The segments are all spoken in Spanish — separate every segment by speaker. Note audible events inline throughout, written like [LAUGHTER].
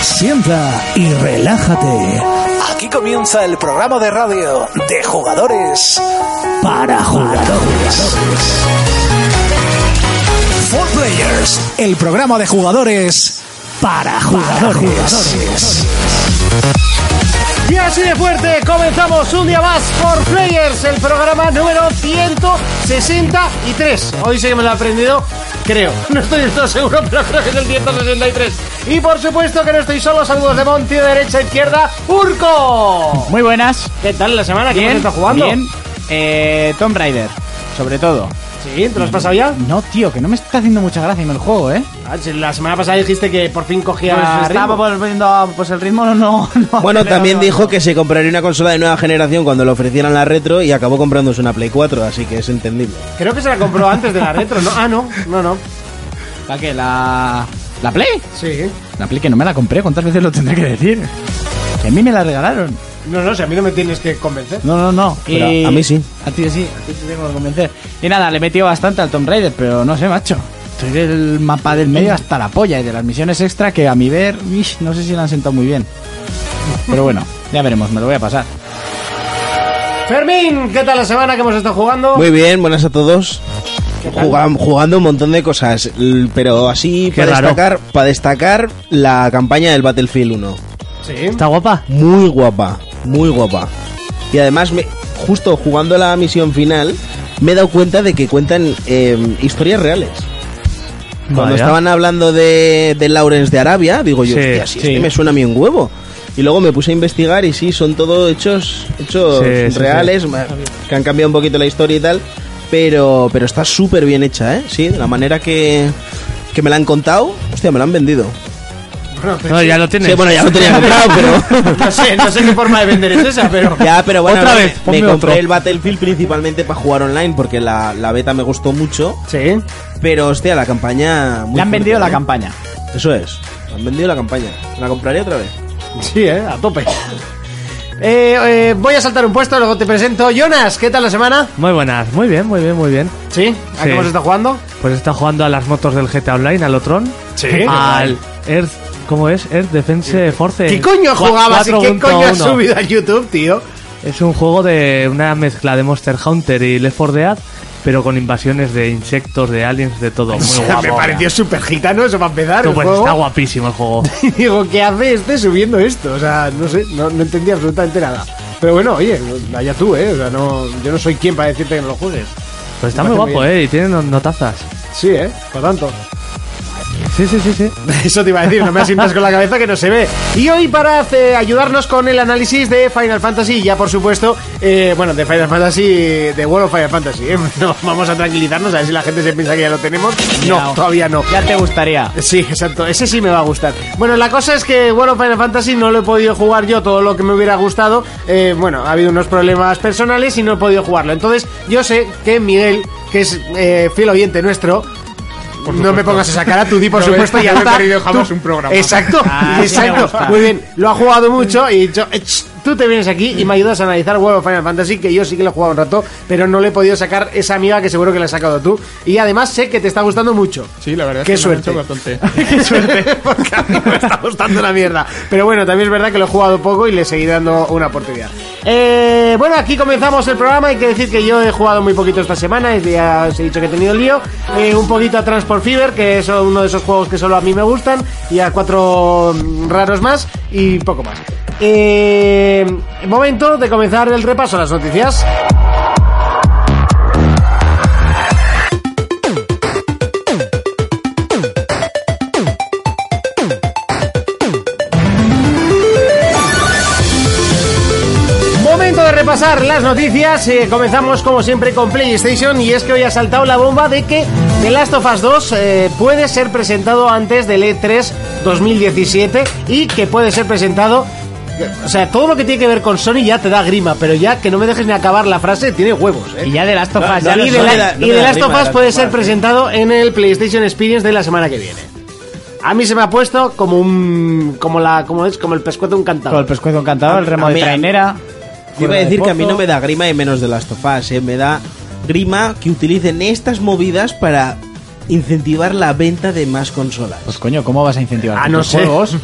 Speaker 1: Asienta y relájate.
Speaker 2: Aquí comienza el programa de radio de jugadores
Speaker 1: Para jugadores.
Speaker 2: for Players, el programa de jugadores
Speaker 1: Para jugadores.
Speaker 3: Y así de fuerte comenzamos un día más por Players, el programa número 163. Hoy sí que me lo he aprendido, creo. No estoy del todo seguro, pero creo que es el 163. Y por supuesto que no estoy solo, saludos de Monti, de derecha a izquierda, Urco.
Speaker 4: Muy buenas.
Speaker 3: ¿Qué tal la semana? ¿Qué
Speaker 4: Bien,
Speaker 3: hemos estado jugando?
Speaker 4: Bien. Eh, Tomb Raider, sobre todo.
Speaker 3: ¿Sí? ¿Te lo has pasado ya?
Speaker 4: No, tío, que no me está haciendo mucha gracia en el juego, ¿eh?
Speaker 3: Ah, sí, la semana pasada dijiste que por fin cogía ritmo.
Speaker 4: Pues volviendo pues el ritmo no,
Speaker 5: Bueno, también dijo que se compraría una consola de nueva generación cuando le ofrecieran la retro y acabó comprándose una Play 4, así que es entendible.
Speaker 3: Creo que se la compró antes de la retro, ¿no? Ah, no, no, no.
Speaker 4: ¿La qué? ¿La... ¿La Play?
Speaker 3: Sí.
Speaker 4: La Play que no me la compré, ¿cuántas veces lo tendré que decir? Que a mí me la regalaron.
Speaker 3: No, no, si a mí no me tienes que convencer.
Speaker 4: No, no, no.
Speaker 5: Pero
Speaker 4: Y-
Speaker 5: a mí sí.
Speaker 4: A ti sí, a ti te tengo que convencer. Y nada, le he metido bastante al Tomb Raider, pero no sé, macho. Estoy del mapa del medio hasta la polla y de las misiones extra que a mi ver, ish, no sé si la han sentado muy bien. Pero bueno, ya veremos, me lo voy a pasar.
Speaker 3: Fermín, ¿qué tal la semana que hemos estado jugando?
Speaker 5: Muy bien, buenas a todos. Jugam- jugando un montón de cosas, l- pero así para
Speaker 6: raro.
Speaker 5: destacar, para destacar la campaña del Battlefield 1.
Speaker 3: Sí.
Speaker 6: ¿Está guapa?
Speaker 5: Muy guapa, muy guapa. Y además, me- justo jugando la misión final, me he dado cuenta de que cuentan eh, historias reales. Cuando
Speaker 6: Vaya.
Speaker 5: estaban hablando de, de Lawrence de Arabia, digo yo,
Speaker 6: Sí,
Speaker 5: hostia, si
Speaker 6: sí.
Speaker 5: este me suena a mí un huevo. Y luego me puse a investigar y sí, son todo hechos, hechos
Speaker 6: Sí, sí,
Speaker 5: reales, ma- que han cambiado un poquito la historia y tal. Pero, pero está súper bien hecha, ¿eh? Sí, de la manera que, que me la han contado, hostia, me la han vendido.
Speaker 3: Bueno, pues
Speaker 6: No,
Speaker 3: sí.
Speaker 6: ya lo tienes.
Speaker 5: Sí, bueno, ya lo tenía comprado,
Speaker 6: [LAUGHS]
Speaker 5: pero...
Speaker 3: No sé, no sé qué forma de vender es esa, pero.
Speaker 5: Ya, pero bueno,
Speaker 6: Otra
Speaker 5: me-
Speaker 6: vez,
Speaker 5: me,
Speaker 6: ponme
Speaker 5: compré
Speaker 6: otro.
Speaker 5: el Battlefield principalmente para jugar online porque la, la beta me gustó mucho.
Speaker 3: Sí.
Speaker 5: Pero hostia, la campaña. muy
Speaker 4: Le han
Speaker 5: fuerte,
Speaker 4: vendido la
Speaker 5: ¿eh?
Speaker 4: campaña.
Speaker 5: Eso es. le Han vendido la campaña. La compraré otra vez.
Speaker 3: Sí, eh, a tope. Eh, eh, voy a saltar un puesto, luego te presento. Jonas, ¿qué tal la semana?
Speaker 6: Muy buenas, muy bien, muy bien, muy bien.
Speaker 3: Sí. ¿A
Speaker 6: Sí.
Speaker 3: qué hemos estado jugando?
Speaker 6: Pues está jugando a las motos del GTA Online, al Otron. [LAUGHS]
Speaker 3: Sí.
Speaker 6: Al Earth. ¿Cómo es? Earth Defense Force.
Speaker 3: ¿Qué coño jugabas y qué coño has
Speaker 6: 4.1.
Speaker 3: subido a YouTube, tío?
Speaker 6: Es un juego de una mezcla de Monster Hunter y Left 4 Dead, pero con invasiones de insectos, de aliens, de todo. Muy guapo.
Speaker 3: Me pareció súper gitano eso para empezar.
Speaker 6: No,
Speaker 3: el
Speaker 6: pues
Speaker 3: juego. [LAUGHS]
Speaker 6: está guapísimo el juego.
Speaker 3: Y digo, ¿qué hace este subiendo esto? O sea, no sé, no, no entendí absolutamente nada. Pero bueno, oye, allá tú, ¿eh? O sea, no, yo no soy quien para decirte que no lo juegues.
Speaker 6: Pues está
Speaker 3: Me
Speaker 6: muy
Speaker 3: parece
Speaker 6: guapo,
Speaker 3: muy
Speaker 6: eh, y tiene no- notazas.
Speaker 3: Sí, ¿eh? Por tanto.
Speaker 6: Sí, sí, sí, sí.
Speaker 3: [LAUGHS] Eso te iba a decir, no me asientas con la cabeza que no se ve. Y hoy para hace- ayudarnos con el análisis de Final Fantasy, ya por supuesto, eh, bueno, de Final Fantasy, de World of Final Fantasy. ¿eh? [LAUGHS] No, vamos a tranquilizarnos, a ver si la gente se piensa que ya lo tenemos. No,
Speaker 4: Ya.
Speaker 3: todavía no.
Speaker 4: Ya te gustaría.
Speaker 3: Sí, exacto, ese sí me va a gustar. Bueno, la cosa es que World of Final Fantasy no lo he podido jugar yo todo lo que me hubiera gustado. Eh, bueno, ha habido unos problemas personales y no he podido jugarlo. Entonces, yo sé que Miguel, que es eh, fiel oyente nuestro, no me pongas esa cara, tú di por supuesto y ya está. Tú- Exacto,
Speaker 4: Ah, sí me
Speaker 3: exacto.
Speaker 4: gusta.
Speaker 3: Muy bien, lo ha jugado mucho y yo, ech, tú te vienes aquí y me ayudas a analizar World of Final Fantasy, que yo sí que lo he jugado un rato, pero no le he podido sacar esa amiga que seguro que la has sacado tú. Y además sé que te está gustando mucho.
Speaker 7: Sí, la verdad
Speaker 3: Qué
Speaker 7: es que me han
Speaker 3: suerte.
Speaker 7: hecho bastante.
Speaker 3: [LAUGHS] Qué suerte, porque a mí me está gustando la mierda. Pero bueno, también es verdad que lo he jugado poco y le seguiré dando una oportunidad. Eh, bueno, aquí comenzamos el programa. Hay que decir que yo he jugado muy poquito esta semana. Ya os he dicho que he tenido lío. Eh, un poquito a Transport Fever, que es uno de esos juegos que solo a mí me gustan. Y a cuatro mm, raros más y poco más. Eh, momento de comenzar el repaso a las noticias. Momento de repasar las noticias. Eh, comenzamos como siempre con PlayStation y es que hoy ha saltado la bomba de que The Last of Us 2 eh, puede ser presentado antes del E E3 2017 y que puede ser presentado... O sea, todo lo que tiene que ver con Sony ya te da grima, pero ya que no me dejes ni acabar la frase, tiene huevos. ¿eh?
Speaker 4: Y ya de las tofas,
Speaker 5: No,
Speaker 4: ya
Speaker 5: no,
Speaker 3: Y
Speaker 4: no
Speaker 5: no
Speaker 3: The
Speaker 4: son-
Speaker 5: me
Speaker 3: La-
Speaker 5: da- no
Speaker 3: y
Speaker 5: me
Speaker 3: The
Speaker 5: da
Speaker 3: Last
Speaker 5: grima
Speaker 3: of Us
Speaker 5: de
Speaker 3: puede
Speaker 5: las
Speaker 3: ser
Speaker 5: tofas.
Speaker 3: presentado en el PlayStation Experience de la semana que viene. A mí se me ha puesto como un... como la... como es? como el pescuezo de un
Speaker 4: Con el
Speaker 3: cantador.
Speaker 4: pescuezo encantado, el remo
Speaker 5: a
Speaker 4: de
Speaker 5: mí-
Speaker 4: trainera.
Speaker 5: Yo iba
Speaker 4: cuerda
Speaker 5: a
Speaker 4: de
Speaker 5: decir que a mí
Speaker 4: pozo.
Speaker 5: no me da grima y menos de las tofas, ¿eh? Me da grima que utilicen estas movidas para incentivar la venta de más consolas.
Speaker 4: Pues coño, ¿cómo vas a incentivar?
Speaker 3: Ah,
Speaker 4: tus
Speaker 3: no sé.
Speaker 4: juegos?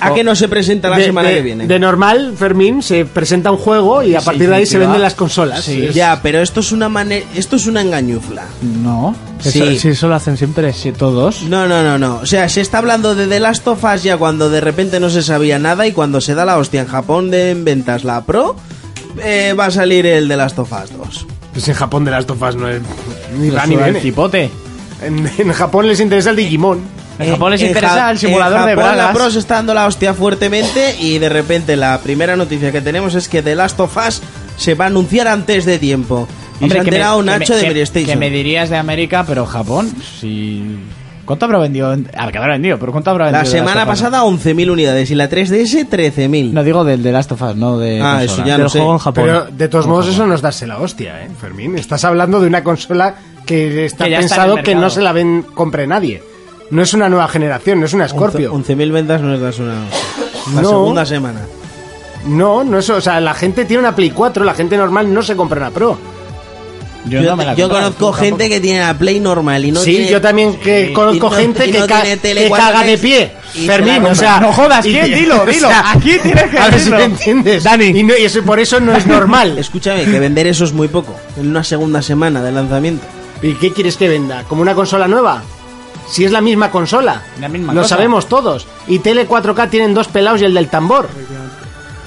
Speaker 5: ¿A que no se presenta la
Speaker 3: de,
Speaker 5: semana
Speaker 3: de-
Speaker 5: que viene?
Speaker 3: de normal, Fermín se presenta un juego y a partir de ahí se
Speaker 4: incentiva.
Speaker 3: venden las consolas.
Speaker 4: Sí.
Speaker 5: Ya, pero esto es una mane- esto es una engañufla.
Speaker 4: No.
Speaker 6: Eso-
Speaker 5: Sí.
Speaker 6: Si eso lo hacen siempre.
Speaker 4: Si todos.
Speaker 5: No, no, no, no. O sea, se está hablando de The Last of Us ya cuando de repente no se sabía nada y cuando se da la hostia en Japón de en ventas la Pro, eh, va a salir el The Last of Us 2.
Speaker 3: Pues en Japón de las tofas no es ni
Speaker 4: Nos
Speaker 3: va ni
Speaker 4: suda el
Speaker 3: viene.
Speaker 4: cipote.
Speaker 3: En, en Japón les interesa el Digimon.
Speaker 4: En Japón les interesa
Speaker 5: Eh, Ja-
Speaker 4: el simulador
Speaker 5: en
Speaker 4: de
Speaker 5: Japón La
Speaker 4: bragas.
Speaker 5: Pro se está dando la hostia fuertemente y de repente la primera noticia que tenemos es que The Last of Us se va a anunciar antes de tiempo. Y se ha
Speaker 4: que me-
Speaker 5: enterado un
Speaker 4: que me-
Speaker 5: hacho de
Speaker 4: que-
Speaker 5: PlayStation.
Speaker 4: Que me dirías de América, pero Japón, si... ¿Cuánto habrá vendido? en- Ah, que habrá vendido, pero ¿cuánto habrá vendido?
Speaker 5: La
Speaker 4: de Last
Speaker 5: semana
Speaker 4: of Us?
Speaker 5: pasada 11.000 unidades y la 3DS 13.000.
Speaker 4: No digo del de Last of Us, no de...
Speaker 5: Ah,
Speaker 4: consola.
Speaker 5: eso ya
Speaker 6: Del
Speaker 5: no sé.
Speaker 6: juego en Japón.
Speaker 3: Pero de todos modos eso no es darse la hostia, ¿eh, Fermín? Estás hablando de una consola que está
Speaker 4: Que ya está en el
Speaker 3: pensado que no
Speaker 4: mercado.
Speaker 3: se la ven, compre nadie. No es una nueva generación, no es una Scorpio.
Speaker 5: 11.000 ventas no es la una hostia. La
Speaker 3: No.
Speaker 5: segunda semana.
Speaker 3: No, no es, o sea, la gente tiene una Play 4, la gente normal no se compra una Pro.
Speaker 4: Yo,
Speaker 5: Yo,
Speaker 4: no me la he
Speaker 5: yo
Speaker 4: comprado,
Speaker 5: conozco
Speaker 4: tú
Speaker 5: gente
Speaker 4: tampoco.
Speaker 5: que tiene la Play normal y no
Speaker 3: sí,
Speaker 5: tiene-
Speaker 3: yo también que conozco
Speaker 5: Y no-
Speaker 3: gente
Speaker 5: y
Speaker 3: que,
Speaker 5: no
Speaker 3: ca-
Speaker 5: tiene tele
Speaker 3: que
Speaker 5: 4K
Speaker 3: caga de
Speaker 5: y
Speaker 3: pie.
Speaker 5: se la
Speaker 3: Fermín, o
Speaker 5: compra.
Speaker 3: sea,
Speaker 4: No jodas,
Speaker 3: y-
Speaker 4: ¿quién? Dilo, dilo.
Speaker 3: [LAUGHS] o sea,
Speaker 4: Aquí tienes que
Speaker 3: a ver si
Speaker 4: decirlo.
Speaker 3: me entiendes.
Speaker 4: Dani.
Speaker 3: Y, no- y eso por eso
Speaker 4: [LAUGHS]
Speaker 3: no es normal.
Speaker 5: Escúchame, que vender eso es muy poco. En una segunda semana de lanzamiento.
Speaker 3: ¿Y qué quieres que venda? ¿Como una consola nueva? Si es la misma consola.
Speaker 4: La misma
Speaker 3: Lo
Speaker 4: cosa.
Speaker 3: sabemos todos. Y Tele 4K tienen dos pelados y el del tambor.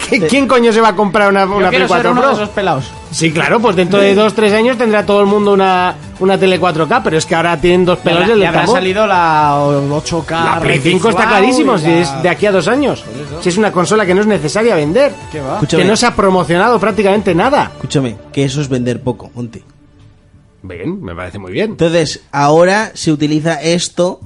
Speaker 3: ¿Qué- ¿Quién coño se va a comprar una,
Speaker 4: Yo
Speaker 3: una Play
Speaker 4: quiero ser
Speaker 3: 4
Speaker 4: uno de
Speaker 3: Pro?
Speaker 4: esos pelados.
Speaker 3: Sí, claro, pues dentro de 2-3 años tendrá todo el mundo una, una Tele 4K, pero es que ahora tienen dos
Speaker 4: Pero
Speaker 3: pelados y
Speaker 4: ya,
Speaker 3: el
Speaker 4: ya
Speaker 3: del
Speaker 4: habrá
Speaker 3: tambor.
Speaker 4: salido la 8K.
Speaker 3: La Play
Speaker 4: Revival
Speaker 3: 5 está clarísimo,
Speaker 4: y
Speaker 3: si es de aquí a dos años. Si es una consola que no es necesaria vender.
Speaker 4: ¿Qué va?
Speaker 5: Escúchame.
Speaker 3: Que no se ha promocionado prácticamente nada.
Speaker 5: Escúchame, que eso es vender poco, Monty.
Speaker 3: Bien, me parece muy bien.
Speaker 5: Entonces, ahora se utiliza esto,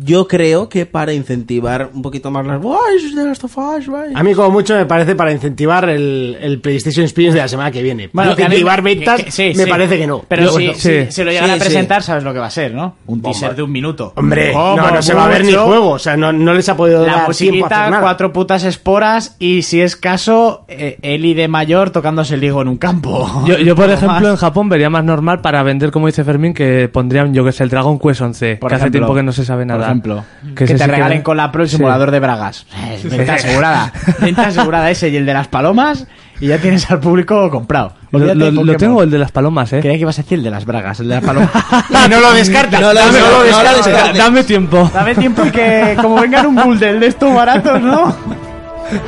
Speaker 5: yo creo que para incentivar un poquito más las... ¡Ay, es de Last of Us, guay!
Speaker 3: A mí como mucho me parece para incentivar el, el PlayStation Experience de la semana que viene.
Speaker 4: Bueno, que
Speaker 3: incentivar
Speaker 4: anime-
Speaker 3: ventas
Speaker 4: que- que- sí,
Speaker 3: me
Speaker 4: sí.
Speaker 3: parece que no.
Speaker 4: Pero
Speaker 3: Yo-
Speaker 4: si,
Speaker 3: bueno,
Speaker 4: si-
Speaker 6: sí.
Speaker 4: si lo llegan
Speaker 5: Sí,
Speaker 4: a
Speaker 5: sí.
Speaker 4: presentar, sabes lo que va a ser, ¿no? Un teaser de un minuto.
Speaker 3: Hombre,
Speaker 4: Como
Speaker 3: no, no se va a ver ni
Speaker 4: mucho,
Speaker 3: juego. O sea, no, no les ha podido
Speaker 4: La
Speaker 3: dar tiempo a hacer
Speaker 4: musiquita,
Speaker 3: nada.
Speaker 4: cuatro putas esporas y si es caso, eh, Eli de mayor tocándose el higo en un campo.
Speaker 6: Yo,
Speaker 4: [LAUGHS]
Speaker 6: yo, por
Speaker 4: No
Speaker 6: ejemplo,
Speaker 4: más.
Speaker 6: en Japón vería más normal para vender, como dice Fermín, que pondrían, yo que sé, el Dragon Quest 11,
Speaker 4: Por
Speaker 6: que hace
Speaker 4: ejemplo,
Speaker 6: tiempo que no se sabe nada.
Speaker 4: Por ejemplo,
Speaker 6: Que
Speaker 4: que,
Speaker 6: ese
Speaker 4: te
Speaker 6: sí que-
Speaker 4: regalen con la Pro el
Speaker 6: Sí.
Speaker 4: simulador de
Speaker 6: [LAUGHS]
Speaker 4: bragas. Es [LAUGHS] Venta asegurada. Venta asegurada ese y el de las palomas y ya tienes al público comprado.
Speaker 6: Lo,
Speaker 4: Olvídate
Speaker 6: lo-
Speaker 4: de
Speaker 6: lo
Speaker 4: Pokémon.
Speaker 6: tengo, el de las palomas, ¿eh?
Speaker 4: Creía que ibas a decir el de las bragas, el de las
Speaker 6: [LAUGHS]
Speaker 4: palomas. [LAUGHS]
Speaker 3: no lo descartas.
Speaker 5: No lo-
Speaker 3: Dame-
Speaker 5: no lo descartas.
Speaker 6: Da- Dame tiempo.
Speaker 4: Dame tiempo y que como vengan un bundle de estos baratos, ¿no?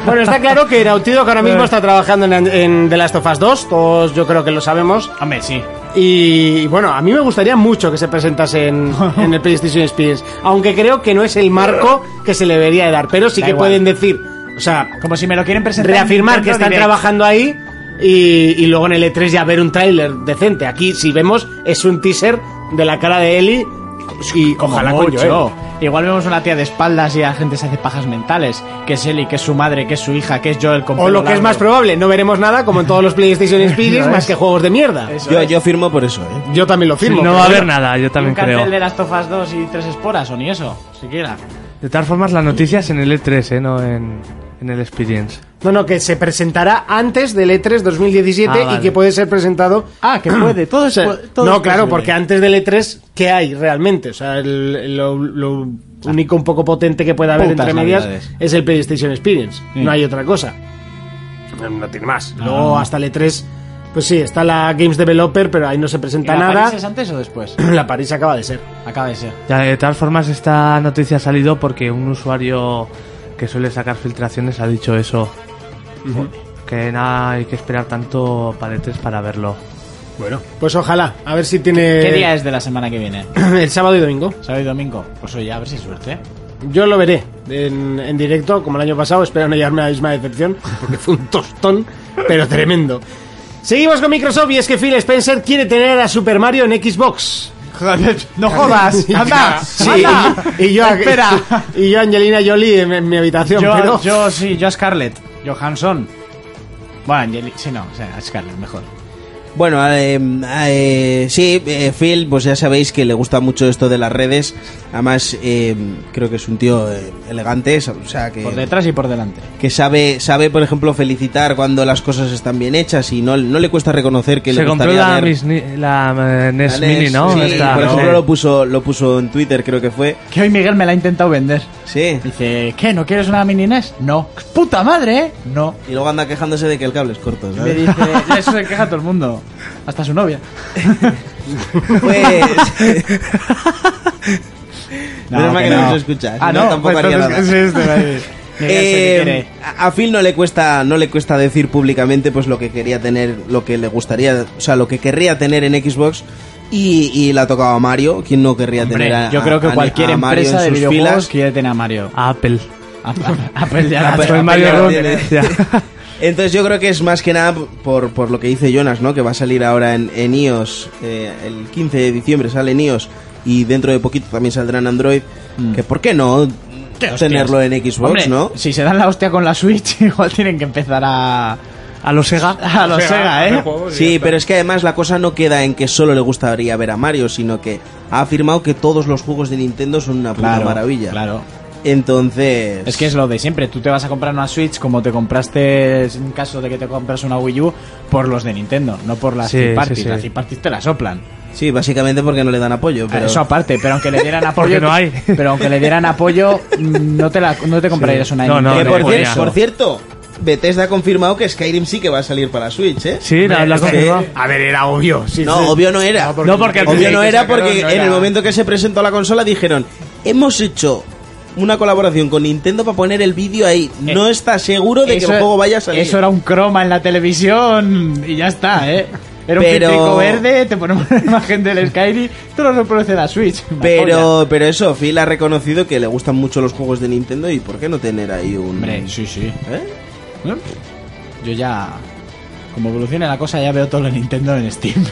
Speaker 3: Bueno, está claro que Naughty Dog ahora
Speaker 4: [LAUGHS]
Speaker 3: mismo está trabajando en, en The Last of Us 2. Todos yo creo que lo sabemos.
Speaker 4: Hombre, sí.
Speaker 3: Y bueno, a mí me gustaría mucho que se presentase
Speaker 4: [LAUGHS]
Speaker 3: en, en el PlayStation Experience. Aunque creo que no es el marco que se le debería de dar. Pero sí
Speaker 4: Da
Speaker 3: que
Speaker 4: igual.
Speaker 3: pueden decir, o sea,
Speaker 4: Como si me lo quieren presentar.
Speaker 3: reafirmar que
Speaker 4: Nintendo
Speaker 3: están
Speaker 4: Direct.
Speaker 3: trabajando ahí y, y luego en el E3 ya ver un tráiler decente. Aquí, si vemos, es un teaser de la cara de Eli y
Speaker 4: Como
Speaker 3: ojalá con
Speaker 4: mucho.
Speaker 3: Joel.
Speaker 4: Igual vemos una tía de espaldas y la gente se hace pajas mentales. Que es Ellie, que es su madre, que es su hija, que es Joel con
Speaker 3: O
Speaker 4: pelo
Speaker 3: lo que es
Speaker 4: largo.
Speaker 3: más probable, no veremos nada como en todos los
Speaker 4: [LAUGHS]
Speaker 3: PlayStation Experience,
Speaker 4: No
Speaker 3: más
Speaker 4: es.
Speaker 3: que juegos de mierda.
Speaker 4: Eso
Speaker 5: Yo,
Speaker 4: es.
Speaker 5: yo firmo por eso, ¿eh?
Speaker 3: Yo también lo firmo.
Speaker 6: no
Speaker 3: pero
Speaker 6: va a haber
Speaker 3: bueno.
Speaker 6: nada, yo
Speaker 4: Y un
Speaker 6: también
Speaker 4: cartel
Speaker 6: creo.
Speaker 4: de las tofas 2 y 3 esporas, o ni eso, siquiera.
Speaker 6: De todas formas, las noticias en el E3, ¿eh? No en, en el Experience.
Speaker 3: No, no, que se presentará antes del E E3 2017
Speaker 6: Ah, vale.
Speaker 3: y que puede ser presentado.
Speaker 4: Ah, que
Speaker 3: [CLEARS THROAT]
Speaker 4: puede, [COUGHS] todo es
Speaker 3: O sea,
Speaker 4: pu- todo es
Speaker 3: no, claro,
Speaker 4: posible.
Speaker 3: porque antes del E3, ¿qué hay realmente? O sea, el- lo, lo único un poco potente que puede haber
Speaker 4: Ah. Putas
Speaker 3: entre medias
Speaker 4: navidades.
Speaker 3: es el PlayStation Experience.
Speaker 4: Sí.
Speaker 3: No hay otra cosa. No, no tiene más. Luego,
Speaker 4: Ah.
Speaker 3: hasta el E3, pues sí, está la Games Developer, pero ahí no se presenta
Speaker 4: ¿La
Speaker 3: nada. [CLEARS THROAT]
Speaker 4: París es antes o después?
Speaker 3: La París acaba de ser.
Speaker 4: Acaba de ser.
Speaker 6: Ya, de todas formas, esta noticia ha salido porque un usuario que suele sacar filtraciones ha dicho eso. Que nada, hay que esperar tanto para el E3 para verlo.
Speaker 3: Bueno, pues ojalá, a ver si tiene.
Speaker 4: ¿Qué día es de la semana que viene?
Speaker 3: [CLEARS THROAT] El sábado y domingo.
Speaker 4: ¿Sábado y domingo? Pues oye, a ver si hay suerte.
Speaker 3: Yo lo veré en, en directo, como el año pasado. Espero no llevarme a la misma decepción, [LAUGHS] porque fue un tostón, pero tremendo. Seguimos con Microsoft y es que Phil Spencer quiere tener a Super Mario en Xbox. [LAUGHS]
Speaker 4: ¡No jodas! ¡Anda! ¡Anda!
Speaker 3: Y, y yo,
Speaker 4: [LAUGHS] ¡Espera!
Speaker 3: [LAUGHS] y yo Angelina Jolie en, en mi habitación,
Speaker 4: Yo,
Speaker 3: pero...
Speaker 4: yo sí, yo a Scarlett. Johansson. Bueno, Angeli- sí, no, o sea, a Scarlett mejor.
Speaker 5: Bueno, eh, eh, sí, eh, Phil, pues ya sabéis que le gusta mucho esto de las redes. Además, eh, creo que es un tío eh, elegante, o sea
Speaker 3: Eh.
Speaker 5: que...
Speaker 4: Por detrás y por delante.
Speaker 5: que sabe, sabe, por ejemplo, felicitar cuando las cosas están bien hechas y no, no le cuesta reconocer que
Speaker 6: Se
Speaker 5: le
Speaker 6: compró
Speaker 5: gustaría
Speaker 6: la,
Speaker 5: ver-
Speaker 6: Miss Ni- la, eh,
Speaker 5: la
Speaker 6: NES
Speaker 5: NES,
Speaker 6: Mini, ¿no?
Speaker 5: sí,
Speaker 6: Esta, eh,
Speaker 5: por
Speaker 6: ¿no?
Speaker 5: ejemplo, lo puso, lo puso en Twitter, creo que fue.
Speaker 4: Que hoy Miguel me la ha intentado vender.
Speaker 5: Sí.
Speaker 4: Dice, ¿qué? ¿No quieres una mini NES? No. ¡Puta madre, eh! No.
Speaker 5: Y luego anda quejándose de que el cable es corto,
Speaker 4: Me
Speaker 5: ¿sabes?
Speaker 4: dice,
Speaker 3: [LAUGHS]
Speaker 4: eso se queja todo el mundo. Hasta su novia.
Speaker 5: [LAUGHS]
Speaker 4: [LAUGHS]
Speaker 5: Pues... Menos mal
Speaker 4: que
Speaker 5: que no nos escucha,
Speaker 4: Ah,
Speaker 5: si no,
Speaker 4: no,
Speaker 5: tampoco
Speaker 4: pues
Speaker 5: haría
Speaker 4: entonces,
Speaker 5: nada.
Speaker 4: es esto, ahí. [LAUGHS] Miguel se
Speaker 5: [LAUGHS] Eh,
Speaker 4: le quiere.
Speaker 5: a a Phil no le cuesta no le cuesta decir públicamente pues lo que quería tener lo que le gustaría o sea lo que querría tener en Xbox y, y le ha tocado a Mario quien no querría
Speaker 4: Hombre,
Speaker 5: tener a,
Speaker 4: yo creo que
Speaker 5: a-
Speaker 4: cualquier
Speaker 5: a Mario
Speaker 4: empresa de
Speaker 5: en sus
Speaker 4: videojuegos
Speaker 5: filas
Speaker 4: quiere tener a
Speaker 5: [LAUGHS]
Speaker 4: Mario.
Speaker 6: A Apple.
Speaker 4: A- [LAUGHS] a- Apple ya la
Speaker 5: Apple-
Speaker 4: tiene.
Speaker 5: Apple
Speaker 6: Mario
Speaker 5: [LAUGHS] ya lo
Speaker 6: Ron.
Speaker 5: tiene.
Speaker 6: Ya.
Speaker 4: [LAUGHS]
Speaker 5: entonces yo creo que es más que nada por, por lo que dice Jonas no que va a salir ahora en, en iOS eh, el 15 de diciembre sale en iOS y dentro de poquito también saldrá en Android que por qué no tenerlo en Xbox
Speaker 4: Mm. Hombre,
Speaker 5: no
Speaker 4: si se dan la hostia con la Switch, [LAUGHS] igual tienen que empezar a...
Speaker 6: A los Sega.
Speaker 4: [LAUGHS] A los Sega, ¿eh?
Speaker 5: Sí, pero es que además la cosa no queda en que solo le gustaría ver a Mario, sino que ha afirmado que todos los juegos de Nintendo son una puta
Speaker 4: Claro,
Speaker 5: maravilla.
Speaker 4: Claro.
Speaker 5: Entonces.
Speaker 4: Es que es lo de siempre, tú te vas a comprar una Switch como te compraste, en caso de que te compras una Wii U, por los de Nintendo, no por las
Speaker 6: Sí,
Speaker 4: third parties.
Speaker 6: sí, sí.
Speaker 4: Las third parties te la soplan.
Speaker 5: Sí, básicamente porque no le dan apoyo, pero.
Speaker 4: Ah, Eso aparte, pero aunque le dieran apoyo.
Speaker 6: Porque no hay.
Speaker 4: Pero aunque le dieran apoyo, mm, no te, la, no te comprarías
Speaker 6: Sí.
Speaker 4: una
Speaker 6: No, no,
Speaker 5: Que
Speaker 4: Nintendo.
Speaker 5: por,
Speaker 6: no
Speaker 5: cier-
Speaker 6: podía.
Speaker 5: por cierto, Bethesda ha confirmado que Skyrim sí que va a salir para Switch, ¿eh?
Speaker 6: Sí, la, la confirmó.
Speaker 3: A ver, era obvio. sí,
Speaker 5: No,
Speaker 3: sí.
Speaker 5: obvio no era.
Speaker 6: No, porque al
Speaker 5: obvio
Speaker 6: principio
Speaker 5: no era
Speaker 3: sacaron,
Speaker 5: porque
Speaker 3: no
Speaker 5: en
Speaker 3: era.
Speaker 5: el momento que se presentó la consola dijeron: Hemos hecho una colaboración con Nintendo para poner el vídeo ahí. No está seguro de que el juego vaya a salir.
Speaker 4: Eso era un croma en la televisión y ya está, ¿eh? Era un
Speaker 5: Pero-
Speaker 4: pico verde, te ponemos la imagen del Skyrim, tú lo reproduces la Switch. Una polla.
Speaker 5: Pero, pero eso, Phil ha reconocido que le gustan mucho los juegos de Nintendo y por qué no tener ahí un.
Speaker 4: Hombre, sí, sí.
Speaker 5: ¿Eh?
Speaker 4: Yo ya... Como evoluciona la cosa, ya veo todo lo de Nintendo en Steam.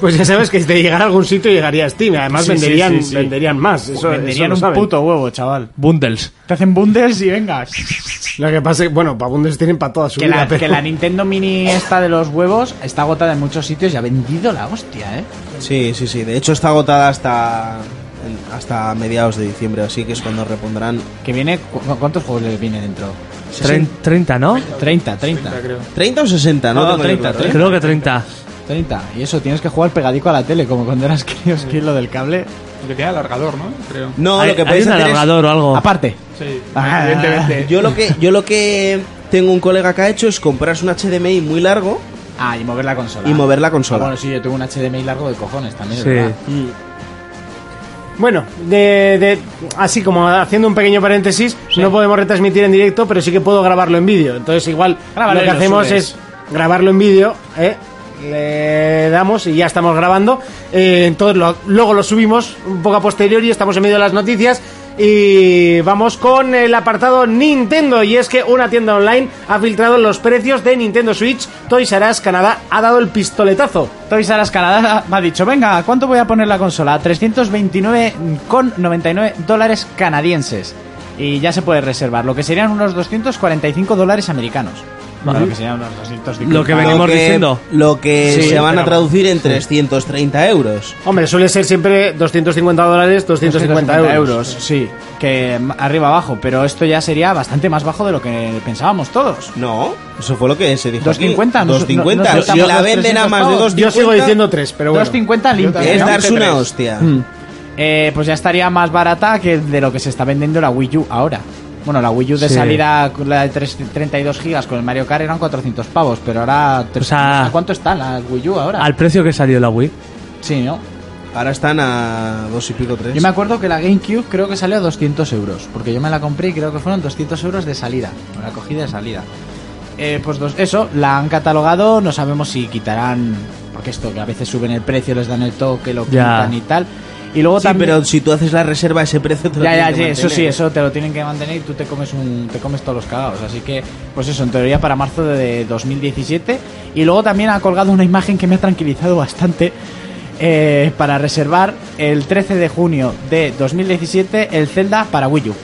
Speaker 3: Pues ya sabes que si te llegara a algún sitio llegaría a Steam. Además
Speaker 4: Sí, sí,
Speaker 3: venderían,
Speaker 4: sí, sí.
Speaker 3: venderían más. Eso,
Speaker 4: Venderían
Speaker 3: eso lo
Speaker 4: un
Speaker 3: saben.
Speaker 4: puto huevo, chaval.
Speaker 6: Bundles.
Speaker 4: Te hacen bundles y venga.
Speaker 3: Lo que pasa es que, bueno, para Bundes tienen para toda su
Speaker 4: Que
Speaker 3: vida.
Speaker 4: la,
Speaker 3: pero-
Speaker 4: que la Nintendo Mini esta de los huevos está agotada en muchos sitios y ha vendido la hostia, ¿eh?
Speaker 5: Sí, sí, sí. De hecho, está agotada hasta. en- hasta mediados de diciembre, así que es cuando repondrán.
Speaker 4: Que viene... cu- ¿Cuántos juegos le viene dentro?
Speaker 6: Trein- 30, ¿no?
Speaker 4: 30, 30. 30,
Speaker 5: ¿30 o 60? No,
Speaker 4: No,
Speaker 5: tengo yo
Speaker 4: 30,
Speaker 5: claro, ¿eh?
Speaker 6: Creo que 30.
Speaker 4: Y eso, tienes que jugar pegadico a la tele, como cuando eras [LAUGHS] críos, que lo del cable...
Speaker 7: Que tiene alargador, ¿no? Creo.
Speaker 5: No,
Speaker 6: Hay-
Speaker 5: lo que
Speaker 6: hay
Speaker 5: podéis
Speaker 6: un
Speaker 5: hacer es-
Speaker 6: alargador o algo.
Speaker 4: Aparte.
Speaker 7: Sí,
Speaker 4: Ah.
Speaker 7: evidentemente.
Speaker 5: Yo lo que. Yo lo que tengo un colega que ha hecho es comprarse un HDMI muy largo
Speaker 4: Ah, y mover la consola.
Speaker 5: y mover la
Speaker 4: Ah,
Speaker 5: consola.
Speaker 4: bueno, sí, yo tengo un HDMI largo de cojones también, es
Speaker 6: Sí.
Speaker 4: verdad.
Speaker 3: Bueno, de, de- así como haciendo un pequeño paréntesis, no podemos retransmitir en directo, pero sí que puedo grabarlo en vídeo. Entonces, igual lo
Speaker 4: Grábalo y
Speaker 3: que
Speaker 4: lo
Speaker 3: hacemos
Speaker 4: subes.
Speaker 3: es grabarlo en vídeo, ¿eh? le damos y ya estamos grabando. Eh, entonces, lo- luego lo subimos un poco a posteriori, estamos en medio de las noticias. Y vamos con el apartado Nintendo. Y es que una tienda online ha filtrado los precios de Nintendo Switch. Toys R Us Canadá ha dado el pistoletazo.
Speaker 4: Toys R Us Canadá me ha dicho, venga, ¿cuánto voy a poner la consola? 329,99 dólares canadienses. Y ya se puede reservar, lo que serían unos 245 dólares americanos. Bueno, lo que serían unos 200
Speaker 6: Lo que
Speaker 5: Lo
Speaker 6: venimos
Speaker 5: que-
Speaker 6: diciendo.
Speaker 5: Lo que
Speaker 4: Sí,
Speaker 5: se van a
Speaker 4: pero-
Speaker 5: traducir en 330 euros.
Speaker 3: Hombre, suele ser siempre 250 dólares, 250 euros.
Speaker 4: Sí, que m- arriba abajo, pero esto ya sería bastante más bajo de lo que pensábamos todos.
Speaker 5: No, eso fue lo que se dijo. aquí.
Speaker 4: 250, no-
Speaker 5: 250.
Speaker 4: no- no-
Speaker 5: si la
Speaker 4: los
Speaker 5: venden a
Speaker 4: 300
Speaker 5: más de
Speaker 4: pavos.
Speaker 5: 250.
Speaker 3: Yo sigo diciendo tres, pero bueno.
Speaker 4: 250 limpio.
Speaker 5: Es
Speaker 4: ¿no?
Speaker 5: darse una hostia.
Speaker 4: Eh, pues ya estaría más barata que de lo que se está vendiendo la Wii U ahora. Bueno, la Wii U de
Speaker 6: Sí.
Speaker 4: salida, la de 3 32 gigas con el Mario Kart eran 400 pavos, pero ahora...
Speaker 6: O sea,
Speaker 4: ¿A cuánto está la Wii U ahora?
Speaker 6: Al precio que salió la Wii.
Speaker 4: Sí, ¿no?
Speaker 5: Ahora están a dos y pico tres.
Speaker 4: Yo me acuerdo que la GameCube creo que salió a 200 euros, porque yo me la compré y creo que fueron 200 euros de salida. Me la cogí de salida. Eh, pues dos- eso, la han catalogado, no sabemos si quitarán, porque esto que a veces suben el precio, les dan el toque, lo
Speaker 6: Ya.
Speaker 4: quitan y tal. Y luego
Speaker 5: Sí,
Speaker 4: también...
Speaker 5: pero si tú haces la reserva a ese precio te lo
Speaker 4: Ya,
Speaker 5: tienen
Speaker 4: ya,
Speaker 5: que
Speaker 4: sí, eso
Speaker 5: mantener.
Speaker 4: sí, eso te lo tienen que mantener y tú te comes un, te comes todos los cagados. Así que, pues eso, en teoría para marzo de 2017. Y luego también ha colgado una imagen que me ha tranquilizado bastante eh, para reservar el 13 de junio de 2017 el Zelda para Wii U.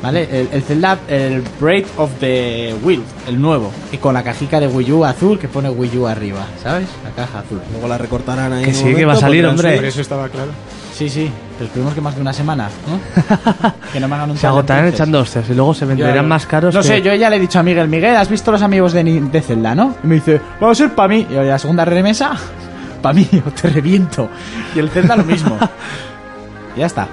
Speaker 4: ¿Vale? El, el Zelda, el Break of the Wild, el nuevo. Y con la cajica de Wii U azul que pone Wii U arriba, ¿sabes? La caja azul.
Speaker 5: Luego la recortarán ahí.
Speaker 6: Que
Speaker 5: en un
Speaker 6: sí, que va a
Speaker 5: momento,
Speaker 6: salir,
Speaker 5: pondrán
Speaker 6: hombre.
Speaker 5: su-
Speaker 7: Por eso estaba claro.
Speaker 4: Sí, sí. Pero esperemos que más de una semana,
Speaker 5: [LAUGHS]
Speaker 4: ¿no? que no me hagan un
Speaker 6: Se agotarán
Speaker 4: entonces.
Speaker 6: echando hostias y luego se venderán
Speaker 4: Ya,
Speaker 6: más caros.
Speaker 4: No
Speaker 6: que-
Speaker 4: sé, yo ya le he dicho a Miguel, Miguel, ¿has visto los amigos de, Ni- de Zelda, no? Y me dice, va a ser para mí. Y yo, la segunda remesa, [LAUGHS] para mí, o te reviento. Y el Zelda lo
Speaker 6: [LAUGHS]
Speaker 4: mismo. Y ya está.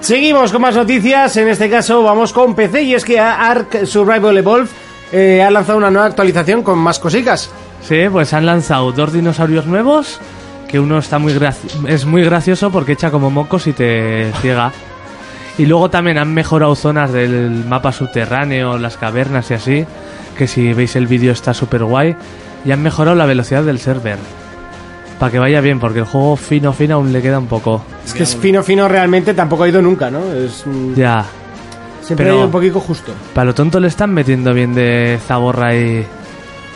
Speaker 3: Seguimos con más noticias, en este caso vamos con PC y es que Ark Survival Evolved eh, ha lanzado una nueva actualización con más cositas.
Speaker 6: Sí, pues han lanzado dos dinosaurios nuevos. Que uno está muy graci- es muy gracioso porque echa como mocos y te ciega. Y luego también han mejorado zonas del mapa subterráneo, las cavernas y así. Que si veis el vídeo está súper guay. Y han mejorado la velocidad del server. Para que vaya bien, porque el juego fino fino aún le queda un poco.
Speaker 3: Es que es fino fino realmente, tampoco ha ido nunca, ¿no? Es, mm,
Speaker 6: Ya.
Speaker 3: siempre
Speaker 6: pero-
Speaker 3: ha ido un poquito justo.
Speaker 6: Para lo tonto le están metiendo bien de zaborra y...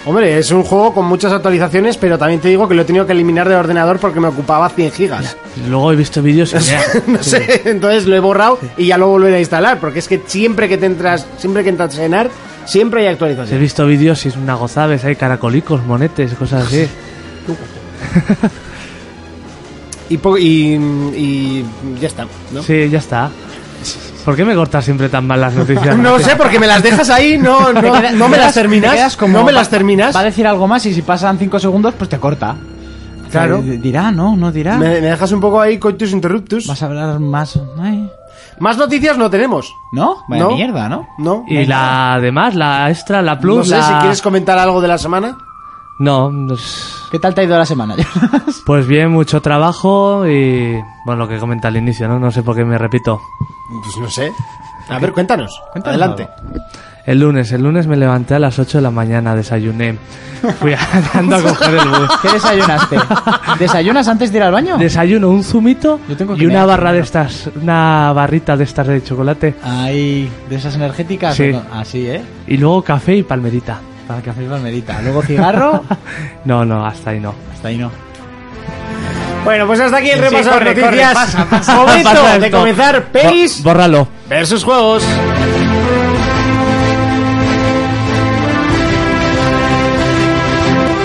Speaker 3: Hombre, es un juego con muchas actualizaciones, pero también te digo que lo he tenido que eliminar del ordenador porque me ocupaba 100 gigas.
Speaker 6: Luego he visto vídeos y... mira,
Speaker 3: [LAUGHS] No sé, entonces lo he borrado y ya lo volveré a instalar, porque es que siempre que te entras, siempre que entras en Ark, siempre hay
Speaker 6: He
Speaker 3: actualizaciones.
Speaker 6: visto vídeos y es una gozada, ves, hay caracolicos, monetes, cosas así.
Speaker 3: Y, po- y, y ya está, ¿no?
Speaker 6: Sí, ya está. ¿Por qué me cortas siempre tan mal las
Speaker 3: [LAUGHS]
Speaker 6: noticias?
Speaker 3: No sé, porque me las dejas ahí,
Speaker 4: [LAUGHS]
Speaker 3: no, no,
Speaker 4: Te queda-
Speaker 3: no me
Speaker 4: te
Speaker 3: las
Speaker 4: quedas- te quedas
Speaker 3: terminas.
Speaker 4: como-
Speaker 3: no me las
Speaker 4: va-
Speaker 3: terminas.
Speaker 4: Va a decir algo más y si pasan 5 segundos, pues te corta. O sea,
Speaker 3: Claro.
Speaker 4: di- dirá, no, no dirá.
Speaker 3: Me, me dejas un poco ahí, coitus interruptus.
Speaker 4: Vas a hablar más. ay.
Speaker 3: Más noticias no tenemos.
Speaker 4: ¿No? Vaya
Speaker 3: No.
Speaker 4: mierda, ¿no?
Speaker 3: No.
Speaker 6: Y la demás, la extra, la plus,
Speaker 3: no sé
Speaker 6: la-
Speaker 3: si quieres comentar algo de la semana.
Speaker 6: No, pues-
Speaker 4: ¿Qué tal te ha ido la semana? [LAUGHS] Jonas?
Speaker 6: pues bien, mucho trabajo y... Bueno, lo que comenta al inicio, ¿no? No sé por qué me repito.
Speaker 3: Pues no sé. A ver, cuéntanos.
Speaker 4: Cuéntanos
Speaker 3: Adelante.
Speaker 6: El lunes, el lunes me levanté a las 8 de la mañana, desayuné. Fui andando a [LAUGHS] coger el bus.
Speaker 4: ¿Qué desayunaste? ¿Desayunas antes de ir al baño?
Speaker 6: Desayuno, un zumito
Speaker 4: Yo tengo
Speaker 6: y
Speaker 4: que
Speaker 6: una
Speaker 4: mear
Speaker 6: barra de
Speaker 4: primero.
Speaker 6: estas, una barrita de estas de chocolate.
Speaker 4: Ay, de esas energéticas.
Speaker 6: Sí.
Speaker 4: ¿o no? Así, ¿eh?
Speaker 6: Y luego café y palmerita.
Speaker 4: Para café y palmerita. Luego cigarro. [LAUGHS]
Speaker 6: No, no, hasta ahí no.
Speaker 4: Hasta ahí no.
Speaker 3: Bueno, pues hasta aquí el
Speaker 4: Sí,
Speaker 3: repaso de
Speaker 4: corre, corre,
Speaker 3: noticias. [LAUGHS]
Speaker 4: pasa,
Speaker 3: Momento
Speaker 6: Pasa
Speaker 3: de
Speaker 6: esto.
Speaker 3: comenzar Peris
Speaker 6: Bo- bórralo.
Speaker 3: versus juegos.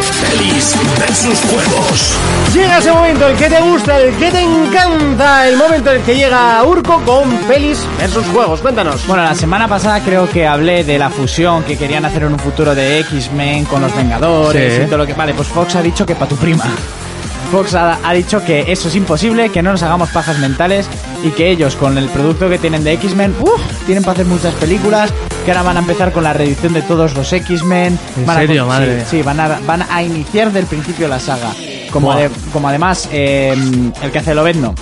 Speaker 1: Feliz versus juegos.
Speaker 3: Llega ese momento, el que te gusta, el que te encanta, el momento en el que llega Urco con Pelis versus juegos. Cuéntanos.
Speaker 4: Bueno, la semana pasada creo que hablé de la fusión que querían hacer en un futuro de X-Men con los Vengadores
Speaker 6: Sí.
Speaker 4: y todo lo que. Vale, pues Fox ha dicho que para tu prima. Fox ha, ha dicho que eso es imposible, que no nos hagamos pajas mentales y que ellos con el producto que tienen de X-Men, uff, tienen para hacer muchas películas, que ahora van a empezar con la reedición de todos los X-Men.
Speaker 6: ¿En
Speaker 4: van a
Speaker 6: serio?
Speaker 4: con-
Speaker 6: Madre
Speaker 4: sí,
Speaker 6: mía.
Speaker 4: Sí, van a, van a iniciar del principio la saga. Como,
Speaker 6: Buah.
Speaker 4: ade- como además eh, el que hace Lobezno.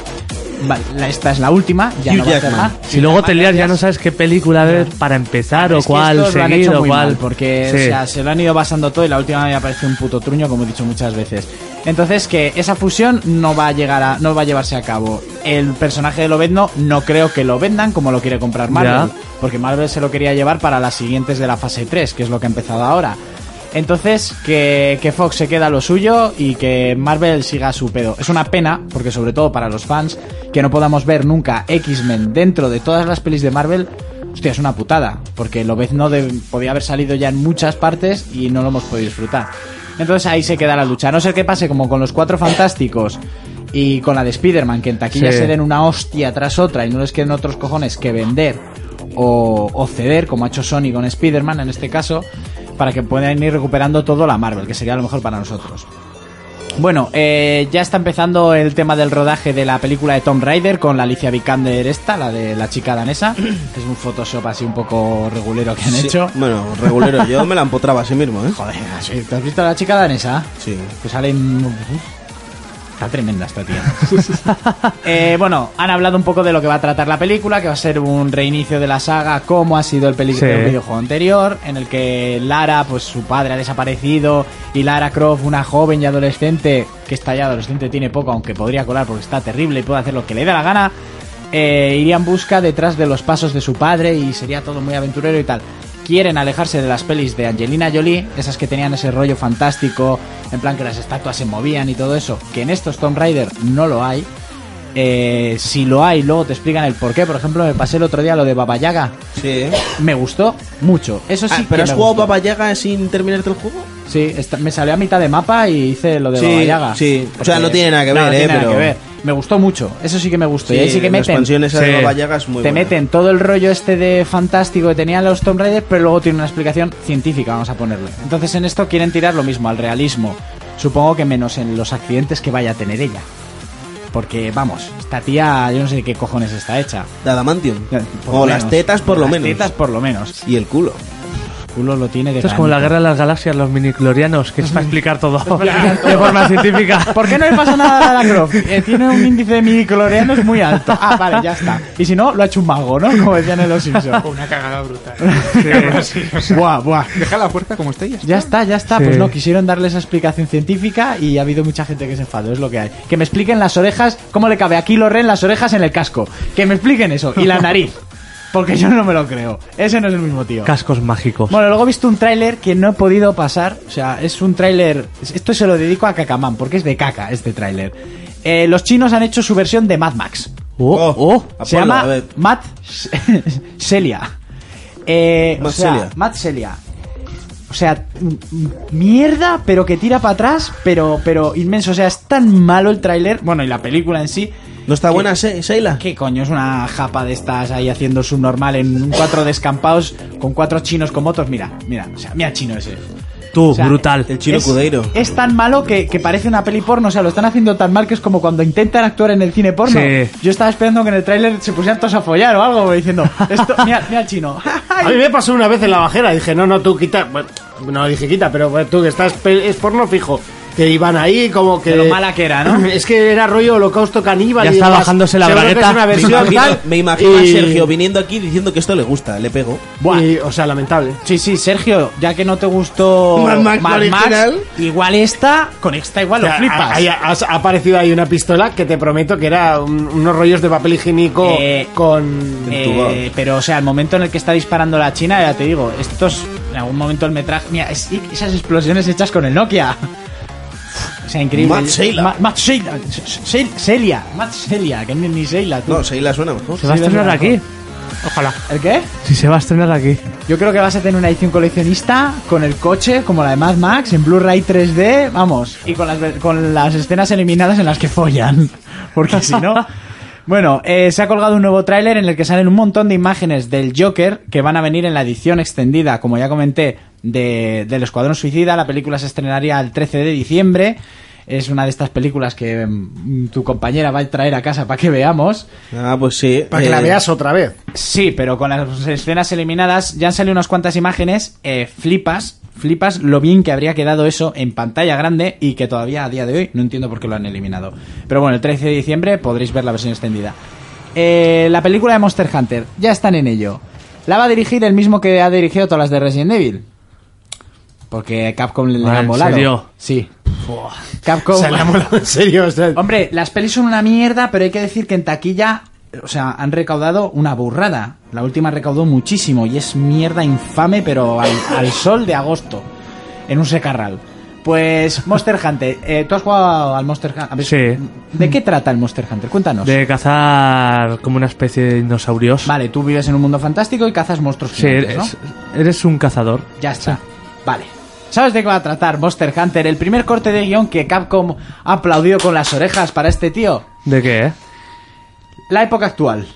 Speaker 4: va- la- Esta es la última, ya
Speaker 5: Hugh
Speaker 4: no va a hacer
Speaker 5: Jackman.
Speaker 4: más.
Speaker 6: Si luego te lías ya no
Speaker 4: sabes
Speaker 6: sabes qué película ver para empezar o
Speaker 4: es que
Speaker 6: cuál
Speaker 4: estos lo han hecho
Speaker 6: seguido o
Speaker 4: muy mal,
Speaker 6: cuál.
Speaker 4: porque
Speaker 6: Sí.
Speaker 4: o sea, se lo han ido basando todo y la última me parece un puto truño, como he dicho muchas veces. Entonces que esa fusión no va a llegar a, no va a llevarse a cabo. El personaje de Lobezno no creo que lo vendan como lo quiere comprar Marvel,
Speaker 6: Ya.
Speaker 4: porque Marvel se lo quería llevar para las siguientes de la fase 3, que es lo que ha empezado ahora. Entonces, que, que Fox se queda lo suyo y que Marvel siga su pedo. Es una pena, porque sobre todo para los fans, que no podamos ver nunca X-Men dentro de todas las pelis de Marvel. Hostia, es una putada, porque Lobezno de- podía haber salido ya en muchas partes y no lo hemos podido disfrutar. Entonces ahí se queda la lucha. A no ser que pase como con los Cuatro Fantásticos y con la de Spider-Man, que en taquilla
Speaker 6: Sí.
Speaker 4: se den una hostia tras otra y no les queden otros cojones que vender o, o ceder, como ha hecho Sony con Spider-Man en este caso, para que puedan ir recuperando todo la Marvel, que sería lo mejor para nosotros. Bueno, eh, ya está empezando el tema del rodaje de la película de Tom Raider con la Alicia Vikander esta, la de la chica danesa. Es un Photoshop así un poco regulero que han
Speaker 5: Sí,
Speaker 4: hecho.
Speaker 5: Bueno, regulero, yo me la empotraba a sí mismo, ¿eh?
Speaker 4: Joder, sí, ¿te has visto la chica danesa?
Speaker 5: Sí.
Speaker 4: Pues salen... Está tremenda esta tía. [LAUGHS] Eh, bueno, han hablado un poco de lo que va a tratar la película, que va a ser un reinicio de la saga, como ha sido el, peli-
Speaker 6: Sí.
Speaker 4: el videojuego anterior, en el que Lara, pues su padre ha desaparecido, y Lara Croft, una joven y adolescente, que está ya adolescente, tiene poco, aunque podría colar porque está terrible y puede hacer lo que le dé la gana, eh, iría en busca detrás de los pasos de su padre y sería todo muy aventurero y tal. Quieren alejarse de las pelis de Angelina Jolie, esas que tenían ese rollo fantástico, en plan que las estatuas se movían y todo eso, que en estos Tomb Raider no lo hay. Eh, si lo hay, luego te explican el por qué. Por ejemplo, me pasé el otro día lo de Baba Yaga.
Speaker 5: Sí.
Speaker 4: Me gustó mucho. Eso sí
Speaker 5: Ah,
Speaker 4: que
Speaker 5: ¿Pero has
Speaker 4: me
Speaker 5: jugado
Speaker 4: gustó.
Speaker 5: Baba Yaga sin terminarte el juego?
Speaker 4: Sí, esta- me salió a mitad de mapa y hice lo de
Speaker 5: Sí,
Speaker 4: Baba Yaga.
Speaker 5: sí. O sea,
Speaker 4: Porque-
Speaker 5: no tiene nada que
Speaker 4: no,
Speaker 5: ver,
Speaker 4: no
Speaker 5: eh,
Speaker 4: tiene nada
Speaker 5: pero-
Speaker 4: que ver. Me gustó mucho. Eso sí que me gustó. y ahí sí que
Speaker 5: la
Speaker 4: meten-
Speaker 5: expansión esa
Speaker 6: Sí.
Speaker 5: de Baba Yaga es muy
Speaker 4: te
Speaker 5: buena.
Speaker 4: meten todo el rollo este de fantástico que tenían los Tomb Raiders, pero luego tiene una explicación científica, vamos a ponerle. Entonces en esto quieren tirar lo mismo, al realismo. Supongo que menos en los accidentes que vaya a tener ella. Porque, vamos, esta tía, yo no sé de qué cojones está hecha.
Speaker 5: De Adamantium.
Speaker 4: Por
Speaker 5: o
Speaker 4: lo
Speaker 5: las
Speaker 4: menos.
Speaker 5: tetas, por lo
Speaker 4: Las
Speaker 5: menos.
Speaker 4: tetas por lo menos.
Speaker 5: Y el culo.
Speaker 4: El culo lo tiene de
Speaker 6: Esto es como la
Speaker 4: canto.
Speaker 6: guerra de las galaxias, los miniclorianos, que es para
Speaker 4: [LAUGHS]
Speaker 6: explicar todo de forma científica.
Speaker 4: ¿Por qué no le pasa nada a Lara Croft? Eh, tiene un índice de midiclorianos muy alto. Ah, vale, ya está. Y si no, lo ha hecho un mago, ¿no? Como decían en Los
Speaker 3: [LAUGHS]
Speaker 4: Simpsons.
Speaker 7: Una cagada brutal.
Speaker 6: Sí.
Speaker 4: Buah, buah.
Speaker 7: Deja la fuerza como está y ya está.
Speaker 4: Ya está, ya está.
Speaker 6: Sí.
Speaker 4: Pues no, quisieron darle esa explicación científica y ha habido mucha gente que se enfadó, es lo que hay. Que me expliquen las orejas, cómo le cabe a Kilo Ren las orejas en el casco. Que me expliquen eso. Y la nariz. Porque yo no me lo creo. Ese no es el mismo tío.
Speaker 6: Cascos mágicos.
Speaker 4: Bueno, luego he visto un tráiler que no he podido pasar. O sea, es un tráiler... Esto se lo dedico a Cacamán, porque es de caca este tráiler. Eh, los chinos han hecho su versión de Mad Max.
Speaker 5: Oh,
Speaker 4: Se
Speaker 5: Apolo,
Speaker 4: llama
Speaker 5: a ver.
Speaker 4: Matt [LAUGHS] Celia. Eh, o
Speaker 5: Matt
Speaker 4: sea,
Speaker 5: Celia.
Speaker 4: Matt Celia. O sea, m- m- mierda, pero que tira para atrás, pero, pero inmenso. O sea, es tan malo el tráiler, bueno, y la película en sí.
Speaker 5: ¿No está
Speaker 4: que-
Speaker 5: buena, Se- Sheila?
Speaker 4: ¿Qué coño? Es una japa de estas ahí haciendo subnormal en un cuatro descampados con cuatro chinos con motos. Mira, mira, o sea, mira chino ese.
Speaker 6: Tú,
Speaker 4: O sea,
Speaker 6: Uh, brutal.
Speaker 5: El chino
Speaker 4: es,
Speaker 5: Cudeiro.
Speaker 4: Es tan malo que, que parece una peli porno. O sea, lo están haciendo tan mal que es como cuando intentan actuar en el cine porno.
Speaker 6: Sí.
Speaker 4: Yo estaba esperando que en el tráiler se pusieran todos a follar o algo, diciendo,
Speaker 6: [LAUGHS]
Speaker 4: esto, mira, mira el chino.
Speaker 3: A mí me pasó una vez en la bajera, dije, no, no, tú quita. Bueno, no dije quita, pero bueno, tú que estás pe- es porno fijo. Que iban ahí como que.
Speaker 4: De lo mala que era,
Speaker 3: [CLEARS THROAT]
Speaker 4: ¿no?
Speaker 3: Es que era rollo holocausto caníbal.
Speaker 6: Ya
Speaker 3: y
Speaker 6: está
Speaker 3: demás.
Speaker 6: bajándose la
Speaker 3: Seguro que
Speaker 6: bragueta.
Speaker 3: es una
Speaker 5: [LAUGHS]
Speaker 6: Me
Speaker 5: Me
Speaker 3: versión
Speaker 5: imagino,
Speaker 3: tal,
Speaker 5: me imagino a
Speaker 3: y-
Speaker 5: Sergio viniendo aquí diciendo que esto le gusta, le pego.
Speaker 3: Buah, y, o sea, lamentable.
Speaker 4: Sí, sí, Sergio, ya que no te gustó
Speaker 5: Mad Max original.
Speaker 4: igual esta, con esta igual
Speaker 3: O sea,
Speaker 4: lo flipas.
Speaker 3: ahí ha, ha aparecido ahí una pistola que te prometo que era un- unos rollos de papel higiénico
Speaker 4: Eh,
Speaker 3: con.
Speaker 4: Eh, pero, o sea, el momento en el que está disparando la China, ya te digo, estos, en algún momento el metraje. Mira, es- esas explosiones hechas con el Nokia. O sea, increíble.
Speaker 5: Matt Sheila.
Speaker 4: Ma- Matt Sheila. Se- Se- Celia. Matt Celia, que ni, ni Sheila, tú.
Speaker 5: No, Sheila suena mejor.
Speaker 6: Se va a
Speaker 4: Sí,
Speaker 6: estrenar
Speaker 4: verdad.
Speaker 6: aquí. Ojalá.
Speaker 4: ¿El qué?
Speaker 6: Si se va a estrenar aquí.
Speaker 4: Yo creo que vas a tener una edición coleccionista con el coche, como la de Mad Max, en Blu-ray 3D, vamos, y con las, con las escenas eliminadas en las que follan. [LAUGHS] Porque si no. Bueno, eh, se ha colgado un nuevo tráiler en el que salen un montón de imágenes del Joker que van a venir en la edición extendida, como ya comenté, de, del Escuadrón Suicida. La película se estrenaría el 13 de diciembre. Es una de estas películas que mm, tu compañera va a traer a casa para que veamos.
Speaker 5: Ah, pues sí.
Speaker 3: Para que la
Speaker 5: Eh,
Speaker 3: veas otra vez.
Speaker 4: Sí, pero con las escenas eliminadas ya han salido unas cuantas imágenes. eh, flipas, flipas lo bien que habría quedado eso en pantalla grande y que todavía a día de hoy no entiendo por qué lo han eliminado. Pero bueno, el 13 de diciembre podréis ver la versión extendida. Eh, la película de Monster Hunter, ya están en ello. La va a dirigir el mismo que ha dirigido todas las de Resident Evil. Porque Capcom le, le
Speaker 6: Ah,
Speaker 4: han
Speaker 6: ¿en
Speaker 4: volado.
Speaker 6: serio?
Speaker 4: Sí. Capcom.
Speaker 3: Se la mola, en serio. o sea,
Speaker 4: Hombre, las pelis son una mierda, pero hay que decir que en taquilla, o sea, han recaudado una burrada. La última recaudó muchísimo y es mierda infame, pero al, al sol de agosto, en un secarral. Pues Monster Hunter, eh, ¿tú has jugado al Monster Hunter? A ver,
Speaker 6: Sí.
Speaker 4: ¿De qué trata el Monster Hunter? Cuéntanos.
Speaker 6: De cazar como una especie de dinosaurios.
Speaker 4: Vale, tú vives en un mundo fantástico y cazas monstruos.
Speaker 6: Sí,
Speaker 4: gigantes, ¿no?
Speaker 6: eres, eres un cazador.
Speaker 4: Ya está. Vale. ¿Sabes de qué va a tratar Monster Hunter? El primer corte de guión que Capcom ha aplaudido con las orejas para este tío.
Speaker 6: ¿De qué? eh?
Speaker 4: La época actual.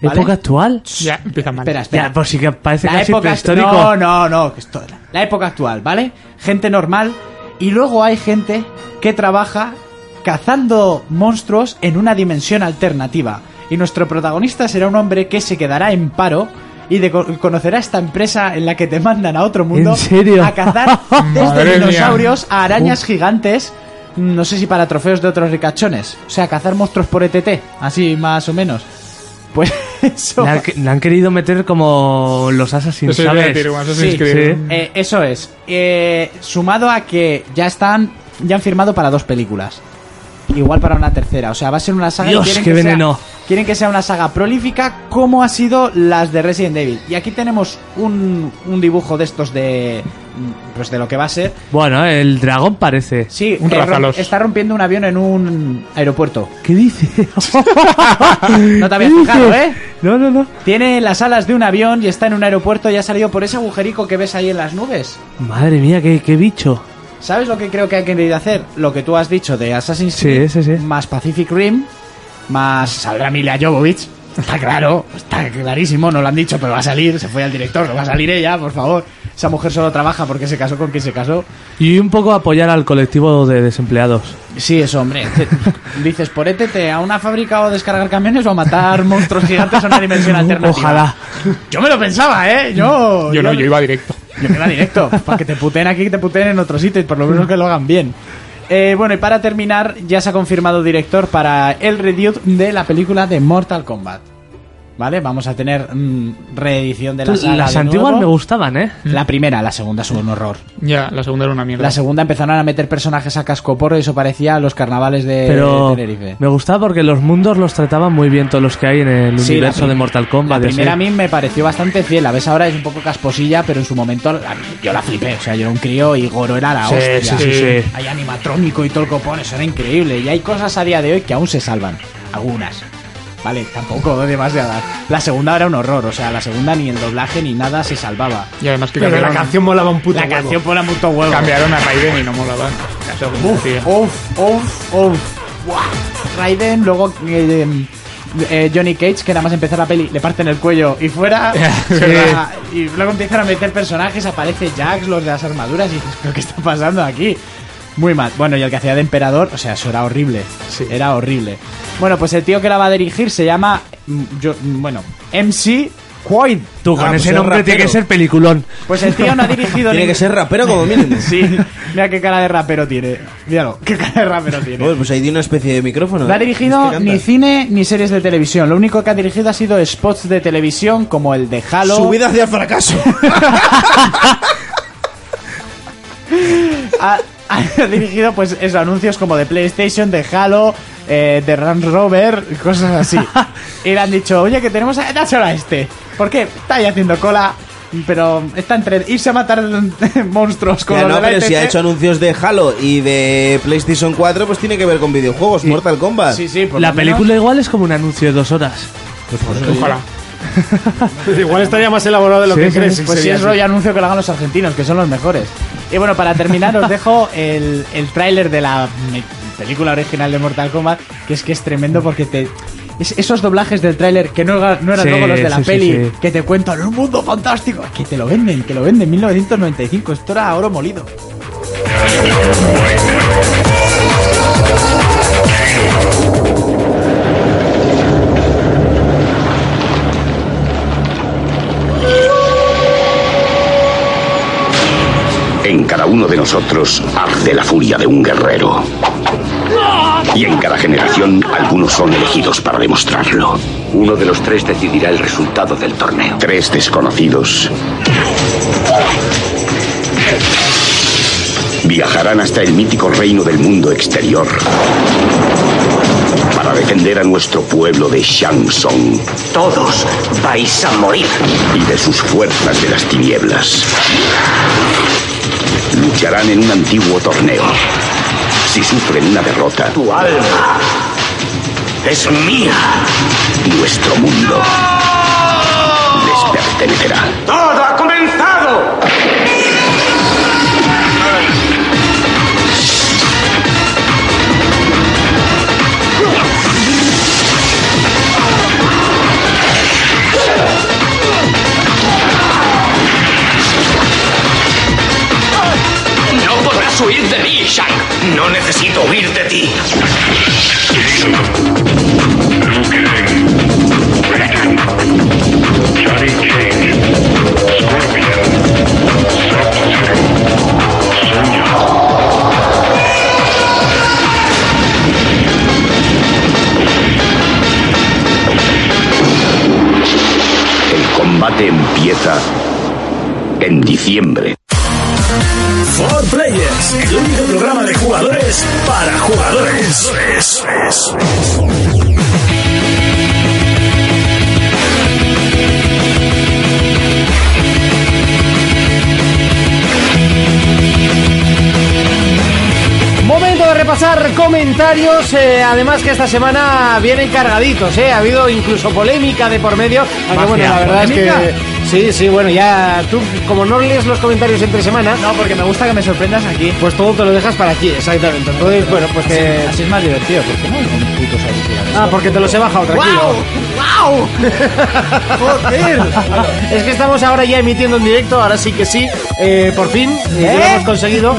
Speaker 4: ¿vale?
Speaker 6: ¿Época actual?
Speaker 7: Ya empieza mal.
Speaker 4: Espera, espera.
Speaker 6: Ya, pues sí que parece
Speaker 4: la
Speaker 6: casi
Speaker 4: época
Speaker 6: prehistórico.
Speaker 4: No, no, no. que esto- la época actual, ¿vale? Gente normal. Y luego hay gente que trabaja cazando monstruos en una dimensión alternativa. Y nuestro protagonista será un hombre que se quedará en paro y de- conocerá esta empresa en la que te mandan a otro mundo
Speaker 6: ¿En serio?
Speaker 4: a cazar
Speaker 7: Madre
Speaker 4: desde
Speaker 7: mía.
Speaker 4: dinosaurios a arañas gigantes. mm, No sé si para trofeos de otros ricachones. O sea, cazar monstruos por ETT. Así más o menos. Pues [LAUGHS] eso.
Speaker 6: Le han, le han querido meter como los Assassin's,
Speaker 7: Eso iba a
Speaker 6: ¿sabes?
Speaker 7: decir, como Assassin's
Speaker 6: sí,
Speaker 7: Creed.
Speaker 6: sí.
Speaker 4: Eh, eso es. Eh, sumado a que ya están, ya han firmado para dos películas. Igual para una tercera. O sea, va a ser una saga.
Speaker 6: Dios,
Speaker 4: quieren
Speaker 6: qué
Speaker 4: sea-
Speaker 6: veneno.
Speaker 4: quieren que sea una saga prolífica como ha sido las de Resident Evil. Y aquí tenemos un, un dibujo de estos de. Pues de lo que va a ser.
Speaker 6: Bueno, el dragón parece.
Speaker 4: Sí,
Speaker 7: Un
Speaker 4: eh, rom-
Speaker 7: Ráfalos.
Speaker 4: está rompiendo un avión en un aeropuerto.
Speaker 6: ¿Qué dice?
Speaker 4: No te habías fijado, ¿eh?
Speaker 6: [LAUGHS] No, no, no.
Speaker 4: Tiene las alas de un avión y está en un aeropuerto y ha salido por ese agujerico que ves ahí en las nubes.
Speaker 6: Madre mía, qué, qué bicho.
Speaker 4: ¿Sabes lo que creo que hay que hacer? Lo que tú has dicho de Assassin's
Speaker 6: Sí,
Speaker 4: Creed
Speaker 6: sí, sí.
Speaker 4: más Pacific Rim más saldrá Mila Jovovich. Está claro, está clarísimo, no lo han dicho, pero va a salir, se fue al director, no va a salir ella, por favor. Esa mujer solo trabaja porque se casó con quien se casó.
Speaker 6: Y un poco apoyar al colectivo de desempleados.
Speaker 4: Sí, eso, hombre.
Speaker 6: [LAUGHS]
Speaker 4: Te- dices, porétete a una fábrica o a descargar camiones o a matar monstruos gigantes a una dimensión alternativa.
Speaker 6: [LAUGHS] Ojalá.
Speaker 4: Yo me lo pensaba, ¿eh? Yo.
Speaker 7: Yo no, yo iba directo.
Speaker 4: Yo me iba directo. Para que te puten aquí, que te puten en otro sitio y por lo menos que lo hagan bien. Eh, bueno, y para terminar, ya se ha confirmado director para el review de la película de Mortal Kombat. ¿Vale? Vamos a tener mm, reedición de la saga.
Speaker 6: Las
Speaker 4: de
Speaker 6: antiguas
Speaker 4: nuevo.
Speaker 6: me gustaban, ¿eh?
Speaker 4: La primera, la segunda es un horror.
Speaker 7: Ya, la segunda era una mierda.
Speaker 4: La segunda empezaron a meter personajes a casco porro y eso parecía a los carnavales de
Speaker 6: Pero
Speaker 4: Eh, Tenerife.
Speaker 6: me gustaba porque los mundos los trataban muy bien todos los que hay en el
Speaker 4: Sí, la
Speaker 6: universo
Speaker 4: prim-
Speaker 6: de Mortal Kombat.
Speaker 4: La
Speaker 6: y así.
Speaker 4: primera a mí me pareció bastante fiel. La ves ahora es un poco casposilla, pero en su momento la- yo la flipé. O sea, yo era un crío y Goro era la
Speaker 6: Sí,
Speaker 4: hostia.
Speaker 6: sí, sí, sí.
Speaker 4: Hay animatrónico y todo el copón, eso era increíble. Y hay cosas a día de hoy que aún se salvan. Algunas. Vale, tampoco [LAUGHS] demasiadas. La segunda era un horror, o sea, la segunda ni el doblaje ni nada se salvaba.
Speaker 7: Y además que
Speaker 3: Pero la
Speaker 7: cambiaron,
Speaker 3: canción molaba un puto
Speaker 4: La
Speaker 3: huevo.
Speaker 4: canción pone mucho huevo.
Speaker 7: cambiaron a Raiden y no molaba. La segunda, tío.
Speaker 4: Uf, uf, uf. Buah. Raiden, luego eh, eh, Johnny Cage, que nada más empezar la peli, le parten el cuello y fuera.
Speaker 7: Sí.
Speaker 4: Ah, Y luego empiezan a meter personajes, aparece Jax, los de las armaduras, y dices, "¿Pero ¿qué está pasando aquí? Muy mal. Bueno, y el que hacía de emperador, o sea, eso era horrible. Era horrible. Bueno, pues el tío que la va a dirigir se llama, mm, yo- mm, bueno, MC Quaid.
Speaker 6: Tú, con
Speaker 5: Ah, pues
Speaker 6: ese
Speaker 5: es
Speaker 6: nombre tiene que
Speaker 5: rapero.
Speaker 6: ser peliculón.
Speaker 4: Pues el tío no ha dirigido
Speaker 5: [LAUGHS] Tiene
Speaker 4: ningún-
Speaker 5: que ser rapero como [LAUGHS] mínimo.
Speaker 4: [LAUGHS] Sí, mira qué cara de rapero tiene. Míralo, qué cara de rapero tiene.
Speaker 5: Joder, pues ahí tiene una especie de micrófono. eh.
Speaker 4: No ha
Speaker 5: Es
Speaker 4: dirigido
Speaker 5: que canta.
Speaker 4: ni cine ni series de televisión. Lo único que ha dirigido ha sido spots de televisión como el de Halo.
Speaker 5: Su vida hacia el [LAUGHS] fracaso.
Speaker 4: Ha, ha [LAUGHS] dirigido pues esos anuncios como de PlayStation, de Halo, eh, de Run Rover, cosas
Speaker 5: [LAUGHS]
Speaker 4: así. y le han dicho, oye, que tenemos a dáselo a este. ¿Por qué? Está ahí haciendo cola, pero está entre irse a matar [LAUGHS] monstruos con
Speaker 5: Ya,
Speaker 4: los
Speaker 5: no,
Speaker 4: de la E
Speaker 5: pero si
Speaker 4: ETC.
Speaker 5: ha hecho anuncios de Halo y de PlayStation 4, pues tiene que ver con videojuegos, Mortal Kombat.
Speaker 4: Sí, sí, por
Speaker 6: La
Speaker 4: lo menos.
Speaker 6: película igual es como un anuncio de dos horas.
Speaker 7: Ojalá.
Speaker 3: [LAUGHS] Igual estaría más elaborado de lo
Speaker 6: Sí,
Speaker 3: que
Speaker 6: sí,
Speaker 3: crees.
Speaker 6: sí,
Speaker 4: Pues si
Speaker 3: sería
Speaker 4: es
Speaker 3: así.
Speaker 4: rollo anuncio que lo hagan los argentinos, que son los mejores. Y bueno, para terminar
Speaker 3: [LAUGHS]
Speaker 4: os dejo el, el tráiler de la me- película original de Mortal Kombat, que es que es tremendo porque te... es- esos doblajes del tráiler que no, era- no eran
Speaker 6: Sí,
Speaker 4: luego los de la
Speaker 6: sí, sí,
Speaker 4: peli,
Speaker 6: sí.
Speaker 4: que te cuentan un mundo fantástico, que te lo venden, que lo venden 1995, esto era oro molido.
Speaker 1: En cada uno de nosotros arde la furia de un guerrero. Y en cada generación algunos son elegidos para demostrarlo. Uno de los tres decidirá el resultado del torneo. Tres desconocidos viajarán hasta el mítico reino del mundo exterior para defender a nuestro pueblo de Shang Tsung. Todos vais a morir. Y de sus fuerzas de las tinieblas lucharán en un antiguo torneo. Si sufren una derrota, tu alma es mía. Nuestro mundo les pertenecerá.
Speaker 8: ¡Todo ha comenzado!
Speaker 1: No podrás huir de mí, Shang. No necesito huir de ti. El combate empieza en diciembre.
Speaker 2: For Players, el único programa de jugadores para jugadores.
Speaker 3: Momento de repasar con comentarios, eh, además que esta semana vienen cargaditos, ¿eh? Ha habido incluso polémica de por medio. Aunque
Speaker 4: Magia,
Speaker 3: Ah, bueno, la verdad es
Speaker 4: ¿polémica?
Speaker 3: que. Sí, sí, bueno, ya tú, como no lees los comentarios entre semana,
Speaker 4: No, porque me gusta que me sorprendas aquí.
Speaker 3: pues todo te lo dejas para aquí, exactamente. Entonces, bueno, pues que.
Speaker 4: Así es más divertido, ¿por qué no hay un puto sabiduría?
Speaker 3: Ah, porque te los he bajado, tranquilo. Es que estamos ahora ya emitiendo en directo, ahora sí que sí, eh, por fin, eh, lo hemos conseguido.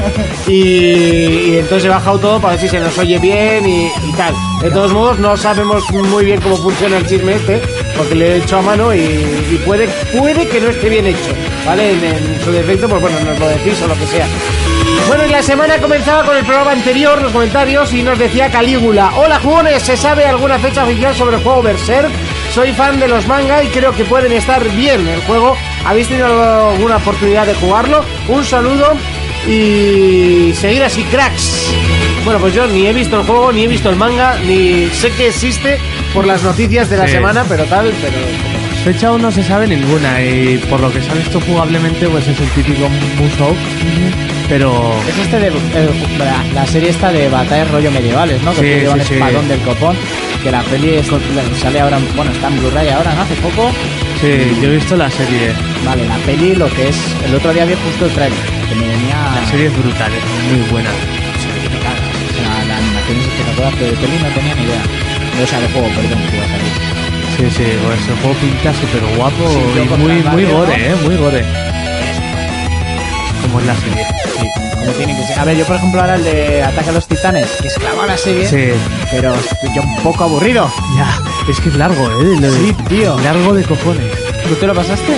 Speaker 3: Y, y entonces he bajado todo para ver si se nos oye bien y, y tal. De todos modos, no sabemos muy bien cómo funciona el chisme este, porque le he hecho a mano y, y puede, puede que no esté bien hecho, ¿vale? En, en su defecto, pues bueno, nos lo decís o lo que sea. Bueno, y la semana comenzaba con el programa anterior, los comentarios, y nos decía Calígula. Hola, jugones, ¿se sabe alguna fecha oficial sobre el juego Berserk? Soy fan de los manga y creo que pueden estar bien el juego. ¿Habéis tenido alguna oportunidad de jugarlo? Un saludo y seguir así, cracks. Bueno, pues yo ni he visto el juego, ni he visto el manga, ni sé que existe por las noticias de la
Speaker 6: Sí.
Speaker 3: semana, pero tal, pero...
Speaker 6: Fecha aún no se sabe ninguna y por lo que se ha visto jugablemente pues es el típico Musou, pero
Speaker 4: Es este de el- la, la serie esta de batallas rollo medievales, ¿no? Que
Speaker 6: Sí,
Speaker 4: te llevan
Speaker 6: sí, sí.
Speaker 4: espadón del copón. Que la peli es- sale ahora, bueno, está en Blu-ray ahora, ¿no? Hace poco.
Speaker 6: sí, yo he visto la serie,
Speaker 4: Vale, la peli lo que es. El otro día vi justo el trailer. Que me venía.
Speaker 6: la serie es brutal, es muy buena.
Speaker 4: se ve que cagas. O sea, la animación es espectacular, pero de peli no tenía ni idea. No, o sea, de juego, perdón, que iba a salir.
Speaker 6: Sí, sí, pues el juego pinta súper guapo
Speaker 4: Sí, yo
Speaker 6: y
Speaker 4: contra
Speaker 6: muy,
Speaker 4: el
Speaker 6: muy
Speaker 4: barrio, ¿no?
Speaker 6: gore, eh, muy gore. Como es la serie.
Speaker 4: Sí, como tiene que ser. A ver, yo por ejemplo ahora el de Ataque a los Titanes, que es clavada la serie,
Speaker 6: Sí,
Speaker 4: pero yo un poco aburrido.
Speaker 6: ya, es que es largo, eh. lo de-
Speaker 4: Sí, tío.
Speaker 6: Largo de cojones.
Speaker 4: ¿Tú te lo pasaste?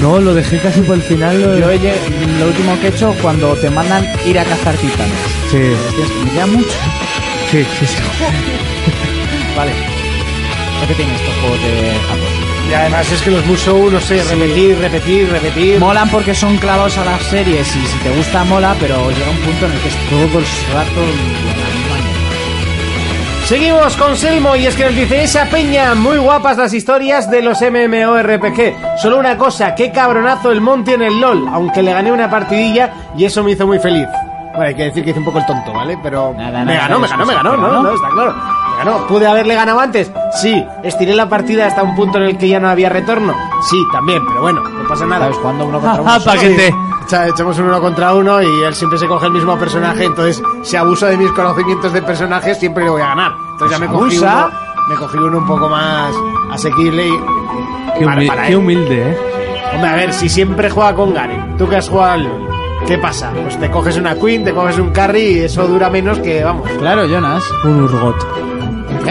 Speaker 6: No, lo dejé casi por el final. lo-
Speaker 4: Yo oye, lo último que he hecho cuando te mandan ir a cazar titanes.
Speaker 6: Sí,
Speaker 4: Tienes que ya mucho.
Speaker 6: sí, sí, sí.
Speaker 4: Vale. ¿Lo que tienen estos juegos de Japón?
Speaker 3: Y además es que los Musou, no sé, repetir, repetir, repetir...
Speaker 4: Molan porque son clavados a las series y si te gusta mola, pero llega un punto en el que es todo el rato la misma mierda.
Speaker 3: Seguimos con Selmo y es que nos dice esa peña, muy guapas las historias de los MMORPG. Solo una cosa, qué cabronazo el Monty en el LOL, aunque le gané una partidilla y eso me hizo muy feliz. Bueno, hay que decir que hice un poco el tonto, ¿vale? Pero
Speaker 4: Nada,
Speaker 3: me
Speaker 4: nada,
Speaker 3: ganó, me
Speaker 4: eso
Speaker 3: ganó, me
Speaker 4: sí,
Speaker 3: ganó,
Speaker 4: te
Speaker 3: ¿no?
Speaker 4: ganó.
Speaker 3: No, está claro. Me ganó. ¿Pude haberle ganado antes? Sí. ¿Estiré la partida hasta un punto en el que ya no había retorno? Sí, también, pero bueno, no pasa nada.
Speaker 4: ¿Sabes? Jugando uno
Speaker 6: [LAUGHS]
Speaker 4: contra uno.
Speaker 6: Ah,
Speaker 4: solo.
Speaker 6: paquete.
Speaker 3: O sea, echamos un uno contra uno y él siempre se coge el mismo personaje, entonces si abuso de mis conocimientos de personajes siempre le voy a ganar. Entonces ya me cogí
Speaker 4: ¿Abusa?
Speaker 3: uno, me cogí uno un poco más asequible y...
Speaker 6: Qué,
Speaker 3: para-
Speaker 6: humil-
Speaker 3: para
Speaker 6: qué
Speaker 3: él.
Speaker 6: humilde, eh.
Speaker 3: Hombre, a ver, si siempre juega con Garen, tú que has jugado al LoL, ¿qué pasa? Pues te coges una Queen, te coges un Carry y eso dura menos que, vamos...
Speaker 4: Claro, Jonas.
Speaker 6: Un Urgot.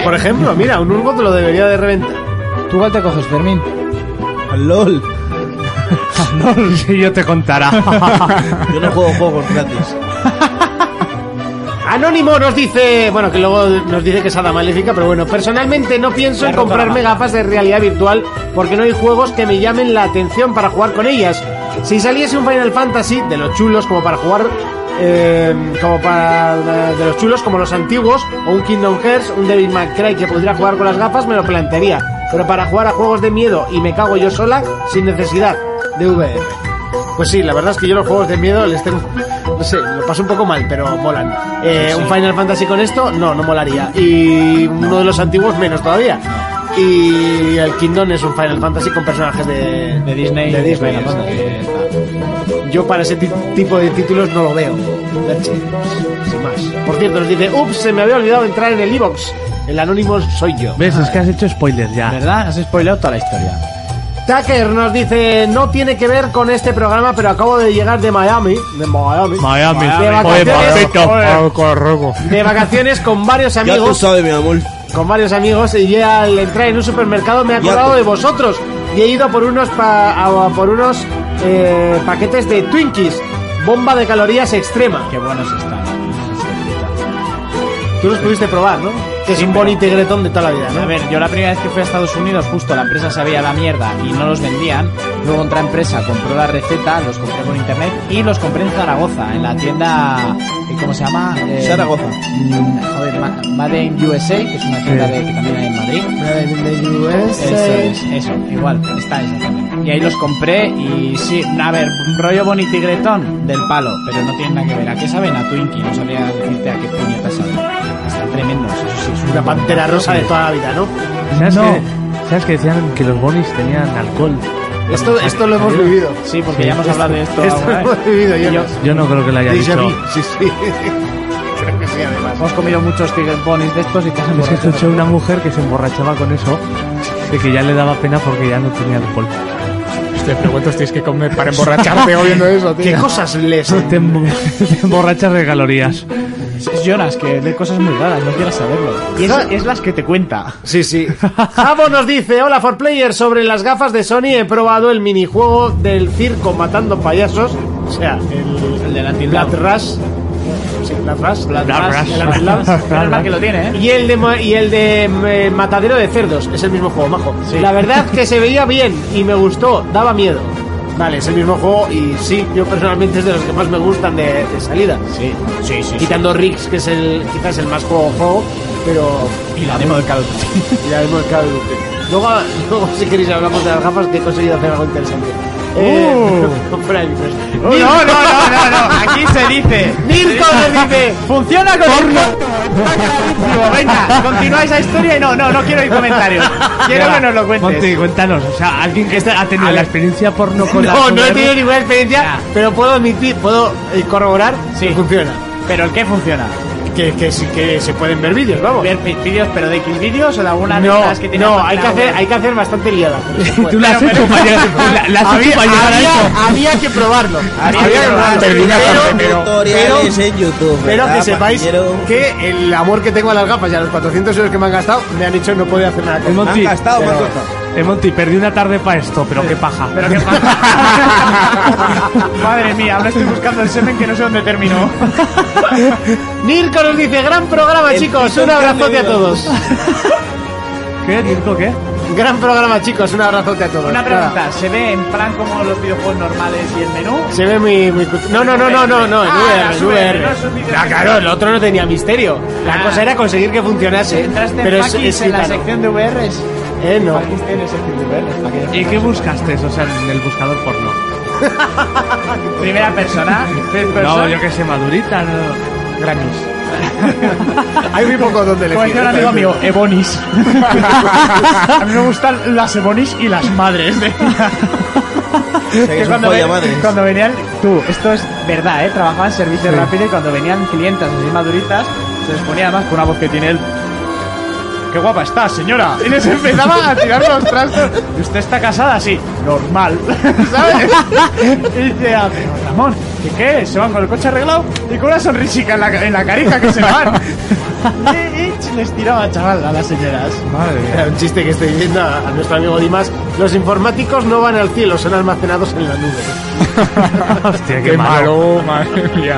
Speaker 3: Por ejemplo, mira, un Urgot lo debería de reventar.
Speaker 4: ¿Tú cuál te coges, Fermín?
Speaker 5: LOL.
Speaker 6: [LAUGHS] Sí, yo te contara.
Speaker 5: Yo no juego juegos gratis.
Speaker 3: Anónimo nos dice, bueno, que luego nos dice que es hada maléfica, pero bueno, personalmente no pienso en comprarme gafas de realidad virtual porque no hay juegos que me llamen la atención para jugar con ellas. Si saliese un Final Fantasy de los chulos como para jugar, eh, como para de los chulos como los antiguos o un Kingdom Hearts, un David McCray que podría jugar con las gafas me lo plantearía, pero para jugar a juegos de miedo y me cago yo sola sin necesidad de VR. Pues sí, la verdad es que yo los juegos de miedo les tengo. No sé, lo paso un poco mal, pero molan. Eh, Un Final Fantasy con esto, no, no molaría. Y uno de los antiguos, menos todavía. Y el Kingdom es un Final Fantasy con personajes de,
Speaker 4: De Disney.
Speaker 3: De Disney.
Speaker 4: Final Fantasy.
Speaker 3: Yo para ese ti- tipo de títulos no lo veo. Leche, pues, Sin más. Por cierto, nos dice: Ups, se me había olvidado entrar en el Evox. El anónimo soy yo.
Speaker 6: ¿Ves? Es que has hecho spoilers ya.
Speaker 4: ¿Verdad? Has spoileado toda la historia.
Speaker 3: Tucker nos dice: No tiene que ver con este programa, pero acabo de llegar de Miami. De Miami.
Speaker 6: Miami.
Speaker 3: De
Speaker 6: Joder,
Speaker 3: vacaciones.
Speaker 6: perfecto.
Speaker 4: Ah,
Speaker 3: de vacaciones con varios
Speaker 5: Ya tú
Speaker 3: amigos,
Speaker 5: sabes, mi amor.
Speaker 3: con varios amigos y ya al entrar en un supermercado me he
Speaker 5: Ya
Speaker 3: acordado
Speaker 5: te-
Speaker 3: de vosotros y he ido a por unos pa- a por unos eh, paquetes de Twinkies, bomba de calorías extrema.
Speaker 4: Qué buenos están.
Speaker 3: Tú los pudiste probar, ¿no? Que es un bonito gretón de toda la vida,
Speaker 4: A
Speaker 3: ¿no?
Speaker 4: ver, yo la primera vez que fui a Estados Unidos, justo la empresa sabía la mierda y no los vendían. Luego otra empresa compró la receta, los compré por internet y los compré en Zaragoza, en la tienda. eh, ¿Cómo se llama? Eh,
Speaker 5: Zaragoza.
Speaker 4: mm, Joder, Ma- Made in USA, que es una tienda de- que también hay en Madrid. Eso es, eso, igual, está exactamente. Y ahí los compré y sí, a ver, un rollo bonitigretón del palo, pero no tiene nada que ver. ¿A qué saben? A Twinkie, no sabría decirte a qué puñetas saben. Hasta eran tremendos. Eso sí, es un-
Speaker 3: La pantera rosa de toda la vida, ¿no?
Speaker 6: ¿Sabes,
Speaker 4: No.
Speaker 6: que, ¿Sabes que decían que los bonis tenían alcohol?
Speaker 3: Esto, esto lo hemos vivido.
Speaker 4: Sí, porque ya hemos hablado de esto. ¿eh?
Speaker 3: Esto lo
Speaker 4: alguna vez.
Speaker 3: hemos vivido yo.
Speaker 6: Yo no creo que lo haya
Speaker 3: Déjà
Speaker 6: dicho.
Speaker 3: vu, sí, sí. Creo que sí, además.
Speaker 4: Hemos comido muchos Tiger Bunnies de estos y te has
Speaker 6: Es que
Speaker 4: emborrachado.
Speaker 6: escuché una mujer que se emborrachaba con eso, de que ya le daba pena porque ya no tenía alcohol.
Speaker 7: Hostia, pero ¿cuántos tienes que comer para emborracharte oyendo eso,
Speaker 3: [LAUGHS] ¿Qué
Speaker 7: tío?
Speaker 3: cosas lees?
Speaker 6: Te, embo- [LAUGHS] te emborrachas de calorías.
Speaker 4: Es Jonas, que lee cosas muy raras, no quieras saberlo. Y es, es las que te cuenta.
Speaker 3: Sí, sí. Javo nos dice, hola for player, sobre las gafas de Sony he probado el minijuego del circo matando payasos. O sea, el,
Speaker 4: El de la tilda.
Speaker 3: Blood Rush. Sí, Blood Rush.
Speaker 6: Blood Rush.
Speaker 3: El Blood
Speaker 4: [LAUGHS]
Speaker 3: Rush.
Speaker 4: Calma, que lo tiene, ¿eh?
Speaker 3: Y el de, ma- y el de mm, eh, Matadero de Cerdos, es el mismo juego, majo. La verdad que se veía bien y me gustó, daba miedo. Vale, es el mismo juego y sí, yo personalmente es de los que más me gustan de, de salida.
Speaker 4: Sí, sí, sí.
Speaker 3: Quitando Rix, que es el quizás el más juego juego, pero
Speaker 4: Y la demo del Call of
Speaker 3: [LAUGHS]
Speaker 4: Duty.
Speaker 3: ya hemos caído. Luego, luego, si queréis, hablamos de las gafas que he conseguido hacer algo interesante. Eh, [LAUGHS] fuera de micros. Nil-
Speaker 4: No, no, no, no, no. Aquí se dice.
Speaker 3: Nilton le dice.
Speaker 4: Funciona con el Venga, continuáis la historia y no, no, no quiero ir comentarios. Quiero que nos lo
Speaker 6: Monty,
Speaker 4: cuentes.
Speaker 6: cuéntanos. O sea, alguien que ha tenido
Speaker 4: A
Speaker 6: la
Speaker 4: ver.
Speaker 6: experiencia
Speaker 4: [LAUGHS]
Speaker 6: porno con la
Speaker 3: No, no he
Speaker 6: VR,
Speaker 3: tenido ninguna experiencia, pero puedo admitir, puedo eh, corroborar
Speaker 4: Sí.
Speaker 3: que funciona.
Speaker 4: Pero el qué funciona.
Speaker 3: Que, que, sí- que se pueden ver vídeos, vamos.
Speaker 4: Ver vi- vídeos, pero de X vídeos o de alguna de
Speaker 3: No,
Speaker 4: las que tiene
Speaker 3: no,
Speaker 4: la-
Speaker 3: hay que, hacer, hay que hacer bastante liada.
Speaker 4: [LAUGHS]
Speaker 3: pero se puede.
Speaker 6: Tú la has hecho para llegar, la- la has hecho para llegar a eso.
Speaker 3: había, había que probarlo. Había,
Speaker 4: que
Speaker 3: que probarlo. Pero-
Speaker 5: Tutoriales
Speaker 3: pero-
Speaker 5: en YouTube.
Speaker 3: Pero
Speaker 5: ¿verdad,
Speaker 3: que sepáis
Speaker 5: compañero?
Speaker 3: que el amor que tengo a las gafas y a los 400 euros que me han gastado me han hecho no poder hacer nada.
Speaker 6: El
Speaker 3: Con
Speaker 5: Me
Speaker 6: Monty,
Speaker 5: han gastado, me han
Speaker 3: pero-
Speaker 5: gastado.
Speaker 6: eh, Monty, perdí una tarde para esto, pero qué paja.
Speaker 4: Pero qué pasa. Madre mía, ahora estoy buscando el semen que no sé dónde terminó.
Speaker 3: Nirko nos dice, gran programa
Speaker 5: El
Speaker 3: chicos,
Speaker 5: pito
Speaker 3: un
Speaker 5: que han
Speaker 3: abrazote a
Speaker 5: leído.
Speaker 3: todos.
Speaker 6: ¿Qué, Nico, qué?
Speaker 3: Gran programa chicos, un abrazote a todos.
Speaker 4: Una
Speaker 3: Nada.
Speaker 4: pregunta, ¿se ve en plan como los videojuegos normales y el menú?
Speaker 3: Se ve muy... muy cut- No, no, no, no, no, no, el
Speaker 4: Ah,
Speaker 3: VR,
Speaker 4: las
Speaker 3: el VR.
Speaker 4: VR, no son videos.
Speaker 3: Ah, claro, el otro no tenía misterio. La
Speaker 4: Ah.
Speaker 3: cosa era conseguir que funcionase.
Speaker 4: Entraste
Speaker 3: Pero
Speaker 4: en
Speaker 3: es,
Speaker 4: Fakis
Speaker 3: es
Speaker 4: en la
Speaker 3: gitano.
Speaker 4: sección de VRs.
Speaker 3: Eh, no.
Speaker 4: Fakis tiene sección de VRs.
Speaker 6: [LAUGHS] ¿Y qué buscaste? O sea, en el buscador porno.
Speaker 4: [LAUGHS] Primera persona, third person.
Speaker 6: [LAUGHS] No, yo qué sé, madurita. No.
Speaker 3: Hay muy poco donde
Speaker 4: Como
Speaker 3: elegir.
Speaker 4: decía un amigo mío,
Speaker 6: [LAUGHS]
Speaker 4: Ebonis. a mí me gustan las Ebonis y las madres.
Speaker 6: [LAUGHS]
Speaker 4: de-
Speaker 5: O sea, que
Speaker 4: Que
Speaker 5: es un
Speaker 4: cuando, ven-
Speaker 5: follamadres.
Speaker 4: cuando venían, tú, esto es verdad, ¿eh? Trabajaba en servicio rápido y cuando venían clientas así maduritas, se les ponía además con una voz que tiene él. ¡Qué guapa estás, señora! Y les empezaba a tirar los trastos. ¿Y usted está casada? Sí. Normal. ¿Sabes? Y decía, "Pero, Ramón, ¿qué qué? ¿Se van con el coche arreglado? Y con una sonrisica en la, en la carija que se van. Y, y les tiraba, chaval, a las señoras.
Speaker 6: Madre mía.
Speaker 3: Era un chiste que estoy diciendo a, a nuestro amigo Dimas. Los informáticos no van al cielo, son almacenados en la nube.
Speaker 6: Hostia, qué,
Speaker 7: Qué
Speaker 6: malo.
Speaker 7: malo, madre mía.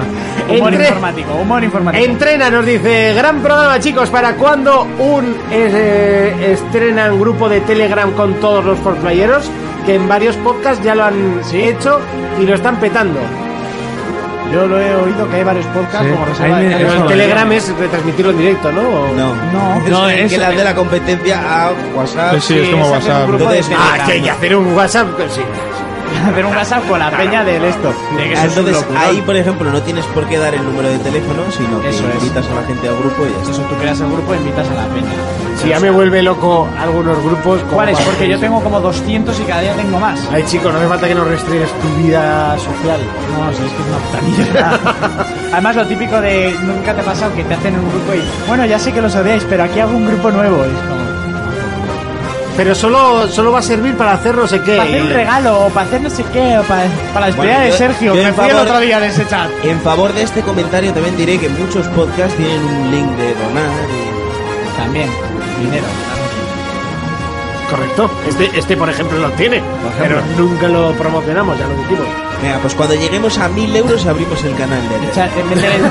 Speaker 4: Humor
Speaker 3: Entre-
Speaker 4: informático, humor informático.
Speaker 3: Entrena nos dice, gran programa chicos, ¿para cuándo un eh, estrenan grupo de Telegram con todos los forplayeros? Que en varios podcasts ya lo han hecho y lo están petando.
Speaker 4: [LAUGHS] Yo lo he oído que hay varios podcasts
Speaker 6: Sí.
Speaker 4: como reserva
Speaker 6: Ahí
Speaker 4: de
Speaker 6: me-
Speaker 4: Telegram.
Speaker 3: Pero
Speaker 6: Eso,
Speaker 3: el Telegram es retransmitirlo en directo, ¿no? ¿O-
Speaker 5: No,
Speaker 4: No.
Speaker 5: Es
Speaker 6: No,
Speaker 5: el
Speaker 6: es-
Speaker 5: que la de la competencia a WhatsApp.
Speaker 7: Sí, sí, es como WhatsApp.
Speaker 5: Entonces,
Speaker 3: Ah, que hay que hacer un WhatsApp. pues Sí.
Speaker 4: [LAUGHS] hacer un WhatsApp con la peña del esto.
Speaker 5: Ah, Entonces ahí, por ejemplo, no tienes por qué dar el número de teléfono, sino que
Speaker 4: Eso es.
Speaker 5: invitas a la gente al grupo y ya está.
Speaker 4: Eso, tú creas el grupo e invitas a la peña.
Speaker 3: Si ya me vuelve loco algunos grupos. como
Speaker 4: ¿Cuál es?
Speaker 3: para-
Speaker 4: Porque yo tengo como 200 y cada día tengo más.
Speaker 3: Ay, chico, no hace falta que nos restringas tu vida social.
Speaker 4: No, no sé, es que es una puta
Speaker 5: [LAUGHS]
Speaker 4: mierda. Además, lo típico de nunca te ha pasado que te hacen un grupo y bueno, ya sé que los odiáis, pero aquí hago un grupo nuevo. Es como,
Speaker 3: Pero solo, solo va a servir para hacer no sé qué. eh,
Speaker 4: para hacer un regalo o para hacer no sé qué o para, para la despedida
Speaker 5: Bueno,
Speaker 4: de
Speaker 5: yo-
Speaker 4: Sergio.
Speaker 5: yo
Speaker 4: que
Speaker 5: en
Speaker 4: me fui el
Speaker 5: favor-
Speaker 4: otro día de ese chat.
Speaker 5: En favor de este comentario también diré que muchos podcasts tienen un link de donar. y-
Speaker 4: También, dinero.
Speaker 3: Correcto. Este, este, por ejemplo, lo tiene. Pero nunca lo promocionamos, ya lo dijimos.
Speaker 5: Venga, pues cuando lleguemos a mil euros abrimos el canal de
Speaker 4: Echa- en vez de-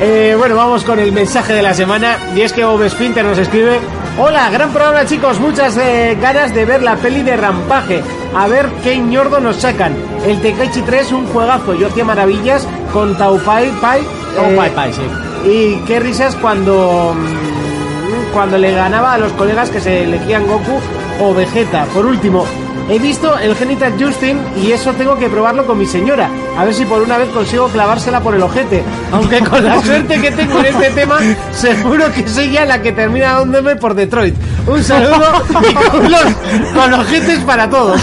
Speaker 3: Eh, bueno, vamos con el mensaje de la semana. Y es que Bob Spinter nos escribe: Hola, gran programa, chicos. Muchas eh, ganas de ver la peli de Rampaje. A ver qué ñordo nos sacan. El Tekaichi 3, un juegazo. Yo hacía maravillas con Taupai Pai. eh,
Speaker 4: Opa, pa, sí.
Speaker 3: Y qué risas cuando. mm, Cuando le ganaba a los colegas que se elegían Goku o Vegeta. Por último, He visto el Genital Justin y eso tengo que probarlo con mi señora. A ver si por una vez consigo clavársela por el ojete. Aunque con la suerte que tengo en este tema, seguro que soy ya la que termina dándome por Detroit. Un saludo [LAUGHS] y con, los, con ojetes para todos.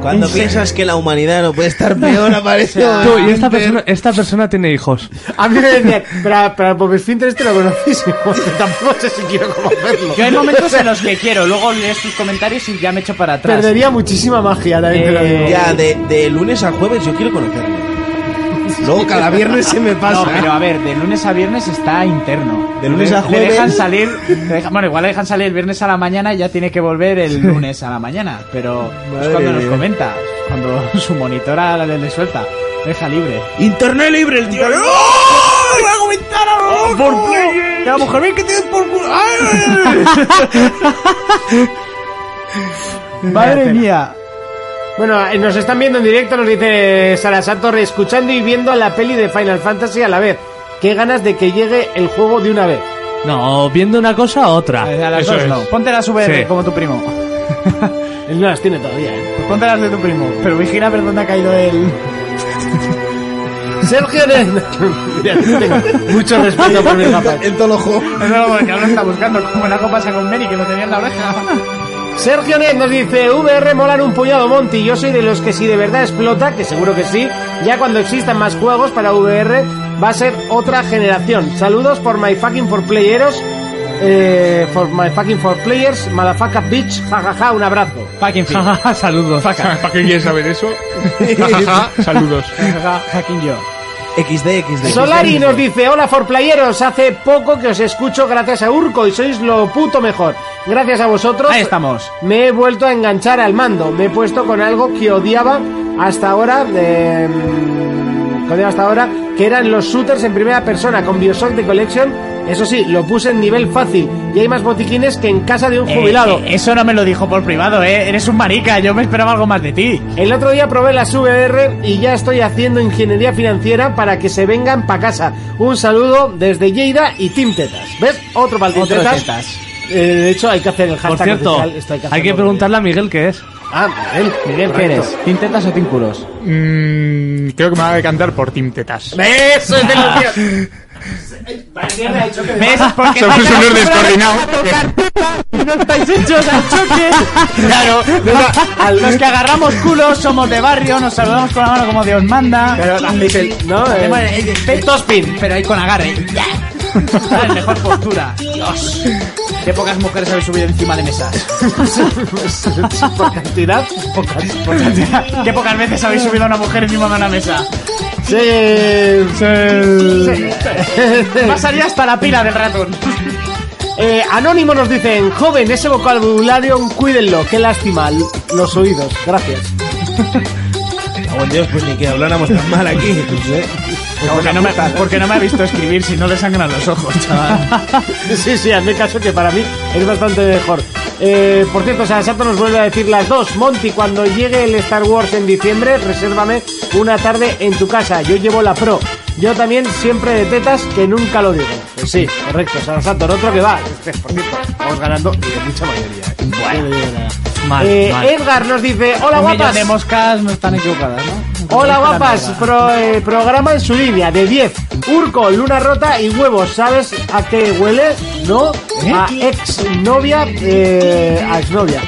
Speaker 5: Cuando piensas que la humanidad no
Speaker 4: [LAUGHS]
Speaker 5: puede estar peor, aparece.
Speaker 6: Tú, y esta persona, esta persona tiene hijos.
Speaker 3: A [LAUGHS] mí me decían, pero, pero Bob Esfínter este lo [LAUGHS] conocísimo. Tampoco sé si quiero conocerlo.
Speaker 4: Yo hay momentos en los que quiero, luego lees tus comentarios y ya me echo para atrás.
Speaker 3: Perdería muchísima magia, también te lo
Speaker 4: Eh,
Speaker 3: digo.
Speaker 5: Ya, de, de lunes a jueves yo
Speaker 4: [LAUGHS]
Speaker 5: quiero conocerlo. Luego cada viernes se me pasa.
Speaker 4: No, pero a ver, de lunes a viernes está interno.
Speaker 5: De lunes a
Speaker 4: Le- le
Speaker 5: jueves.
Speaker 4: dejan salir, le dejan- bueno, igual le dejan salir el viernes a la mañana y ya tiene que volver el lunes a la mañana. Pero es
Speaker 5: Madre
Speaker 4: cuando nos
Speaker 5: mía.
Speaker 4: comenta, cuando [LAUGHS] su monitora le, le suelta, deja libre.
Speaker 5: Internet libre, el tío. ¡Oh! ¡Va a comentar a lo loco! ¡Que la mujer ve que tienes por culo! ¡Ay!
Speaker 4: Madre mía.
Speaker 3: Bueno, eh, nos están viendo en directo, nos dice Salazar Torres, escuchando y viendo la peli de Final Fantasy a la vez. Qué ganas de que llegue el juego de una vez.
Speaker 6: No, viendo una cosa a otra.
Speaker 4: A las
Speaker 7: eso
Speaker 4: dos
Speaker 7: es.
Speaker 4: no. Ponte las VR
Speaker 6: Sí.
Speaker 4: como tu primo.
Speaker 3: Él no las tiene todavía, ¿eh?
Speaker 4: Ponte las de tu primo. Pero vigila a ver dónde ha caído el.
Speaker 3: Sergio Hernández. [LAUGHS] Mira, tengo mucho respeto por mi papá.
Speaker 5: En todos los juegos.
Speaker 4: No, no, Pues porque ahora está buscando como una pasa con Mary que lo tenía en la oreja.
Speaker 3: Sergio Net nos dice, VR molan un puñado Monty, yo soy de los que si de verdad explota, que seguro que sí, ya cuando existan más juegos para VR va a ser otra generación. Saludos por my fucking for playeros, eh, for my fucking for players, motherfucker bitch, jajaja, un abrazo.
Speaker 4: Fucking fin.
Speaker 6: Saludos.
Speaker 7: ¿Para qué quieres saber eso? Jajaja, Saludos.
Speaker 4: Fucking yo.
Speaker 5: XD, XD.
Speaker 3: Solari nos dice, hola for playeros, hace poco que os escucho gracias a Urco y sois lo puto mejor. Gracias a vosotros.
Speaker 4: Ahí estamos.
Speaker 3: Me he vuelto a enganchar al mando. Me he puesto con algo que odiaba hasta ahora. eh, que odiaba hasta ahora. Que eran los shooters en primera persona con Bioshock de Collection. Eso sí, lo puse en nivel fácil. Y hay más botiquines que en casa de un jubilado.
Speaker 4: Eh, eh, eso no me lo dijo por privado, eh. Eres un marica, yo me esperaba algo más de ti.
Speaker 3: El otro día probé las VR y ya estoy haciendo ingeniería financiera para que se vengan para casa. Un saludo desde Lleida y Team Tetas. ¿Ves? Otro para el Team
Speaker 4: Otro
Speaker 3: Tetas.
Speaker 4: tetas.
Speaker 3: Eh, de hecho, hay que hacer el hashtag.
Speaker 6: Por cierto,
Speaker 3: oficial, esto
Speaker 6: hay que
Speaker 3: hacerlo.
Speaker 6: preguntarle a Miguel qué es.
Speaker 3: Ah, Miguel, Miguel
Speaker 4: ¿Qué eres? ¿Tintetas o tinculos?
Speaker 7: Mm, creo que me va a decantar por Team Tetas.
Speaker 3: Eso es de los tíos. Parecía que ha dicho que- [LAUGHS]
Speaker 4: ¿Ves? Porque
Speaker 7: Somos unos descoordinados.
Speaker 4: no estáis hechos al choque. Claro, los que agarramos culos somos de barrio, nos saludamos con la mano como Dios manda. Eh,
Speaker 3: Pero hacéis el- ¿no? eh, El-
Speaker 4: Hacemos el- el-
Speaker 3: el topspin.
Speaker 4: Pero ahí con agarre.
Speaker 3: [LAUGHS]
Speaker 4: Ah, mejor postura. Dios. Qué pocas mujeres habéis subido encima de
Speaker 3: [LAUGHS]
Speaker 4: mesas.
Speaker 3: Por cantidad, pocas.
Speaker 4: Qué pocas veces habéis subido a una mujer encima de una mesa.
Speaker 3: Sí.
Speaker 4: Pasaría hasta la pila del ratón.
Speaker 3: Eh, Anónimo nos dicen, joven, ese vocabulario, cuídenlo, qué lástima, l- los oídos, gracias.
Speaker 5: Buen Dios, pues ni que habláramos tan mal aquí. ¿eh?
Speaker 4: Porque no, me, porque no me ha visto escribir si no le sangran los ojos, chaval.
Speaker 3: [LAUGHS] Sí, sí, hazme caso que para mí es bastante mejor. Eh, por cierto, Sarasato nos vuelve a decir las dos. Monty, cuando llegue el Star Wars en diciembre, resérvame una tarde en tu casa. Yo llevo la pro. Yo también siempre de tetas que nunca lo digo. Pues sí, correcto, Sarasato, otro que va. Este, por cierto, vamos ganando y de mucha mayoría. ¿eh? No le digo nada.
Speaker 6: Mal,
Speaker 3: Eh,
Speaker 6: mal.
Speaker 3: Edgar nos dice, hola
Speaker 4: Un millón
Speaker 3: guapas.
Speaker 4: de moscas no están equivocadas, ¿no?
Speaker 3: Hola
Speaker 4: No están
Speaker 3: guapas, Pro-
Speaker 4: equivocadas.
Speaker 3: eh, programa en su línea de 10. Urco, luna rota y huevos. ¿Sabes a qué huele? No,
Speaker 6: ¿Eh?
Speaker 3: a ex novia, eh, a exnovia.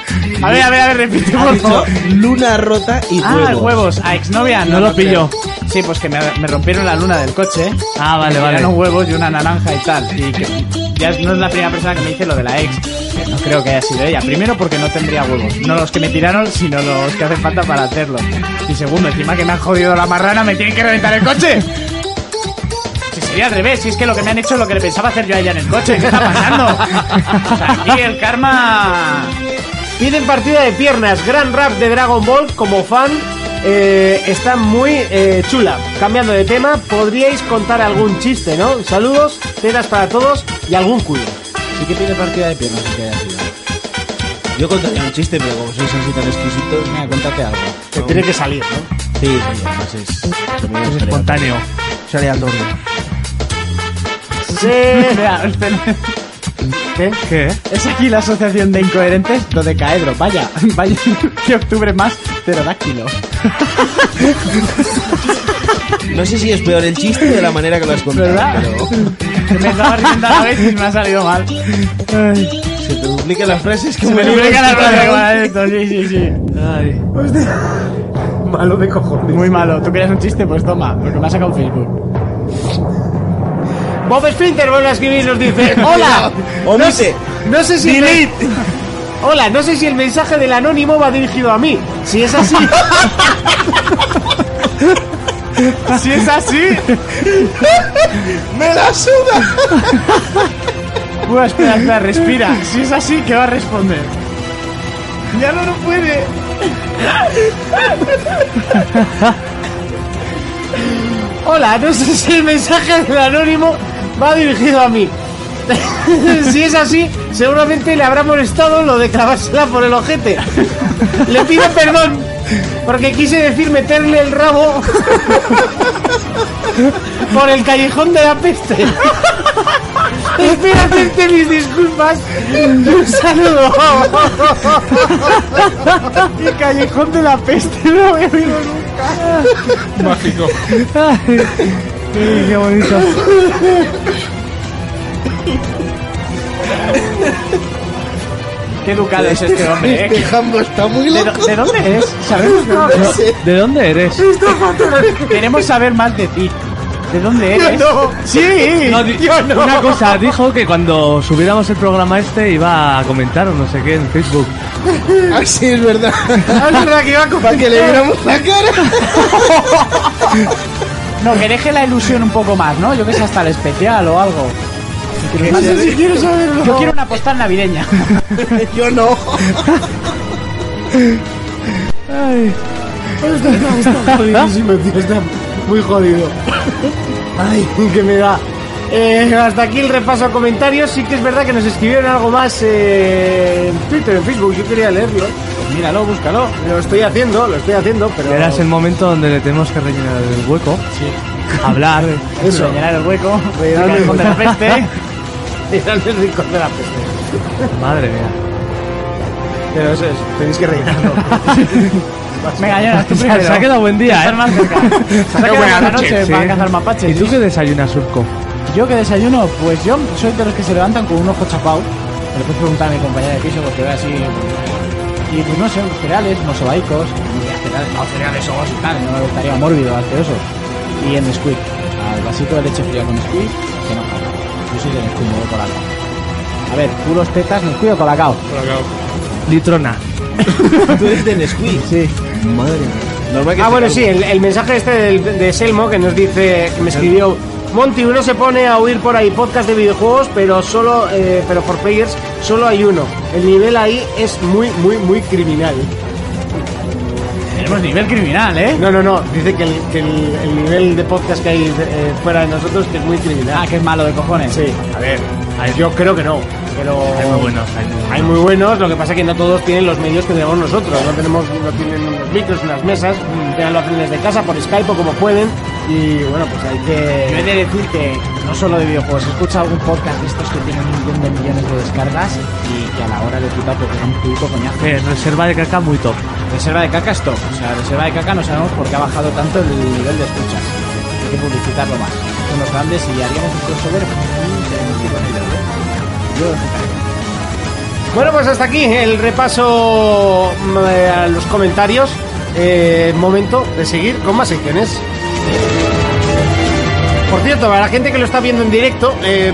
Speaker 4: A ver, a ver, a ver, repite,
Speaker 5: Ha
Speaker 4: por
Speaker 5: dicho
Speaker 4: favor.
Speaker 5: luna rota y
Speaker 4: Ah,
Speaker 5: huevos.
Speaker 4: huevos, a exnovia.
Speaker 6: No lo
Speaker 4: creo.
Speaker 6: pillo.
Speaker 4: Sí, pues que me, me rompieron la luna del coche.
Speaker 6: Ah, vale,
Speaker 4: Me
Speaker 6: vale.
Speaker 4: dieron huevos y una naranja y tal. Y que ya no es la primera persona que me dice lo de la ex. Que No creo que haya sido ella. Primero porque no tendría huevos. No los que me tiraron, sino los que hacen falta para hacerlo. Y segundo, encima que me han jodido la marrana, me tienen que reventar el coche. Si sería al revés, si es que lo que me han hecho es lo que le pensaba hacer yo a ella en el coche. ¿Qué está pasando? O sea, aquí el karma...
Speaker 3: Piden partida de piernas, gran rap de Dragon Ball como fan. eh, está muy eh, chula. Cambiando de tema, podríais contar algún chiste, ¿no? Saludos, tetas para todos y algún culo.
Speaker 4: Sí que tiene partida de piernas.
Speaker 5: Yo contaría un chiste, pero como sois así tan exquisitos.
Speaker 4: Venga, cuéntate algo.
Speaker 3: Que tiene que salir, ¿no?
Speaker 5: Sí, sí, pues es. también
Speaker 6: Es
Speaker 5: estaría-
Speaker 6: espontáneo.
Speaker 5: Estaría al doble.
Speaker 3: Se-
Speaker 4: Espera, espera. ¿Eh?
Speaker 6: ¿Qué?
Speaker 4: Es aquí la asociación de incoherentes dodecaedro. Vaya, vaya, [LAUGHS] que octubre más pterodáctilo.
Speaker 5: No sé si es peor el chiste de la manera que lo has contado.
Speaker 4: ¿Verdad? Me estaba riendo a la vez y me ha salido mal.
Speaker 5: Se te duplican las frases que
Speaker 4: Me
Speaker 5: me
Speaker 4: duplica la rodilla igual a esto, sí, sí, sí.
Speaker 3: Malo de cojones.
Speaker 4: Muy malo. ¿Tú querías un chiste? Pues toma, porque me ha sacado Facebook.
Speaker 3: Bob Splinter vuelve a escribir y nos
Speaker 5: [LAUGHS]
Speaker 3: dice: ¡Hola!
Speaker 5: Omite.
Speaker 3: No sé si. [LAUGHS] Hola, no sé si el mensaje del anónimo va dirigido a mí. Si es
Speaker 5: [LAUGHS]
Speaker 3: así. [LAUGHS] si es así.
Speaker 5: ¡Me la suda!
Speaker 3: Buah, espera, espera, respira. Si es así, ¿qué va a responder? Ya no lo puede. Hola, no sé si el mensaje del anónimo va dirigido a mí. [LAUGHS] si es así, seguramente le habrá molestado lo de clavársela por el ojete. Le pido perdón porque quise decir meterle el rabo [LAUGHS] por el callejón de la peste. Espera hacerte mis disculpas. Un saludo. [LAUGHS] El callejón de la peste no he oído nunca.
Speaker 7: Mágico.
Speaker 4: qué bonito. Qué educado es este hombre, ¿eh?
Speaker 5: Este jambo está muy
Speaker 4: ¿De,
Speaker 5: loco.
Speaker 4: do- de dónde eres? Sabemos de dónde eres.
Speaker 6: ¿De dónde eres?
Speaker 4: Queremos saber más de ti. ¿De dónde eres?
Speaker 3: Sí.
Speaker 6: No, di- Una cosa, dijo que cuando subiéramos el programa este iba a comentar o no sé qué en Facebook.
Speaker 5: Así es verdad.
Speaker 3: Es verdad que iba a
Speaker 5: Para que le viéramos la cara.
Speaker 4: No, que deje la ilusión un poco más, ¿no? Yo que sé, hasta el especial o algo.
Speaker 3: No sé si quiero saberlo.
Speaker 4: Yo quiero una postal navideña.
Speaker 5: Yo no.
Speaker 3: Está, está [LAUGHS] jodidísimo, tío, está muy [LAUGHS] jodido. Ay, que me da. Eh, hasta aquí el repaso a comentarios. Sí que es verdad que nos escribieron algo más eh, en Twitter, en Facebook. Yo quería leerlo.
Speaker 4: Míralo, búscalo.
Speaker 3: Lo estoy haciendo, lo estoy haciendo, pero.
Speaker 6: Verás el momento donde le tenemos que rellenar el hueco. Hablar.
Speaker 3: Eso.
Speaker 4: Rellenar el hueco.
Speaker 3: Rellenar el
Speaker 4: el rincón de la
Speaker 3: hueco.
Speaker 4: peste.
Speaker 3: Era el rincón de la peste.
Speaker 6: Madre mía.
Speaker 3: Pero eso es, tenéis que rellenarlo.
Speaker 4: Venga, Jonas, tú
Speaker 6: Se-
Speaker 4: primero.
Speaker 6: Se ha quedado buen día,
Speaker 4: Estar
Speaker 6: ¿eh?
Speaker 4: más cerca. Se ha quedado
Speaker 6: buena
Speaker 4: la
Speaker 6: noche,
Speaker 4: noche
Speaker 6: sí.
Speaker 4: para cazar mapaches.
Speaker 6: ¿Y tú qué desayunas, Surco?
Speaker 4: Yo que desayuno, pues yo soy de los que se levantan con un ojo chapado. Le puedes preguntar a mi compañera de piso porque ve así. Y pues no sé, unos cereales, unos sobaicos, unos cereales, no, cereales ojos y tal, no me gustaría mórbido, asqueroso. Y en Nesquik, al vasito de leche fría con Nesquik, que no falta. Yo soy de Nesquik, no de Colacao. A ver, puros tetas, Nesquik o Colacao.
Speaker 6: Litrona.
Speaker 5: Tú eres de Nesquik.
Speaker 4: Sí.
Speaker 5: Madre mía. Normal que
Speaker 3: Ah,
Speaker 5: te
Speaker 3: bueno,
Speaker 5: calvo.
Speaker 3: sí, el, el mensaje este del- de Selmo que nos dice, que me escribió, Monty, uno se pone a oír por ahí podcast de videojuegos, pero solo, eh, pero por players solo hay uno. El nivel ahí es muy, muy, muy criminal.
Speaker 4: Tenemos nivel criminal, ¿eh?
Speaker 3: No, no, no, dice que el, que el- el nivel de podcast que hay eh, fuera de nosotros que es muy
Speaker 4: Ah,
Speaker 3: criminal.
Speaker 4: que es malo de cojones.
Speaker 3: Sí, a ver, yo creo que no, pero...
Speaker 6: Hay muy buenos, hay muy
Speaker 3: Hay muy buenos, lo que pasa es que no todos tienen los medios que tenemos nosotros. No tenemos, no tienen unos micros, unas mesas, ya lo hacen desde casa por Skype o como pueden. Y bueno, pues hay
Speaker 4: Yo he
Speaker 3: que.
Speaker 4: de decir que no solo de videojuegos, he escuchado algún podcast de estos que tienen un millón de millones de descargas y que a la hora le quita porque es un puto coñazo.
Speaker 6: Eh, reserva de caca muy top.
Speaker 4: Reserva de caca es top, o sea, reserva de caca no sabemos por qué ha bajado tanto el nivel de escuchas. Hay que publicitarlo más. Son los grandes y haríamos un crossover muy interesante con ellos, ¿eh? Yo lo aceptaría.
Speaker 3: Bueno, pues hasta aquí el repaso mm, eh, a los comentarios. Eh, momento de seguir con más secciones. Por cierto, para la gente que lo está viendo en directo, eh,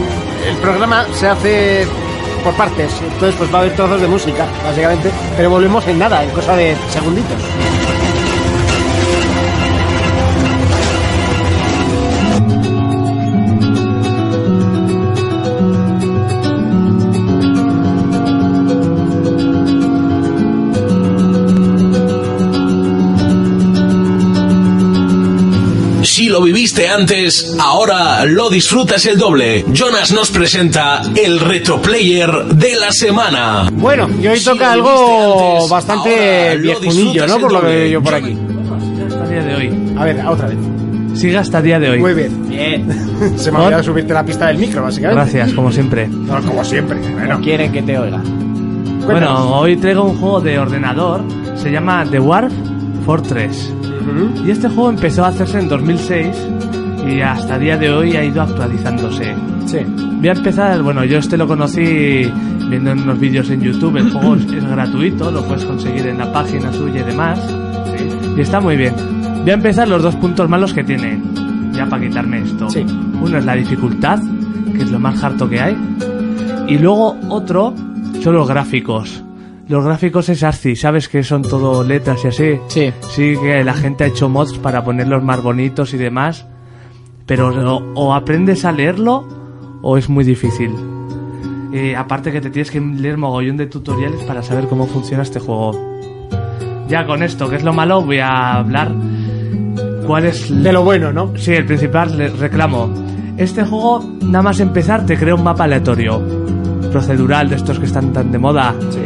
Speaker 3: el programa se hace por partes. Entonces, pues va a haber trozos de música, básicamente. Pero volvemos en nada, en cosa de segunditos.
Speaker 9: Si lo viviste antes, ahora lo disfrutas el doble. Jonas nos presenta el retroplayer de la semana.
Speaker 3: Bueno, y hoy
Speaker 9: Si
Speaker 3: toca
Speaker 9: lo viviste
Speaker 3: algo
Speaker 9: antes,
Speaker 3: bastante
Speaker 9: ahora lo
Speaker 3: viejunillo,
Speaker 9: disfrutas
Speaker 3: ¿no?
Speaker 9: el
Speaker 3: Por ¿eh? lo que
Speaker 9: doble.
Speaker 3: veo yo por
Speaker 9: Johnny.
Speaker 3: aquí.
Speaker 6: A día de hoy.
Speaker 3: A ver, otra vez.
Speaker 6: sigue hasta día de hoy.
Speaker 3: Muy bien. [LAUGHS]
Speaker 4: Bien.
Speaker 3: Se me ha olvidado subirte la pista del micro, básicamente.
Speaker 6: Gracias, como siempre.
Speaker 3: No, como siempre. Bueno,
Speaker 4: Quieren que te oiga.
Speaker 3: Cuéntanos.
Speaker 6: Bueno, hoy traigo un juego de ordenador, se llama The Warp Fortress. Y este juego empezó a hacerse en 2006 y hasta día de hoy ha ido actualizándose.
Speaker 3: sí.
Speaker 6: Voy a empezar, bueno, yo este lo conocí viendo en unos vídeos en YouTube, el juego es, es gratuito, lo puedes conseguir en la página suya y demás. Y está muy bien. Voy a empezar los dos puntos malos que tiene, ya para quitarme esto.
Speaker 3: Sí.
Speaker 6: Uno es la dificultad, que es lo más harto que hay. Y luego otro son los gráficos. Los gráficos es así, ¿sabes que son todo letras y así?
Speaker 4: Sí.
Speaker 6: Sí, que la gente ha hecho mods para ponerlos más bonitos y demás. Pero o, o aprendes a leerlo o es muy difícil. Eh, aparte que te tienes que leer mogollón de tutoriales para saber cómo funciona este juego. Ya con esto, que es lo malo, voy a hablar cuál es
Speaker 3: De lo bueno, ¿no?
Speaker 6: Sí, el principal le- reclamo. Este juego, nada más empezar, te crea un mapa aleatorio. Procedural, de estos que están tan de moda.
Speaker 3: Sí.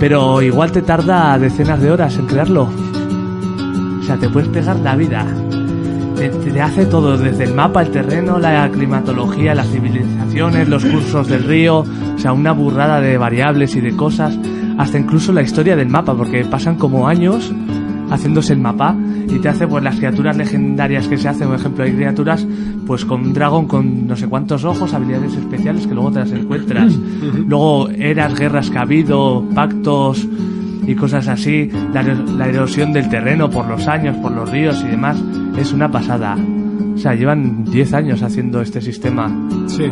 Speaker 6: Pero igual te tarda decenas de horas en crearlo. O sea, te puedes pegar la vida. Te, te hace todo, desde el mapa, el terreno, la climatología, las civilizaciones, los cursos del río. O sea, una burrada de variables y de cosas. Hasta incluso la historia del mapa, porque pasan como años haciéndose el mapa y te hace pues las criaturas legendarias que se hacen, por ejemplo hay criaturas pues con un dragón con no sé cuántos ojos, habilidades especiales que luego te las encuentras, luego eras, guerras que ha habido, pactos y cosas así, la, la erosión del terreno por los años, por los ríos y demás, es una pasada. O sea, llevan 10 años haciendo este sistema
Speaker 3: Sí.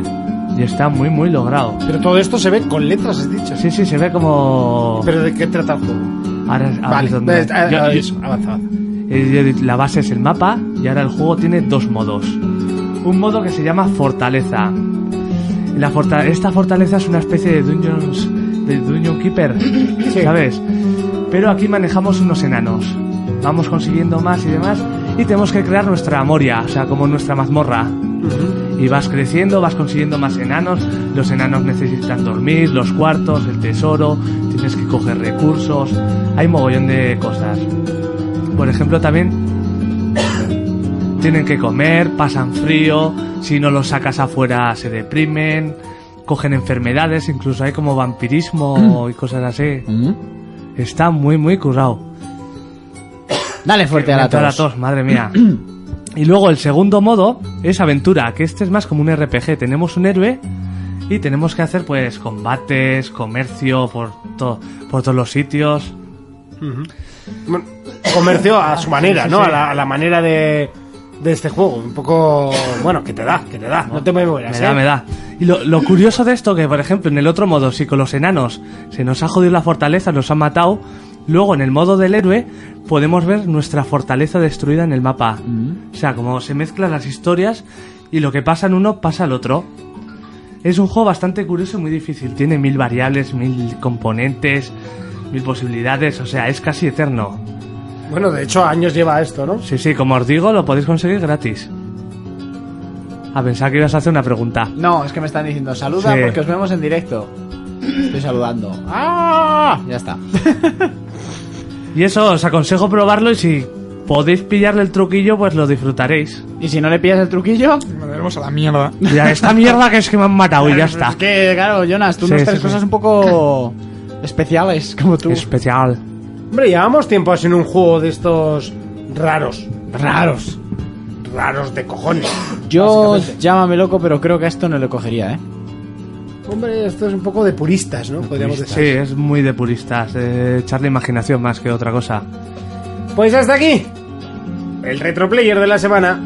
Speaker 6: y está muy muy logrado.
Speaker 3: Pero todo esto se ve con letras, has dicho.
Speaker 6: Sí, sí, se ve como...
Speaker 3: Pero ¿de qué trata el juego?
Speaker 6: Ahora, ahora
Speaker 3: vale,
Speaker 6: es donde-
Speaker 3: eh, eh,
Speaker 6: Yo- yo-
Speaker 3: eso, avanza, avanza.
Speaker 6: Eh, La base es el mapa y ahora el juego tiene dos modos. Un modo que se llama Fortaleza. La forta- esta fortaleza es una especie de Dungeons de Dungeon Keeper, ¿sabes? Pero aquí manejamos unos enanos. Vamos consiguiendo más y demás y tenemos que crear nuestra moria, o sea, como nuestra mazmorra. Y vas creciendo, vas consiguiendo más enanos, los enanos necesitan dormir, los cuartos, el tesoro, tienes que coger recursos, hay mogollón de cosas por ejemplo, también tienen que comer, pasan frío, si no los sacas afuera se deprimen, cogen enfermedades, incluso hay como
Speaker 4: Mm.
Speaker 6: vampirismo y cosas así. Está muy, muy currado.
Speaker 4: Dale fuerte a la
Speaker 6: Entra
Speaker 4: tos.
Speaker 6: madre
Speaker 4: [CLEARS THROAT]
Speaker 6: mía. y luego el segundo modo es aventura, que este es más como un RPG. Tenemos un héroe y tenemos que hacer pues combates, comercio por, to- por todos los sitios.
Speaker 3: Bueno, comercio [LAUGHS] a su manera,
Speaker 6: Sí, sí,
Speaker 3: ¿no?
Speaker 6: sí.
Speaker 3: A la, a la manera de, de este juego. Un poco. Bueno, que te da, que te da. No te me mueras,
Speaker 6: Me da,
Speaker 3: ¿eh?
Speaker 6: me da. Y lo, lo curioso de esto, que por ejemplo en el otro modo, si con los enanos se nos ha jodido la fortaleza, nos han matado, luego en el modo del héroe podemos ver nuestra fortaleza destruida en el mapa. O sea, como se mezclan las historias y lo que pasa en uno pasa al otro. Es un juego bastante curioso y muy difícil. Tiene mil variables, mil componentes, mil posibilidades, o sea, es casi eterno.
Speaker 3: Bueno, de hecho, años lleva esto, ¿no?
Speaker 6: Sí, sí, como os digo, lo podéis conseguir gratis. A pensar que ibas a hacer una pregunta.
Speaker 4: No, es que me están diciendo saluda
Speaker 6: Sí.
Speaker 4: porque os vemos en directo. Estoy saludando.
Speaker 3: ¡Ah!
Speaker 4: Ya está.
Speaker 6: Y eso, os aconsejo probarlo y si podéis pillarle el truquillo, pues lo disfrutaréis.
Speaker 4: Y si no le pillas el truquillo,
Speaker 7: Mandaremos a la mierda.
Speaker 6: Ya, esta mierda que es que me han matado y ya
Speaker 4: es
Speaker 6: está.
Speaker 4: que claro, Jonas, tú
Speaker 6: Sí,
Speaker 4: nos
Speaker 6: sí,
Speaker 4: traes
Speaker 6: sí.
Speaker 4: cosas un poco especiales como tú.
Speaker 6: Especial.
Speaker 3: Hombre, llevamos tiempo sin un juego de estos raros. Raros. Raros de cojones.
Speaker 4: Yo llámame loco, pero creo que a esto no le cogería, ¿eh?
Speaker 3: Hombre, esto es un poco de puristas, ¿no? Podríamos
Speaker 6: Sí,
Speaker 3: decir.
Speaker 6: es muy de puristas. eh, echarle imaginación más que otra cosa.
Speaker 3: Pues hasta aquí. El retroplayer de la semana.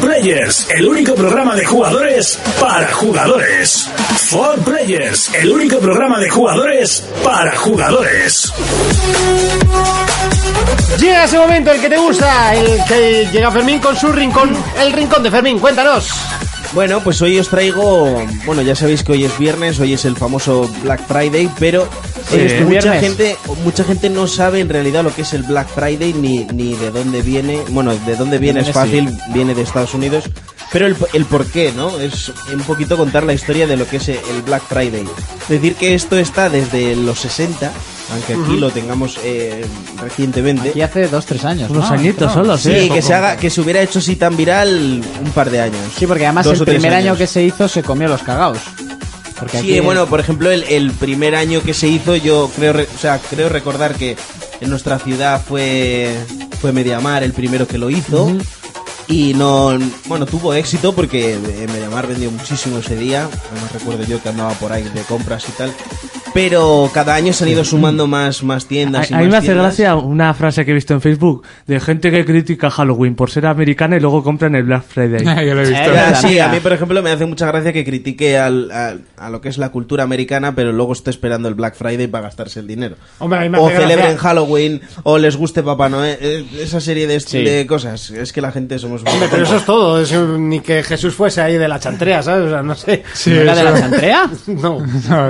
Speaker 2: Players, el único programa de jugadores para jugadores. For Players, el único programa de jugadores para jugadores.
Speaker 3: Llega ese momento, el que te gusta, el que llega Fermín con su rincón, el rincón de Fermín, cuéntanos.
Speaker 5: Bueno, pues hoy os traigo. Bueno, ya sabéis que hoy es viernes, hoy es el famoso Black Friday, pero eh,
Speaker 4: es tu
Speaker 5: mucha,
Speaker 4: viernes.
Speaker 5: gente, mucha gente no sabe en realidad lo que es el Black Friday ni, ni de dónde viene. Bueno, de dónde viene es
Speaker 4: Sí.
Speaker 5: fácil, viene de Estados Unidos, pero el, el por qué, ¿no? Es un poquito contar la historia de lo que es el Black Friday. Decir que esto está desde los 60, aunque aquí lo tengamos eh, recientemente.
Speaker 4: Aquí hace dos, tres años.
Speaker 6: Unos
Speaker 4: ¿no?
Speaker 6: añitos solo, sí.
Speaker 5: Sí, que se haga, que se hubiera hecho así tan viral un par de años.
Speaker 4: Sí, porque además
Speaker 5: Dos
Speaker 4: el
Speaker 5: o tres
Speaker 4: primer año
Speaker 5: años.
Speaker 4: que se hizo se comió los cagados. Porque
Speaker 5: Sí,
Speaker 4: aquí-
Speaker 5: bueno, por ejemplo, el, el primer año que se hizo, yo creo, re- o sea, creo recordar que en nuestra ciudad fue fue Mediamar el primero que lo hizo y no, bueno, tuvo éxito porque eh, Mediamar vendió muchísimo ese día. Además recuerdo yo que andaba por ahí de compras y tal, pero cada año se han ido sumando más más
Speaker 6: A,
Speaker 5: tiendas. y
Speaker 6: a mí
Speaker 5: más
Speaker 6: me hace
Speaker 5: tiendas.
Speaker 6: gracia una frase que he visto en Facebook de gente que critica Halloween por ser americana y luego compran el Black Friday.
Speaker 7: Yo lo he visto.
Speaker 4: Eh,
Speaker 5: Ya,
Speaker 4: verdad,
Speaker 5: sí,
Speaker 4: mira.
Speaker 5: a mí, por ejemplo, me hace mucha gracia que critique al- a, a lo que es la cultura americana, pero luego esté esperando el Black Friday para gastarse el dinero.
Speaker 3: Hombre, a mí me
Speaker 5: o
Speaker 3: hace gracia.
Speaker 5: celebren Halloween, o les guste Papá Noel, eh, esa serie de, est-
Speaker 4: Sí.
Speaker 5: de cosas. Es que la gente somos...
Speaker 3: Hombre, pero eso es todo, es, eh, ni que Jesús fuese ahí de la chantrea, ¿sabes? O sea, no sé.
Speaker 4: ¿No era de
Speaker 3: [LAUGHS]
Speaker 4: la [LAUGHS] chantrea?
Speaker 3: No.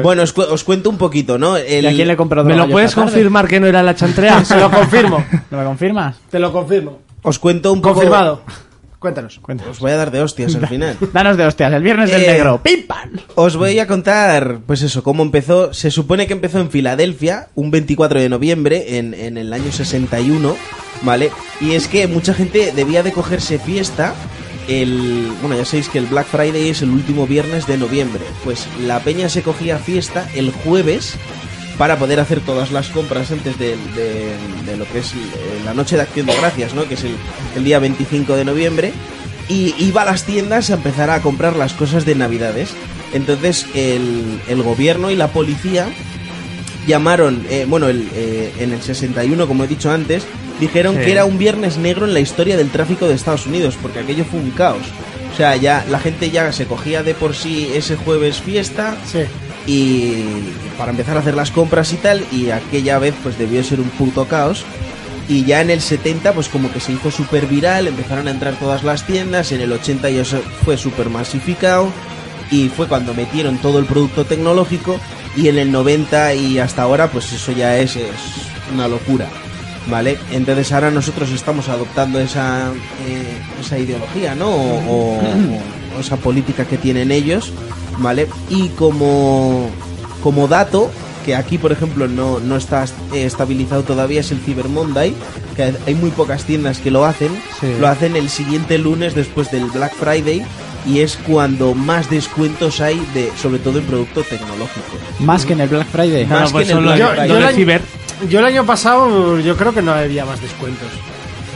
Speaker 5: Bueno, os, cu- os cuento un poquito, ¿no? El-
Speaker 4: ¿Y a quién le compró dos
Speaker 6: ¿Me lo
Speaker 4: gallos
Speaker 6: puedes
Speaker 4: esta tarde?
Speaker 6: confirmar que no era
Speaker 4: [LAUGHS]
Speaker 6: la chantrea?
Speaker 3: Te lo confirmo,
Speaker 4: ¿Me lo confirmas?
Speaker 3: te lo confirmo.
Speaker 5: Os cuento un poco...
Speaker 3: Confirmado. Cuéntanos.
Speaker 5: Os voy a dar de hostias
Speaker 3: [LAUGHS]
Speaker 5: al final.
Speaker 4: Danos de hostias, el viernes del
Speaker 5: Eh,
Speaker 4: negro. ¡Pim, pam!
Speaker 5: Os voy a contar, pues eso, cómo empezó. Se supone que empezó en Filadelfia, un 24 de noviembre, en, en el año 61, ¿vale? Y es que mucha gente debía de cogerse fiesta. El, bueno, ya sabéis que el Black Friday es el último viernes de noviembre. Pues la peña se cogía fiesta el jueves para poder hacer todas las compras antes de, de- de lo que es eh, la noche de acción de gracias, ¿no? Que es el, el día 25 de noviembre. Y iba a las tiendas a empezar a comprar las cosas de Navidades. Entonces el, el gobierno y la policía llamaron, eh, bueno, el, eh, en el 61, como he dicho antes, dijeron
Speaker 6: Sí.
Speaker 5: que era un viernes negro en la historia del tráfico de Estados Unidos, porque aquello fue un caos. O sea, ya la gente ya se cogía de por sí ese jueves fiesta,
Speaker 3: Sí.
Speaker 5: y para empezar a hacer las compras y tal y aquella vez pues debió ser un puto caos y ya en el 70 pues como que se hizo súper viral, empezaron a entrar todas las tiendas, en el 80 ya se- fue súper masificado y fue cuando metieron todo el producto tecnológico y en el 90 y hasta ahora pues eso ya es, es una locura. ¿Vale? Entonces ahora nosotros estamos adoptando esa, eh, esa ideología, ¿no? O, o- o esa política que tienen ellos, ¿vale? Y como, como dato, que aquí por ejemplo no, no está eh, estabilizado todavía, es el Cyber Monday, que hay muy pocas tiendas que lo hacen,
Speaker 6: Sí.
Speaker 5: lo hacen el siguiente lunes después del Black Friday y es cuando más descuentos hay, de sobre todo en producto tecnológico.
Speaker 4: Más que en el Black Friday.
Speaker 5: Más
Speaker 6: Claro, pues
Speaker 5: que en el
Speaker 6: solo
Speaker 5: Black
Speaker 6: yo-
Speaker 5: Friday.
Speaker 6: yo
Speaker 3: el
Speaker 6: la-
Speaker 3: año-
Speaker 6: ciber.
Speaker 3: yo el año pasado yo creo que no había más descuentos.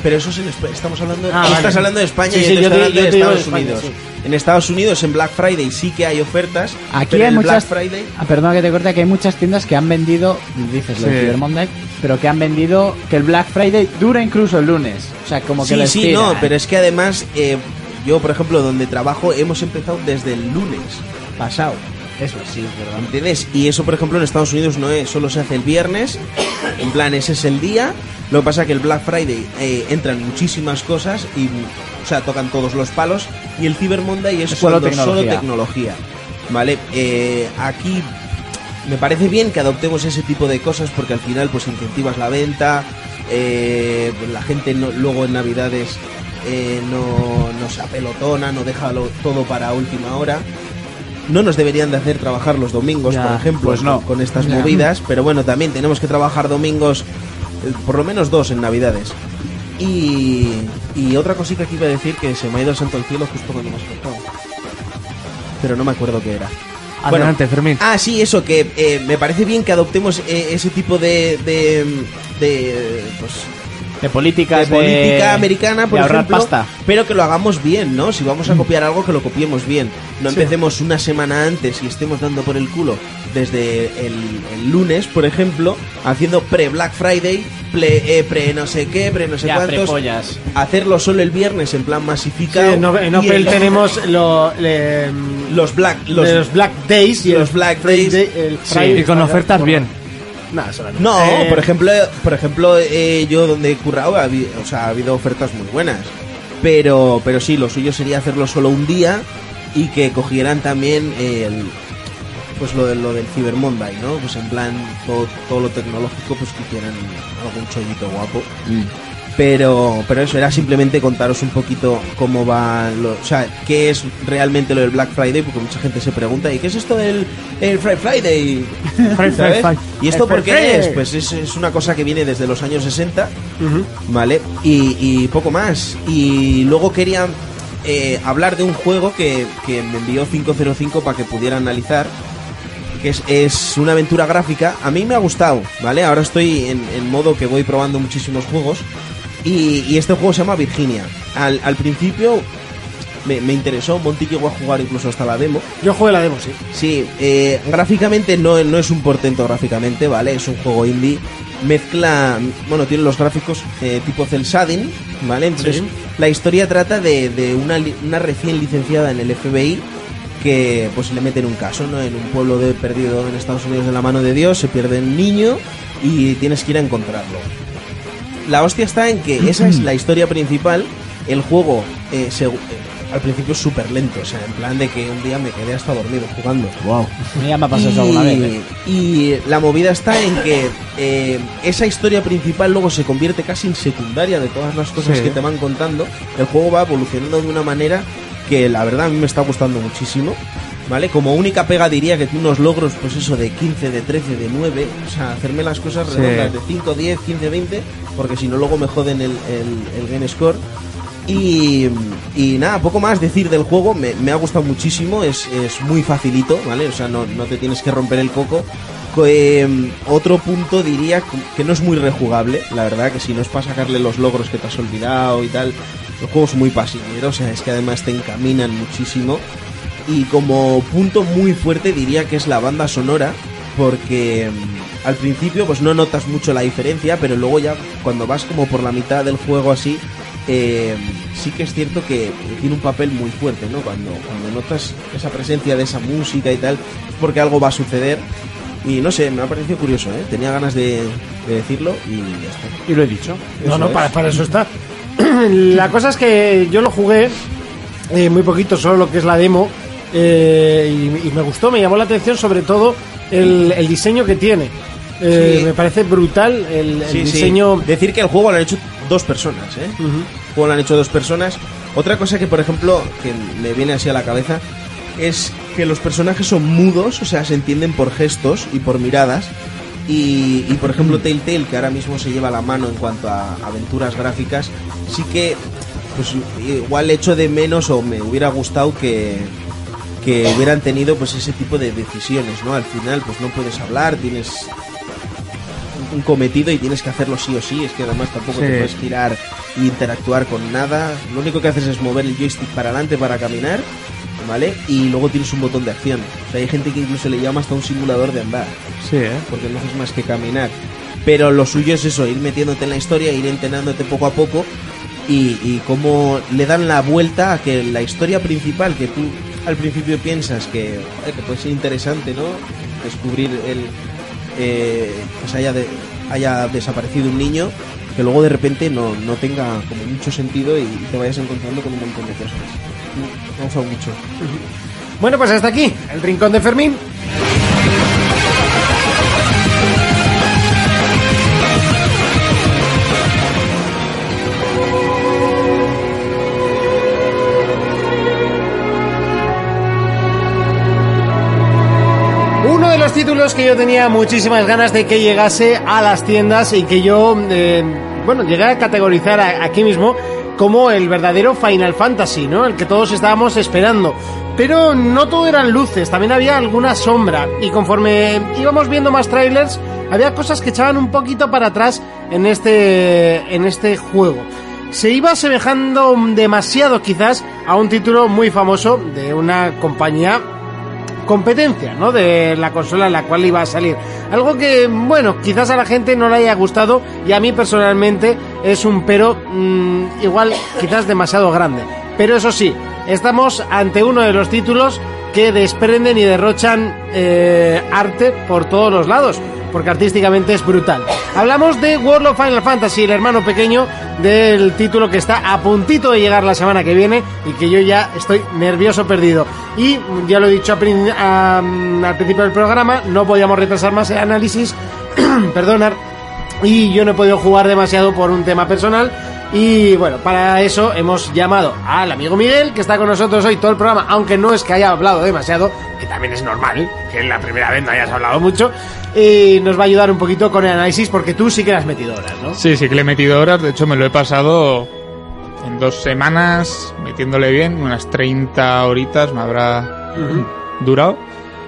Speaker 5: Pero eso es en Espa- estamos hablando,
Speaker 3: Ah,
Speaker 5: tú
Speaker 3: vale.
Speaker 5: estás hablando de España
Speaker 3: Sí,
Speaker 5: y
Speaker 3: sí,
Speaker 5: yo te
Speaker 3: yo
Speaker 5: estoy
Speaker 3: te-
Speaker 5: hablando
Speaker 3: yo
Speaker 5: de
Speaker 3: te digo de
Speaker 5: Estados
Speaker 3: España,
Speaker 5: Unidos. En Estados Unidos en Black Friday sí que hay ofertas,
Speaker 4: Aquí
Speaker 5: pero
Speaker 4: hay
Speaker 5: en el
Speaker 4: muchas.
Speaker 5: Black Friday
Speaker 4: Ah, perdona que te corte, que hay muchas tiendas que han vendido, dices lo de
Speaker 6: Sí.
Speaker 4: Cyber Monday, pero que han vendido que el Black Friday dura incluso el lunes. O sea, como que
Speaker 5: sí,
Speaker 4: lo
Speaker 5: sí,
Speaker 4: estiran.
Speaker 5: no, pero es que además eh, yo, por ejemplo, donde trabajo hemos empezado desde el lunes pasado. Eso sí, ¿verdad? ¿Entiendes? Y eso, por ejemplo, en Estados Unidos no es, solo se hace el viernes, en plan, ese es el día. Lo que pasa que el Black Friday eh, entran muchísimas cosas y, o sea, tocan todos los palos. Y el Cyber Monday es,
Speaker 4: Es solo
Speaker 5: cuando solo
Speaker 4: tecnología.
Speaker 5: tecnología. ¿Vale? Eh, aquí me parece bien que adoptemos ese tipo de cosas porque al final pues incentivas la venta, eh, pues, la gente no- luego en navidades eh, no, no se apelotona, no deja lo- todo para última hora. No nos deberían de hacer trabajar los domingos,
Speaker 6: Ya,
Speaker 5: por ejemplo,
Speaker 4: pues no.
Speaker 5: con, con estas movidas, pero bueno, también tenemos que trabajar domingos, eh, por lo menos dos en navidades. Y, y otra cosita que iba a decir que se me ha ido el santo al cielo justo cuando me has cortado. Pero no me acuerdo qué era. Bueno,
Speaker 6: Adelante, Fermín.
Speaker 5: Ah, sí, eso, que eh, me parece bien que adoptemos eh, ese tipo de, de, de, pues,
Speaker 4: De políticas de,
Speaker 5: de política americana, por
Speaker 4: de ahorrar
Speaker 5: ejemplo,
Speaker 4: pasta. Mm.
Speaker 5: pero que lo hagamos bien, ¿no? Si vamos a copiar algo, que lo copiemos bien. No empecemos una semana antes y estemos dando por el culo desde el, el lunes, por ejemplo, haciendo pre-Black Friday, pre, eh, pre no sé qué, pre no sé
Speaker 4: Ya,
Speaker 5: cuántos.
Speaker 4: prepollas.
Speaker 5: Hacerlo solo el viernes en plan masificado.
Speaker 3: Sí, en, Op- en
Speaker 5: y
Speaker 3: Opel
Speaker 5: el-
Speaker 3: tenemos lo- le- mm,
Speaker 5: los Black...
Speaker 3: los,
Speaker 5: Los,
Speaker 3: Black Days y
Speaker 5: los Black Days.
Speaker 6: y con ofertas bien.
Speaker 3: Nada, eso
Speaker 5: No,
Speaker 3: Eh,
Speaker 5: por ejemplo, por ejemplo, eh, yo donde he currado, ha habi- o sea, ha habido ofertas muy buenas. Pero, pero sí, lo suyo sería hacerlo solo un día y que cogieran también eh, el, pues lo, de- lo del Cyber Monday, ¿no? Pues en plan todo, todo lo tecnológico, pues que hicieran algún chollito guapo. Pero, pero eso era simplemente contaros un poquito cómo va, lo- o sea, qué es realmente lo del Black Friday, porque mucha gente se pregunta, ¿y qué es esto del el Fry Friday?
Speaker 7: Fry,
Speaker 5: ¿Sabes?
Speaker 7: fry.
Speaker 5: ¿Y esto
Speaker 3: El
Speaker 5: por
Speaker 3: Fry
Speaker 5: qué
Speaker 3: Friday.
Speaker 5: es? Pues es, es una cosa que viene desde los años 60, ¿vale? Y, y poco más. Y luego quería eh, hablar de un juego que, que me envió 505 para que pudiera analizar, que es, es una aventura gráfica. A mí me ha gustado, ¿vale? Ahora estoy en, en modo que voy probando muchísimos juegos. Y, y este juego se llama Virginia. Al, al principio me, me interesó, Monty llegó a jugar incluso hasta la demo.
Speaker 3: Yo jugué la demo, sí.
Speaker 5: Sí, eh, gráficamente no, no es un portento gráficamente, ¿vale? Es un juego indie. Mezcla, bueno, tiene los gráficos eh, tipo cel shading, ¿vale? Entonces, la historia trata de, de una, li- una recién licenciada en el FBI que pues le meten un caso, ¿no? En un pueblo de, perdido en Estados Unidos de la mano de Dios, se pierde un niño y tienes que ir a encontrarlo. La hostia está en que esa es la historia principal. El juego eh, se- eh, al principio es súper lento, o sea, en plan de que un día me quedé hasta dormido jugando.
Speaker 4: Wow. Ya me ha pasado eso alguna vez. ¿eh?
Speaker 5: Y la movida está en que eh, esa historia principal luego se convierte casi en secundaria de todas las cosas
Speaker 6: Sí.
Speaker 5: que te van contando. El juego va evolucionando de una manera que la verdad a mí me está gustando muchísimo. ¿Vale? Como única pega diría que tiene unos logros, pues eso, de 15, de 13, de 9. O sea, hacerme las cosas
Speaker 6: Sí.
Speaker 5: redondas de 5, 10, 15, 20. Porque si no, luego me joden el, el, el game score. Y, y nada, poco más decir del juego, me, me ha gustado muchísimo, es, es muy facilito, ¿vale? O sea, no, no te tienes que romper el coco. Co- em, otro punto diría que no es muy rejugable, la verdad, que si no es para sacarle los logros que te has olvidado y tal, el juego es muy pasillero, o sea, es que además te encaminan muchísimo. Y como punto muy fuerte diría que es la banda sonora, porque mm, al principio pues no notas mucho la diferencia, pero luego ya cuando vas como por la mitad del juego así, eh, sí que es cierto que tiene un papel muy fuerte, ¿no? Cuando, cuando notas esa presencia de esa música y tal, es porque algo va a suceder. Y no sé, me ha parecido curioso, ¿eh? Tenía ganas de, de decirlo y ya está.
Speaker 3: Y lo he dicho.
Speaker 5: Eso
Speaker 3: No, no,
Speaker 5: es.
Speaker 3: para, para eso está. [CLEARS THROAT] la cosa es que yo lo jugué eh, muy poquito, solo lo que es la demo. eh, y, y me gustó, me llamó la atención sobre todo el, el diseño que tiene. Eh,
Speaker 5: Sí.
Speaker 3: Me parece brutal el, el
Speaker 5: Sí, sí.
Speaker 3: diseño.
Speaker 5: Decir que el juego lo han hecho dos personas, ¿eh? El juego lo han hecho dos personas. Otra cosa que, por ejemplo, que me viene así a la cabeza es que los personajes son mudos, o sea, se entienden por gestos y por miradas. Y, y, por ejemplo, Telltale, que ahora mismo se lleva la mano en cuanto a aventuras gráficas, sí que, pues, igual echo de menos o me hubiera gustado que, que hubieran tenido pues ese tipo de decisiones, ¿no? Al final, pues no puedes hablar, tienes un cometido y tienes que hacerlo sí o sí. Es que además tampoco
Speaker 6: Sí.
Speaker 5: te puedes girar e interactuar con nada. Lo único que haces es mover el joystick para adelante para caminar, ¿vale? Y luego tienes un botón de acción. O sea, hay gente que incluso le llama hasta un simulador de andar
Speaker 6: Sí, ¿eh?
Speaker 5: porque no haces más que caminar. Pero lo suyo es eso, ir metiéndote en la historia, ir entrenándote poco a poco y, y cómo le dan la vuelta a que la historia principal que tú al principio piensas que, joder, que puede ser interesante, ¿no? Descubrir el eh, pues haya, de- haya desaparecido un niño, que luego de repente no, no tenga como mucho sentido y te vayas encontrando con un montón de cosas. Me ha gustado mucho.
Speaker 3: Bueno, pues hasta aquí, el rincón de Fermín. Uno de los títulos que yo tenía muchísimas ganas de que llegase a las tiendas y que yo, eh, bueno, llegué a categorizar a- aquí mismo como el verdadero Final Fantasy, ¿no? El que todos estábamos esperando. Pero no todo eran luces, también había alguna sombra. Y conforme íbamos viendo más trailers, había cosas que echaban un poquito para atrás en este, en este juego. Se iba semejando demasiado quizás a un título muy famoso de una compañía competencia, ¿no? De la consola en la cual iba a salir. Algo que, bueno, quizás a la gente no le haya gustado y a mí personalmente es un pero mm, igual quizás demasiado grande. Pero eso sí, estamos ante uno de los títulos que desprenden y derrochan eh, arte por todos los lados. Porque artísticamente es brutal. Hablamos de World of Final Fantasy, el hermano pequeño del título que está a puntito de llegar la semana que viene y que yo ya estoy nervioso perdido. Y ya lo he dicho a prin- a- mm, al principio del programa, no podíamos retrasar más el análisis. [CLEARS THROAT] Perdonar y yo no he podido jugar demasiado por un tema personal. Y bueno, para eso hemos llamado al amigo Miguel, que está con nosotros hoy todo el programa, aunque no es que haya hablado demasiado, que también es normal, que en la primera vez no hayas hablado mucho, y nos va a ayudar un poquito con el análisis, porque tú sí que le has metido horas, ¿no?
Speaker 7: Sí, sí que le he metido horas. De hecho, me lo he pasado en dos semanas, metiéndole bien, unas 30 horitas me habrá durado.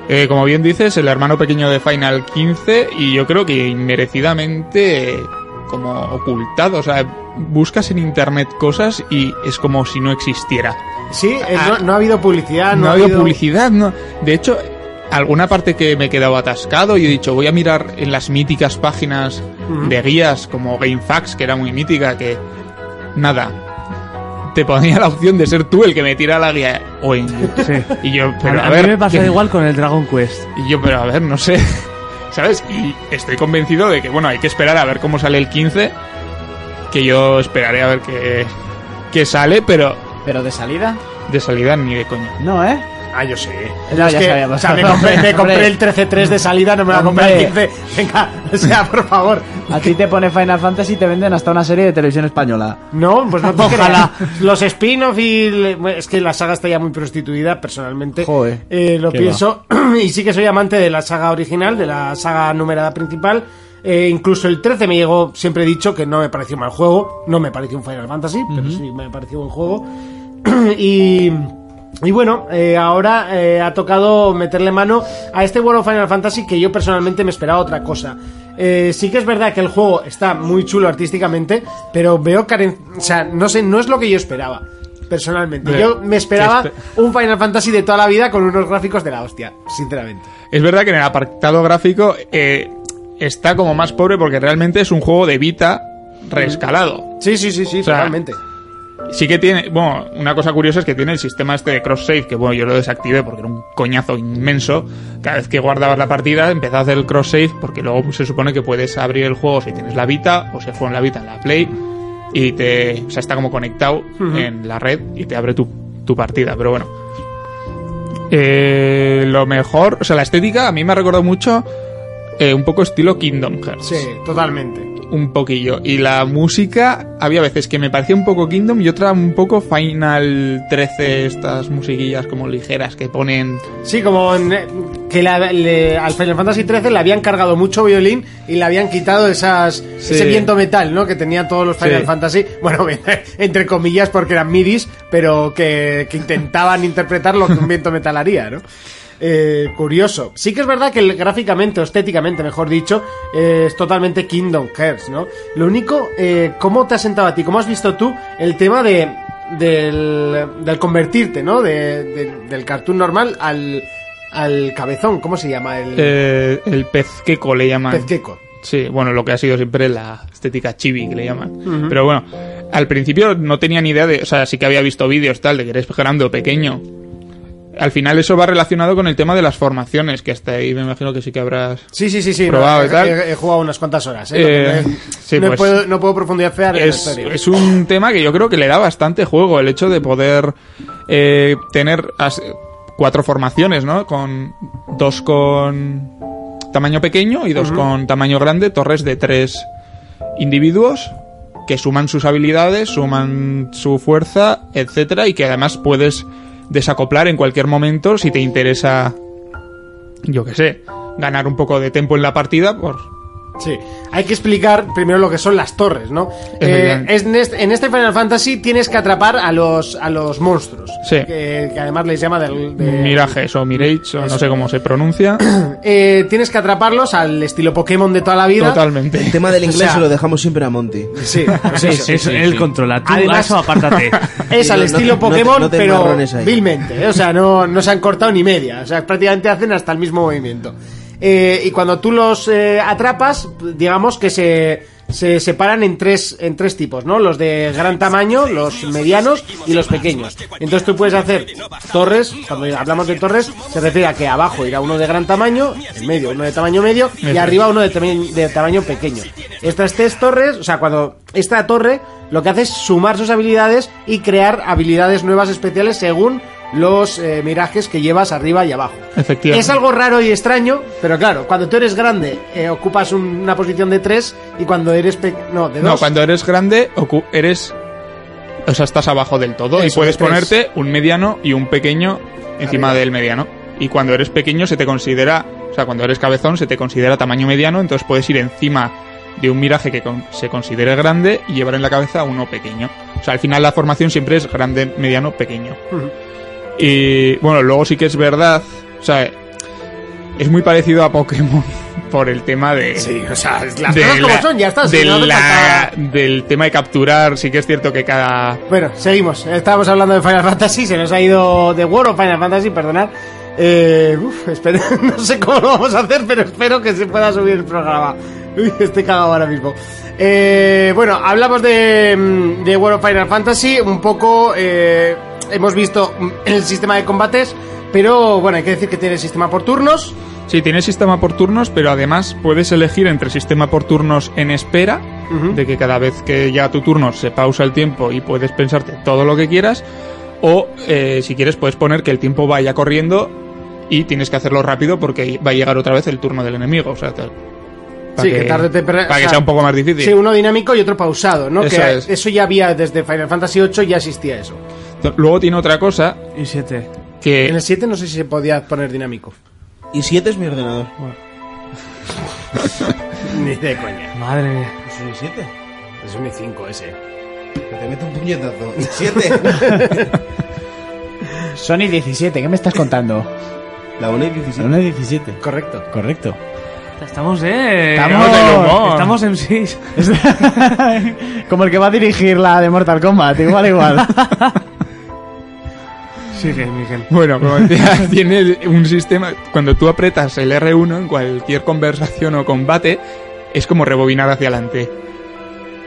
Speaker 7: Eh, como bien dices, el hermano pequeño de Final 15 y yo creo que inmerecidamente eh, como ocultado. O sea, buscas en internet cosas y es como si no existiera.
Speaker 3: Sí, eh, no, no ha habido publicidad, no,
Speaker 7: no ha habido publicidad, no. De hecho, alguna parte que me he quedado atascado y he dicho, voy a mirar en las míticas páginas de guías como GameFAQs, que era muy mítica, que nada. Te ponía la opción de ser tú el que me tira la guía o en YouTube.
Speaker 6: Sí.
Speaker 7: Y yo, pero
Speaker 6: a,
Speaker 7: a,
Speaker 6: a
Speaker 7: ver,
Speaker 6: mí me pasó
Speaker 7: ¿qué-
Speaker 6: igual con el Dragon Quest.
Speaker 7: y yo, pero a ver, no sé. [LAUGHS] ¿Sabes? Y estoy convencido de que, bueno, hay que esperar a ver cómo sale el 15. Que yo esperaré a ver qué, qué sale, pero
Speaker 4: Pero de salida,
Speaker 7: de salida ni de coño.
Speaker 4: no, ¿eh?
Speaker 3: Ah, yo sí.
Speaker 4: No, ya
Speaker 3: que,
Speaker 4: se había
Speaker 3: o sea,
Speaker 4: pasado.
Speaker 3: me compré, me
Speaker 4: Hombre.
Speaker 3: compré el 13.3 de salida, no me va a comprar el 15. Venga, o sea, por favor.
Speaker 4: A ti te pone Final Fantasy y te venden hasta una serie de televisión española.
Speaker 3: No, pues no te
Speaker 4: Ojalá.
Speaker 3: creas. [LAUGHS] Los spin-off y. le- bueno, Es que la saga está ya muy prostituida, personalmente.
Speaker 4: Joder,
Speaker 3: Eh, lo
Speaker 4: qué
Speaker 3: pienso. [CLEARS THROAT] Y sí que soy amante de la saga original, de la saga numerada principal. Eh, incluso el 13 me llegó, siempre he dicho que no me pareció mal juego. No me pareció un Final Fantasy, pero sí me pareció buen juego. [CLEARS THROAT] y. Y bueno, eh, ahora eh, ha tocado meterle mano a este World of Final Fantasy que yo personalmente me esperaba otra cosa. Eh, sí que es verdad que el juego está muy chulo artísticamente, pero veo caren... O sea, no sé, no es lo que yo esperaba, personalmente.
Speaker 7: Hombre,
Speaker 3: Yo me esperaba
Speaker 7: que este-
Speaker 3: un Final Fantasy de toda la vida con unos gráficos de la hostia, sinceramente.
Speaker 7: Es verdad que en el apartado gráfico eh, está como más pobre porque realmente es un juego de Vita reescalado.
Speaker 3: Sí, sí, sí, sí,
Speaker 7: O sea,
Speaker 3: totalmente.
Speaker 7: Sí que tiene, bueno, una cosa curiosa es que tiene el sistema este de cross save que bueno, yo lo desactivé porque era un coñazo inmenso. Cada vez que guardabas la partida, empezaba a hacer el cross save porque luego pues, se supone que puedes abrir el juego si tienes la Vita o se juega en la Vita en la Play y te, o sea, está como conectado en la red y te abre tu, tu partida, pero bueno. Eh, lo mejor, o sea, la estética a mí me ha recordado mucho eh, un poco estilo Kingdom Hearts
Speaker 3: Sí, totalmente.
Speaker 7: un poquillo. Y la música, había veces que me parecía un poco Kingdom y otra un poco Final 13, estas musiquillas como ligeras que ponen.
Speaker 3: Sí, como en- eh, que la- le- al Final Fantasy XIII le habían cargado mucho violín y le habían quitado esas, ese viento metal, ¿no? Que tenían todos los Final
Speaker 7: Sí.
Speaker 3: Fantasy. Bueno, [LAUGHS] entre comillas porque eran midis, pero que, que intentaban interpretar lo que un viento metal haría, ¿no? Eh, curioso. Sí que es verdad que el- gráficamente, o estéticamente, mejor dicho, eh, es totalmente Kingdom Hearts, ¿no? Lo único, eh, ¿cómo te has sentado a ti? ¿Cómo has visto tú el tema de del, del convertirte, ¿no? De- de- del cartoon normal al, al cabezón, ¿cómo se llama? El
Speaker 7: eh, el pez queco le llaman.
Speaker 3: pezqueco.
Speaker 7: Sí, bueno, lo que ha sido siempre la estética chibi que le llaman. Pero bueno, al principio no tenía ni idea de. O sea, sí que había visto vídeos tal de que eres grande o pequeño. Al final eso va relacionado con el tema de las formaciones, que hasta ahí me imagino que sí que habrás
Speaker 3: Sí, sí, sí, sí.
Speaker 7: Probado
Speaker 3: he,
Speaker 7: y tal.
Speaker 3: he- he jugado unas cuantas horas. ¿eh?
Speaker 7: Eh,
Speaker 3: No- no-
Speaker 7: sí,
Speaker 3: no,
Speaker 7: pues.
Speaker 3: puedo, no puedo profundizar en la
Speaker 7: es,
Speaker 3: historia.
Speaker 7: es un tema que yo creo que le da bastante juego el hecho de poder eh, tener as- cuatro formaciones, ¿no? Con dos con tamaño pequeño y dos con tamaño grande, torres de tres individuos que suman sus habilidades, suman su fuerza, etcétera, y que además puedes desacoplar en cualquier momento si te interesa, yo qué sé, ganar un poco de tiempo en la partida por
Speaker 3: Sí, hay que explicar primero lo que son las torres, ¿no? Eh,
Speaker 7: Efectivamente.
Speaker 3: es en, este, en este Final Fantasy tienes que atrapar a los, a los monstruos.
Speaker 7: Sí.
Speaker 3: Que, que además les llama del. de-
Speaker 7: Mirages o Mirage, o no
Speaker 3: Eh, Eso.
Speaker 7: sé cómo se pronuncia.
Speaker 3: Eh, tienes que atraparlos al estilo Pokémon de toda la vida.
Speaker 7: Totalmente.
Speaker 5: El tema [LAUGHS] del inglés
Speaker 3: O sea-
Speaker 5: se lo dejamos siempre a Monty.
Speaker 7: [LAUGHS]
Speaker 3: Sí, pues
Speaker 6: Sí,
Speaker 3: eso.
Speaker 6: sí, sí, él controla. Tú,
Speaker 3: Además-
Speaker 6: gaso, apártate.
Speaker 3: [LAUGHS] Es
Speaker 5: No,
Speaker 3: al
Speaker 5: no
Speaker 3: estilo
Speaker 5: te- no te-
Speaker 3: Pokémon,
Speaker 5: no te
Speaker 3: pero
Speaker 5: marrones ahí.
Speaker 3: vilmente. ¿eh? O sea, no, no se han cortado ni media. O sea, prácticamente hacen hasta el mismo movimiento. Eh, y cuando tú los eh, atrapas, digamos que se, se separan en tres, en tres tipos, ¿no? Los de gran tamaño, los medianos y los pequeños. Entonces tú puedes hacer torres, cuando hablamos de torres, se refiere a que abajo irá uno de gran tamaño, en medio uno de tamaño medio y
Speaker 7: Eso
Speaker 3: arriba arriba uno de, tama- de tamaño pequeño. Estas tres torres, o sea, cuando esta torre lo que hace es sumar sus habilidades y crear habilidades nuevas especiales según los eh, mirajes que llevas arriba y abajo.
Speaker 7: Efectivamente.
Speaker 3: Es algo raro y extraño, pero claro, cuando tú eres grande eh, ocupas un- una posición de tres y cuando eres pe- no, de
Speaker 7: No,
Speaker 3: dos.
Speaker 7: cuando eres grande, ocu- eres. O sea, estás abajo del todo y
Speaker 3: Eso,
Speaker 7: puedes
Speaker 3: tres.
Speaker 7: ponerte un mediano y un pequeño encima del mediano. Y cuando eres pequeño se te considera. O sea, cuando eres cabezón se te considera tamaño mediano, entonces puedes ir encima de un miraje que con- se considere grande y llevar en la cabeza uno pequeño. O sea, al final la formación siempre es grande, mediano, pequeño. Y bueno, luego sí que es verdad. O sea, es muy parecido a Pokémon [LAUGHS] por el tema de
Speaker 3: Sí, o sea, las cosas como son, ya está. sí,
Speaker 7: de
Speaker 3: no hace
Speaker 7: la-
Speaker 3: falta-
Speaker 7: del tema de capturar, sí que es cierto que cada.
Speaker 3: Bueno, seguimos. Estábamos hablando de Final Fantasy, se nos ha ido de World of Final Fantasy, perdonad. Eh, uf, espero- [LAUGHS] no sé cómo lo vamos a hacer, pero espero que se pueda subir el programa. Uy, estoy cagado ahora mismo. Eh, bueno, hablamos de, mm, de World of Final Fantasy, un poco eh, hemos visto mm, el sistema de combates, pero bueno, hay que decir que tiene el sistema por turnos.
Speaker 7: Sí, tiene sistema por turnos, pero además puedes elegir entre sistema por turnos en espera,
Speaker 3: Ujú.
Speaker 7: de que cada vez que llega tu turno se pausa el tiempo y puedes pensarte todo lo que quieras, o eh, si quieres puedes poner que el tiempo vaya corriendo y tienes que hacerlo rápido porque va a llegar otra vez el turno del enemigo. O sea, tal. Pa'
Speaker 3: Sí, que tarde o temprano-
Speaker 7: Para
Speaker 3: o
Speaker 7: que
Speaker 3: sea,
Speaker 7: sea un poco más difícil.
Speaker 3: Sí, uno dinámico y otro pausado, ¿no?
Speaker 7: Eso
Speaker 3: que
Speaker 7: es.
Speaker 3: eso ya había desde Final Fantasy VIII, ya existía eso.
Speaker 7: Luego tiene otra cosa
Speaker 6: Y siete.
Speaker 7: que.
Speaker 3: En el 7 no sé si se podía poner dinámico.
Speaker 5: Y 7 es mi ordenador.
Speaker 3: Ni de coña.
Speaker 6: Madre mía.
Speaker 5: Pues soy 7.
Speaker 3: Es un i5 ese.
Speaker 5: Te meto un puñetazo. 7.
Speaker 4: Sony 17, ¿qué me estás contando?
Speaker 5: [LAUGHS] La 1 y 17.
Speaker 4: Sony 17.
Speaker 3: Correcto.
Speaker 4: Correcto.
Speaker 6: Estamos, eh.
Speaker 4: Estamos en humor.
Speaker 6: Estamos en [LAUGHS] 6.
Speaker 4: Como el que va a dirigir la de Mortal Kombat, igual, igual.
Speaker 6: Sigue, Miguel.
Speaker 7: Bueno, como decía, [LAUGHS] tiene un sistema. Cuando tú apretas el R1 en cualquier conversación o combate, es como rebobinar hacia adelante.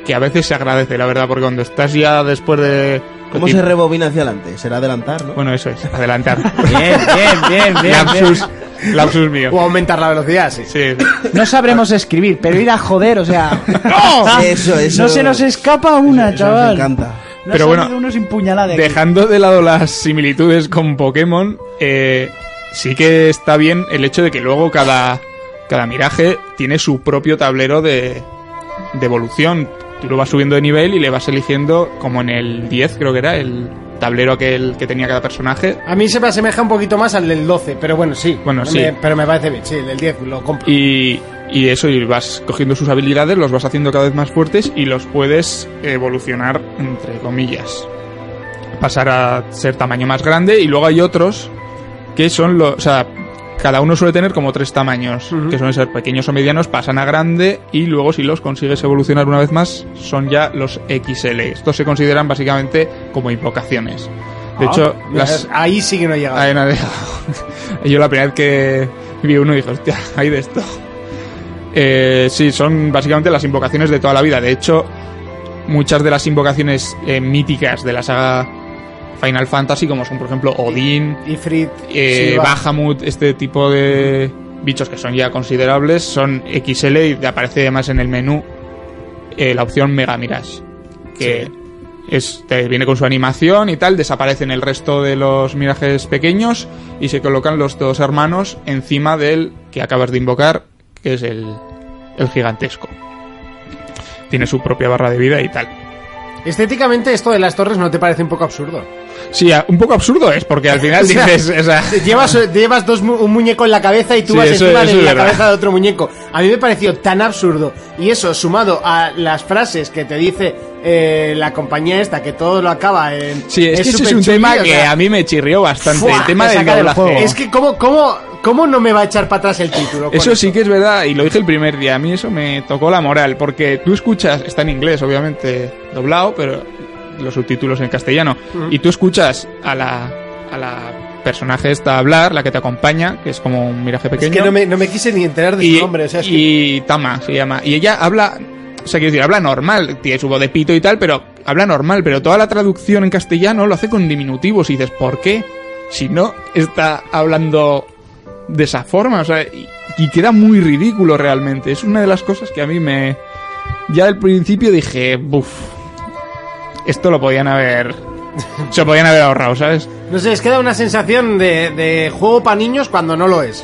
Speaker 7: Que a veces se agradece, la verdad, porque cuando estás ya después de.
Speaker 5: ¿Cómo se rebobina hacia adelante? Será adelantar, ¿no?
Speaker 7: Bueno, eso es, adelantar.
Speaker 4: Bien, bien, bien, bien.
Speaker 7: lapsus, lapsus mío.
Speaker 3: O aumentar la velocidad, sí.
Speaker 7: Sí.
Speaker 4: No sabremos escribir, pero ir a joder, o sea.
Speaker 5: ¡No! Eso, eso.
Speaker 4: No se nos escapa una,
Speaker 5: Eso nos
Speaker 4: chaval.
Speaker 5: encanta.
Speaker 4: No
Speaker 7: Pero
Speaker 4: ha
Speaker 7: bueno,
Speaker 4: salido uno sin puñalada aquí.
Speaker 7: Dejando de lado las similitudes con Pokémon, eh, sí que está bien el hecho de que luego cada, cada miraje tiene su propio tablero de, de evolución. Tú lo vas subiendo de nivel y le vas eligiendo, como en el 10 creo que era, el tablero aquel que tenía cada personaje.
Speaker 3: A mí se me asemeja un poquito más al del 12, pero bueno, sí.
Speaker 7: Bueno,
Speaker 3: Me-
Speaker 7: sí.
Speaker 3: pero me parece bien, sí, el del 10 lo compro.
Speaker 7: Y, y eso, y vas cogiendo sus habilidades, los vas haciendo cada vez más fuertes y los puedes evolucionar, entre comillas. Pasar a ser tamaño más grande y luego hay otros que son los... O sea, cada uno suele tener como tres tamaños, que suelen ser pequeños o medianos, pasan a grande y luego si los consigues evolucionar una vez más son ya los XL. Estos se consideran básicamente como invocaciones. De hecho,
Speaker 3: Ah, Mira,
Speaker 7: las,
Speaker 3: ahí sí que no he llegado.
Speaker 7: Ahí no ha dejado. [LAUGHS] Yo la primera vez que vi uno dije, hostia, hay de esto. Eh, sí, son básicamente las invocaciones de toda la vida. De hecho, muchas de las invocaciones eh, míticas de la saga Final Fantasy, como son por ejemplo Odín,
Speaker 3: Y Frit.
Speaker 7: eh,
Speaker 3: Silva.
Speaker 7: Bahamut, este tipo de bichos que son ya considerables, son XL y te aparece además en el menú eh, la opción Mega Mirage, que es, te viene con su animación y tal, desaparecen el resto de los mirajes pequeños y se colocan los dos hermanos encima del que acabas de invocar, que es el, el gigantesco. Tiene su propia barra de vida y tal.
Speaker 3: Estéticamente, esto de las torres no te parece un poco
Speaker 7: [LAUGHS]
Speaker 3: absurdo.
Speaker 7: Sí, a- un poco absurdo es, porque al
Speaker 3: [LAUGHS]
Speaker 7: final
Speaker 3: O sea,
Speaker 7: dices... o sea,
Speaker 3: Llevas, llevas dos, mu- un muñeco en la cabeza y tú
Speaker 7: Sí,
Speaker 3: vas
Speaker 7: eso-
Speaker 3: encima
Speaker 7: eso
Speaker 3: de
Speaker 7: es
Speaker 3: la
Speaker 7: verdad.
Speaker 3: cabeza de otro muñeco. A mí me pareció tan absurdo. Y eso, sumado a las frases que te dice eh, la compañía esta, que todo lo acaba en.
Speaker 7: sí, es, que ese es un
Speaker 3: superchuli,
Speaker 7: tema
Speaker 3: o
Speaker 7: que
Speaker 3: sea,
Speaker 7: a mí me chirrió bastante.
Speaker 3: ¡fua!
Speaker 7: el tema
Speaker 3: te
Speaker 7: del
Speaker 3: saca
Speaker 7: doblaje.
Speaker 3: juego. Es que, ¿cómo, cómo, ¿cómo no me va a echar para atrás el título? con
Speaker 7: Eso
Speaker 3: esto?
Speaker 7: sí que es verdad, y lo dije el primer día, a mí eso me tocó la moral, porque tú escuchas, está en inglés obviamente doblado, pero los subtítulos en castellano, y tú escuchas a la, a la personaje esta hablar, la que te acompaña, que es como un miraje pequeño.
Speaker 10: Es que no me, no me quise ni enterar de
Speaker 7: y,
Speaker 10: su nombre. O sea, es que-
Speaker 7: y Tama se llama, y ella habla, o sea, quiero decir, habla normal, tiene su voz de pito y tal, pero habla normal, pero toda la traducción en castellano lo hace con diminutivos, y dices, ¿por qué? Si no está hablando de esa forma, o sea, y, y queda muy ridículo realmente. Es una de las cosas que a mí me. Ya al principio dije, buf, esto lo podían haber. Se lo podían haber ahorrado, ¿sabes?
Speaker 3: No sé, es que da una sensación de, de juego para niños cuando no lo es.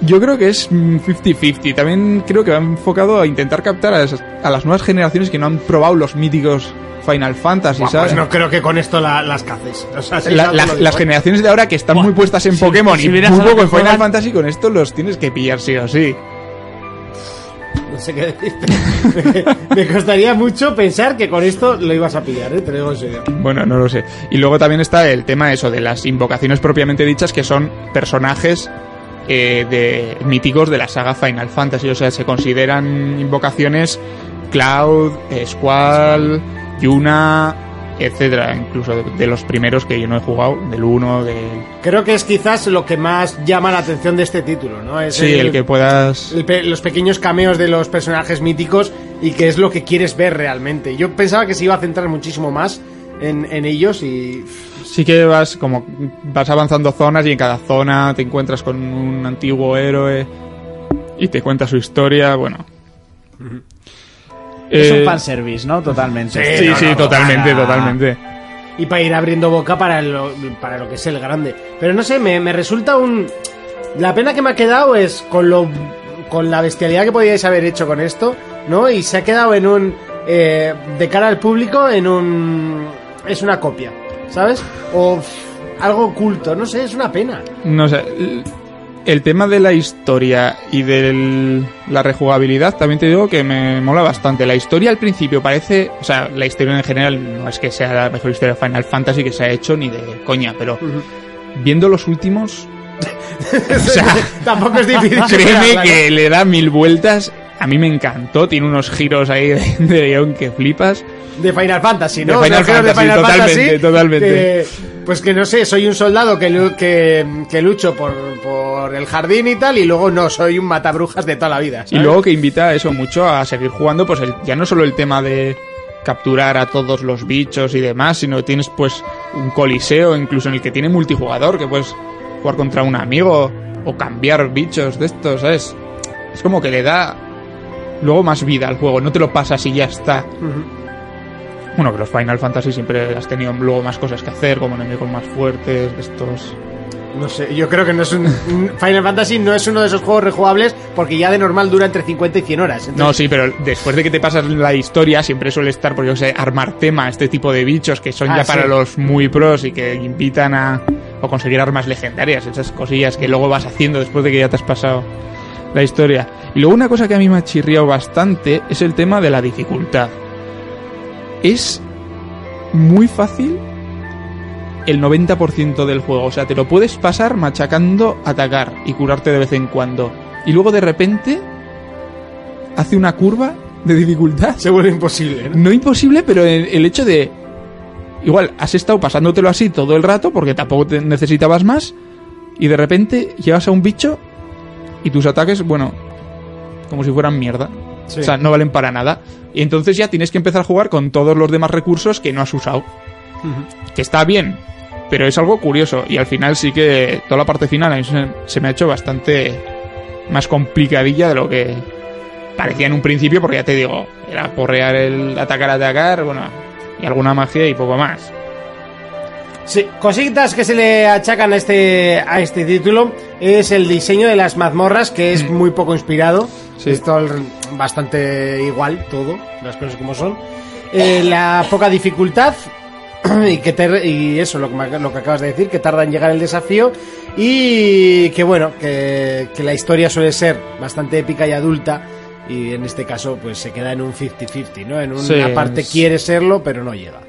Speaker 7: Yo creo que es mm, 50-50. También creo que va enfocado a intentar captar a, esas- a las nuevas generaciones que no han probado los míticos Final Fantasy,
Speaker 3: Buah,
Speaker 7: ¿sabes?
Speaker 3: pues no creo que con esto la- las caces. O sea, sí,
Speaker 7: La-
Speaker 3: ya te
Speaker 7: la-
Speaker 3: lo digo,
Speaker 7: las
Speaker 3: ¿eh?
Speaker 7: generaciones de ahora que están muy puestas en Pokémon
Speaker 6: si
Speaker 7: y
Speaker 6: vieras a
Speaker 7: muy
Speaker 6: lo
Speaker 7: poco
Speaker 6: que
Speaker 7: en Final
Speaker 6: juegan-
Speaker 7: Fantasy, con esto los tienes que pillar sí o sí.
Speaker 3: No sé qué decirte. [LAUGHS] Me costaría mucho pensar que con esto lo ibas a pillar, ¿eh? te lo digo en serio.
Speaker 7: Bueno, no lo sé. Y luego también está el tema eso de las invocaciones propiamente dichas, que son personajes eh, de míticos de la saga Final Fantasy. O sea, se consideran invocaciones Cloud, eh, Squall, Yuna, etcétera. Incluso de, de los primeros que yo no he jugado, del 1, del.
Speaker 3: Creo que es quizás lo que más llama la atención de este título, ¿no? Es
Speaker 7: Sí, el que puedas.
Speaker 3: el pe- los pequeños cameos de los personajes míticos y que es lo que quieres ver realmente. Yo pensaba que se iba a centrar muchísimo más en, en ellos y
Speaker 7: Sí que vas como vas avanzando zonas y en cada zona te encuentras con un antiguo héroe y te cuenta su historia, bueno.
Speaker 4: Es
Speaker 7: Eh,
Speaker 4: un fanservice, ¿no? Totalmente.
Speaker 7: Sí, sí, totalmente, totalmente.
Speaker 3: y para ir abriendo boca para lo, para lo que es el grande. Pero no sé, me, me resulta un... La pena que me ha quedado es con lo con la bestialidad que podíais haber hecho con esto, ¿no? Y se ha quedado en un... eh, de cara al público, en un... Es una copia, ¿sabes? O pff, algo oculto, no sé, es una pena.
Speaker 7: No sé, el- el tema de la historia y de la rejugabilidad también te digo que me mola bastante. La historia al principio parece, o sea, la historia en general no es que sea la mejor historia de Final Fantasy que se ha hecho ni de coña, pero viendo los últimos, [LAUGHS] o sea,
Speaker 3: [LAUGHS] Tampoco es difícil.
Speaker 7: [LAUGHS] Créeme
Speaker 3: Claro.
Speaker 7: que le da mil vueltas. A mí me encantó, tiene unos giros ahí [LAUGHS] de, de guión que flipas.
Speaker 3: De Final Fantasy, ¿no?
Speaker 7: De Final
Speaker 3: Los juegos
Speaker 7: Fantasy, totalmente, totalmente.
Speaker 3: eh, pues que no sé, soy un soldado que, lu- que, que lucho por, por el jardín y tal, y luego no, soy un matabrujas de toda la vida.
Speaker 7: Y
Speaker 3: ¿sabes?
Speaker 7: luego que invita a eso mucho a seguir jugando, pues el- ya no solo el tema de capturar a todos los bichos y demás, sino que tienes pues un coliseo incluso en el que tiene multijugador, que puedes jugar contra un amigo o cambiar bichos de estos, ¿sabes? Es como que le da luego más vida al juego, no te lo pasas y ya está. Bueno, que los Final Fantasy siempre has tenido luego más cosas que hacer, como enemigos más fuertes, de estos...
Speaker 3: No sé, yo creo que no es un. Final Fantasy no es uno de esos juegos rejugables porque ya de normal dura entre 50 y 100 horas.
Speaker 7: No,
Speaker 3: Entonces,
Speaker 7: sí, pero después de que te pasas la historia, siempre suele estar, por yo sé, armar tema, este tipo de bichos que son
Speaker 3: Ah,
Speaker 7: ya
Speaker 3: sí.
Speaker 7: para los muy pros y que invitan a o conseguir armas legendarias, esas cosillas que luego vas haciendo después de que ya te has pasado la historia. Y luego una cosa que a mí me ha chirriado bastante es el tema de la dificultad. Es muy fácil el 90% del juego. O sea, te lo puedes pasar machacando, atacar y curarte de vez en cuando. Y luego de repente hace una curva de dificultad. [LAUGHS]
Speaker 3: se vuelve imposible, ¿no?
Speaker 7: No imposible, pero el, el hecho de... Igual, has estado pasándotelo así todo el rato porque tampoco te necesitabas más. Y de repente llevas a un bicho y tus ataques, bueno, como si fueran mierda. O sea, no valen para nada. Y entonces ya tienes que empezar a jugar con todos los demás recursos que no has usado. Que está bien, pero es algo curioso. Y al final sí que toda la parte final a mí se, se me ha hecho bastante más complicadilla de lo que parecía en un principio, porque ya te digo, era porrear el atacar, atacar, bueno, y alguna magia y poco más.
Speaker 3: Sí, cositas que se le achacan a este, a este título es el diseño de las mazmorras, que es muy poco inspirado.
Speaker 7: Mm. Sí.
Speaker 3: Es todo el- bastante igual todo, las cosas como son. eh, la poca dificultad [CLEARS THROAT] y que te- y eso lo que, me- lo que acabas de decir que tarda en llegar el desafío y que bueno que, que la historia suele ser bastante épica y adulta y en este caso pues se queda en un 50-50 no en una
Speaker 7: Sí,
Speaker 3: parte
Speaker 7: es-
Speaker 3: quiere serlo pero no llega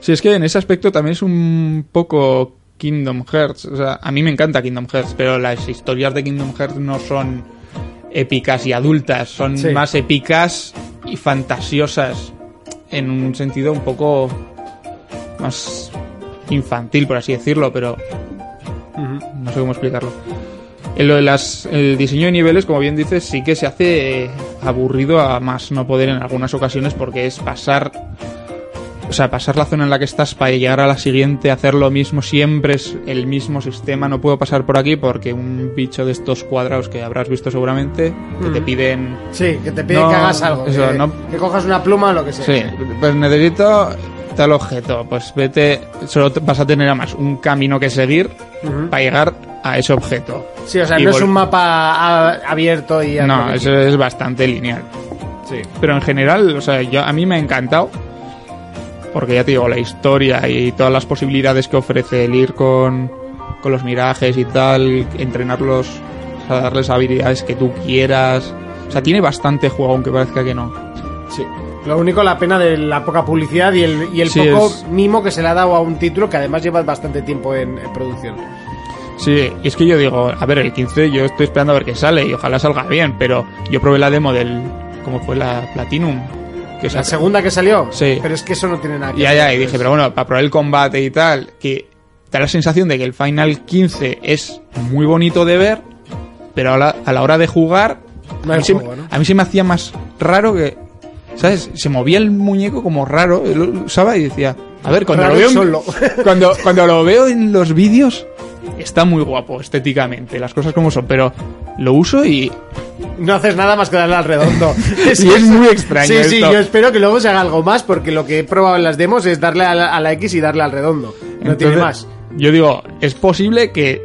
Speaker 7: Si es que en ese aspecto también es un poco Kingdom Hearts. O sea, a mí me encanta Kingdom Hearts, pero las historias de Kingdom Hearts no son épicas y adultas, son
Speaker 3: Sí.
Speaker 7: más épicas y fantasiosas en un sentido un poco más infantil, por así decirlo, pero no sé cómo explicarlo. En lo de las, el diseño de niveles, como bien dices, sí que se hace eh, aburrido a más no poder en algunas ocasiones porque es pasar o sea, pasar la zona en la que estás para llegar a la siguiente, hacer lo mismo siempre, es el mismo sistema. No puedo pasar por aquí porque un bicho de estos cuadrados que habrás visto seguramente, que te piden.
Speaker 3: sí que te piden
Speaker 7: No,
Speaker 3: que hagas algo
Speaker 7: eso,
Speaker 3: que,
Speaker 7: no-
Speaker 3: que cojas una pluma o lo que sea
Speaker 7: Sí, pues necesito tal objeto. Pues vete, solo te- vas a tener además un camino que seguir
Speaker 3: Ujú.
Speaker 7: para llegar a ese objeto.
Speaker 3: Sí, o sea,
Speaker 7: Y
Speaker 3: no es
Speaker 7: vol-
Speaker 3: un mapa a- abierto y
Speaker 7: No, eso es bastante lineal.
Speaker 3: Sí.
Speaker 7: Pero en general, o sea, yo, a mí me ha encantado. Porque ya te digo, la historia y todas las posibilidades que ofrece el ir con, con los mirajes y tal, entrenarlos, o sea, darles habilidades que tú quieras. O sea, tiene bastante juego, aunque parezca que no.
Speaker 3: Sí. Lo único, la pena de la poca publicidad y el, y el
Speaker 7: Sí,
Speaker 3: poco
Speaker 7: es-
Speaker 3: mimo que se le ha dado a un título que además lleva bastante tiempo en, en producción.
Speaker 7: Sí, y es que yo digo, a ver, el 15 yo estoy esperando a ver qué sale y ojalá salga bien, pero yo probé la demo del. ¿Cómo fue la Platinum? Que
Speaker 3: La
Speaker 7: saca-
Speaker 3: segunda que salió,
Speaker 7: Sí.
Speaker 3: pero es que eso no tiene nada que
Speaker 7: Ya,
Speaker 3: ver.
Speaker 7: ya, y dije, pero bueno, para probar el combate y tal, que da la sensación de que el Final 15 es muy bonito de ver, pero a la, a la hora de jugar,
Speaker 3: No
Speaker 7: a,
Speaker 3: hay
Speaker 7: mí se,
Speaker 3: juego, ¿no?
Speaker 7: a mí se me hacía más raro que, ¿sabes? Se movía el muñeco como raro, él lo usaba y decía, a ver, cuando
Speaker 3: Raro
Speaker 7: lo veo,
Speaker 3: y
Speaker 7: en-
Speaker 3: solo.
Speaker 7: [LAUGHS]
Speaker 3: [LAUGHS]
Speaker 7: cuando, cuando lo veo en los vídeos, está muy guapo estéticamente, las cosas como son, pero lo uso y,
Speaker 3: No haces nada más que darle al redondo.
Speaker 7: [LAUGHS] y es muy extraño.
Speaker 3: Sí, sí,
Speaker 7: esto.
Speaker 3: yo espero que luego se haga algo más porque lo que he probado en las demos es darle a la, a la X y darle al redondo. No tiene
Speaker 7: Entonces,
Speaker 3: más.
Speaker 7: Yo digo, es posible que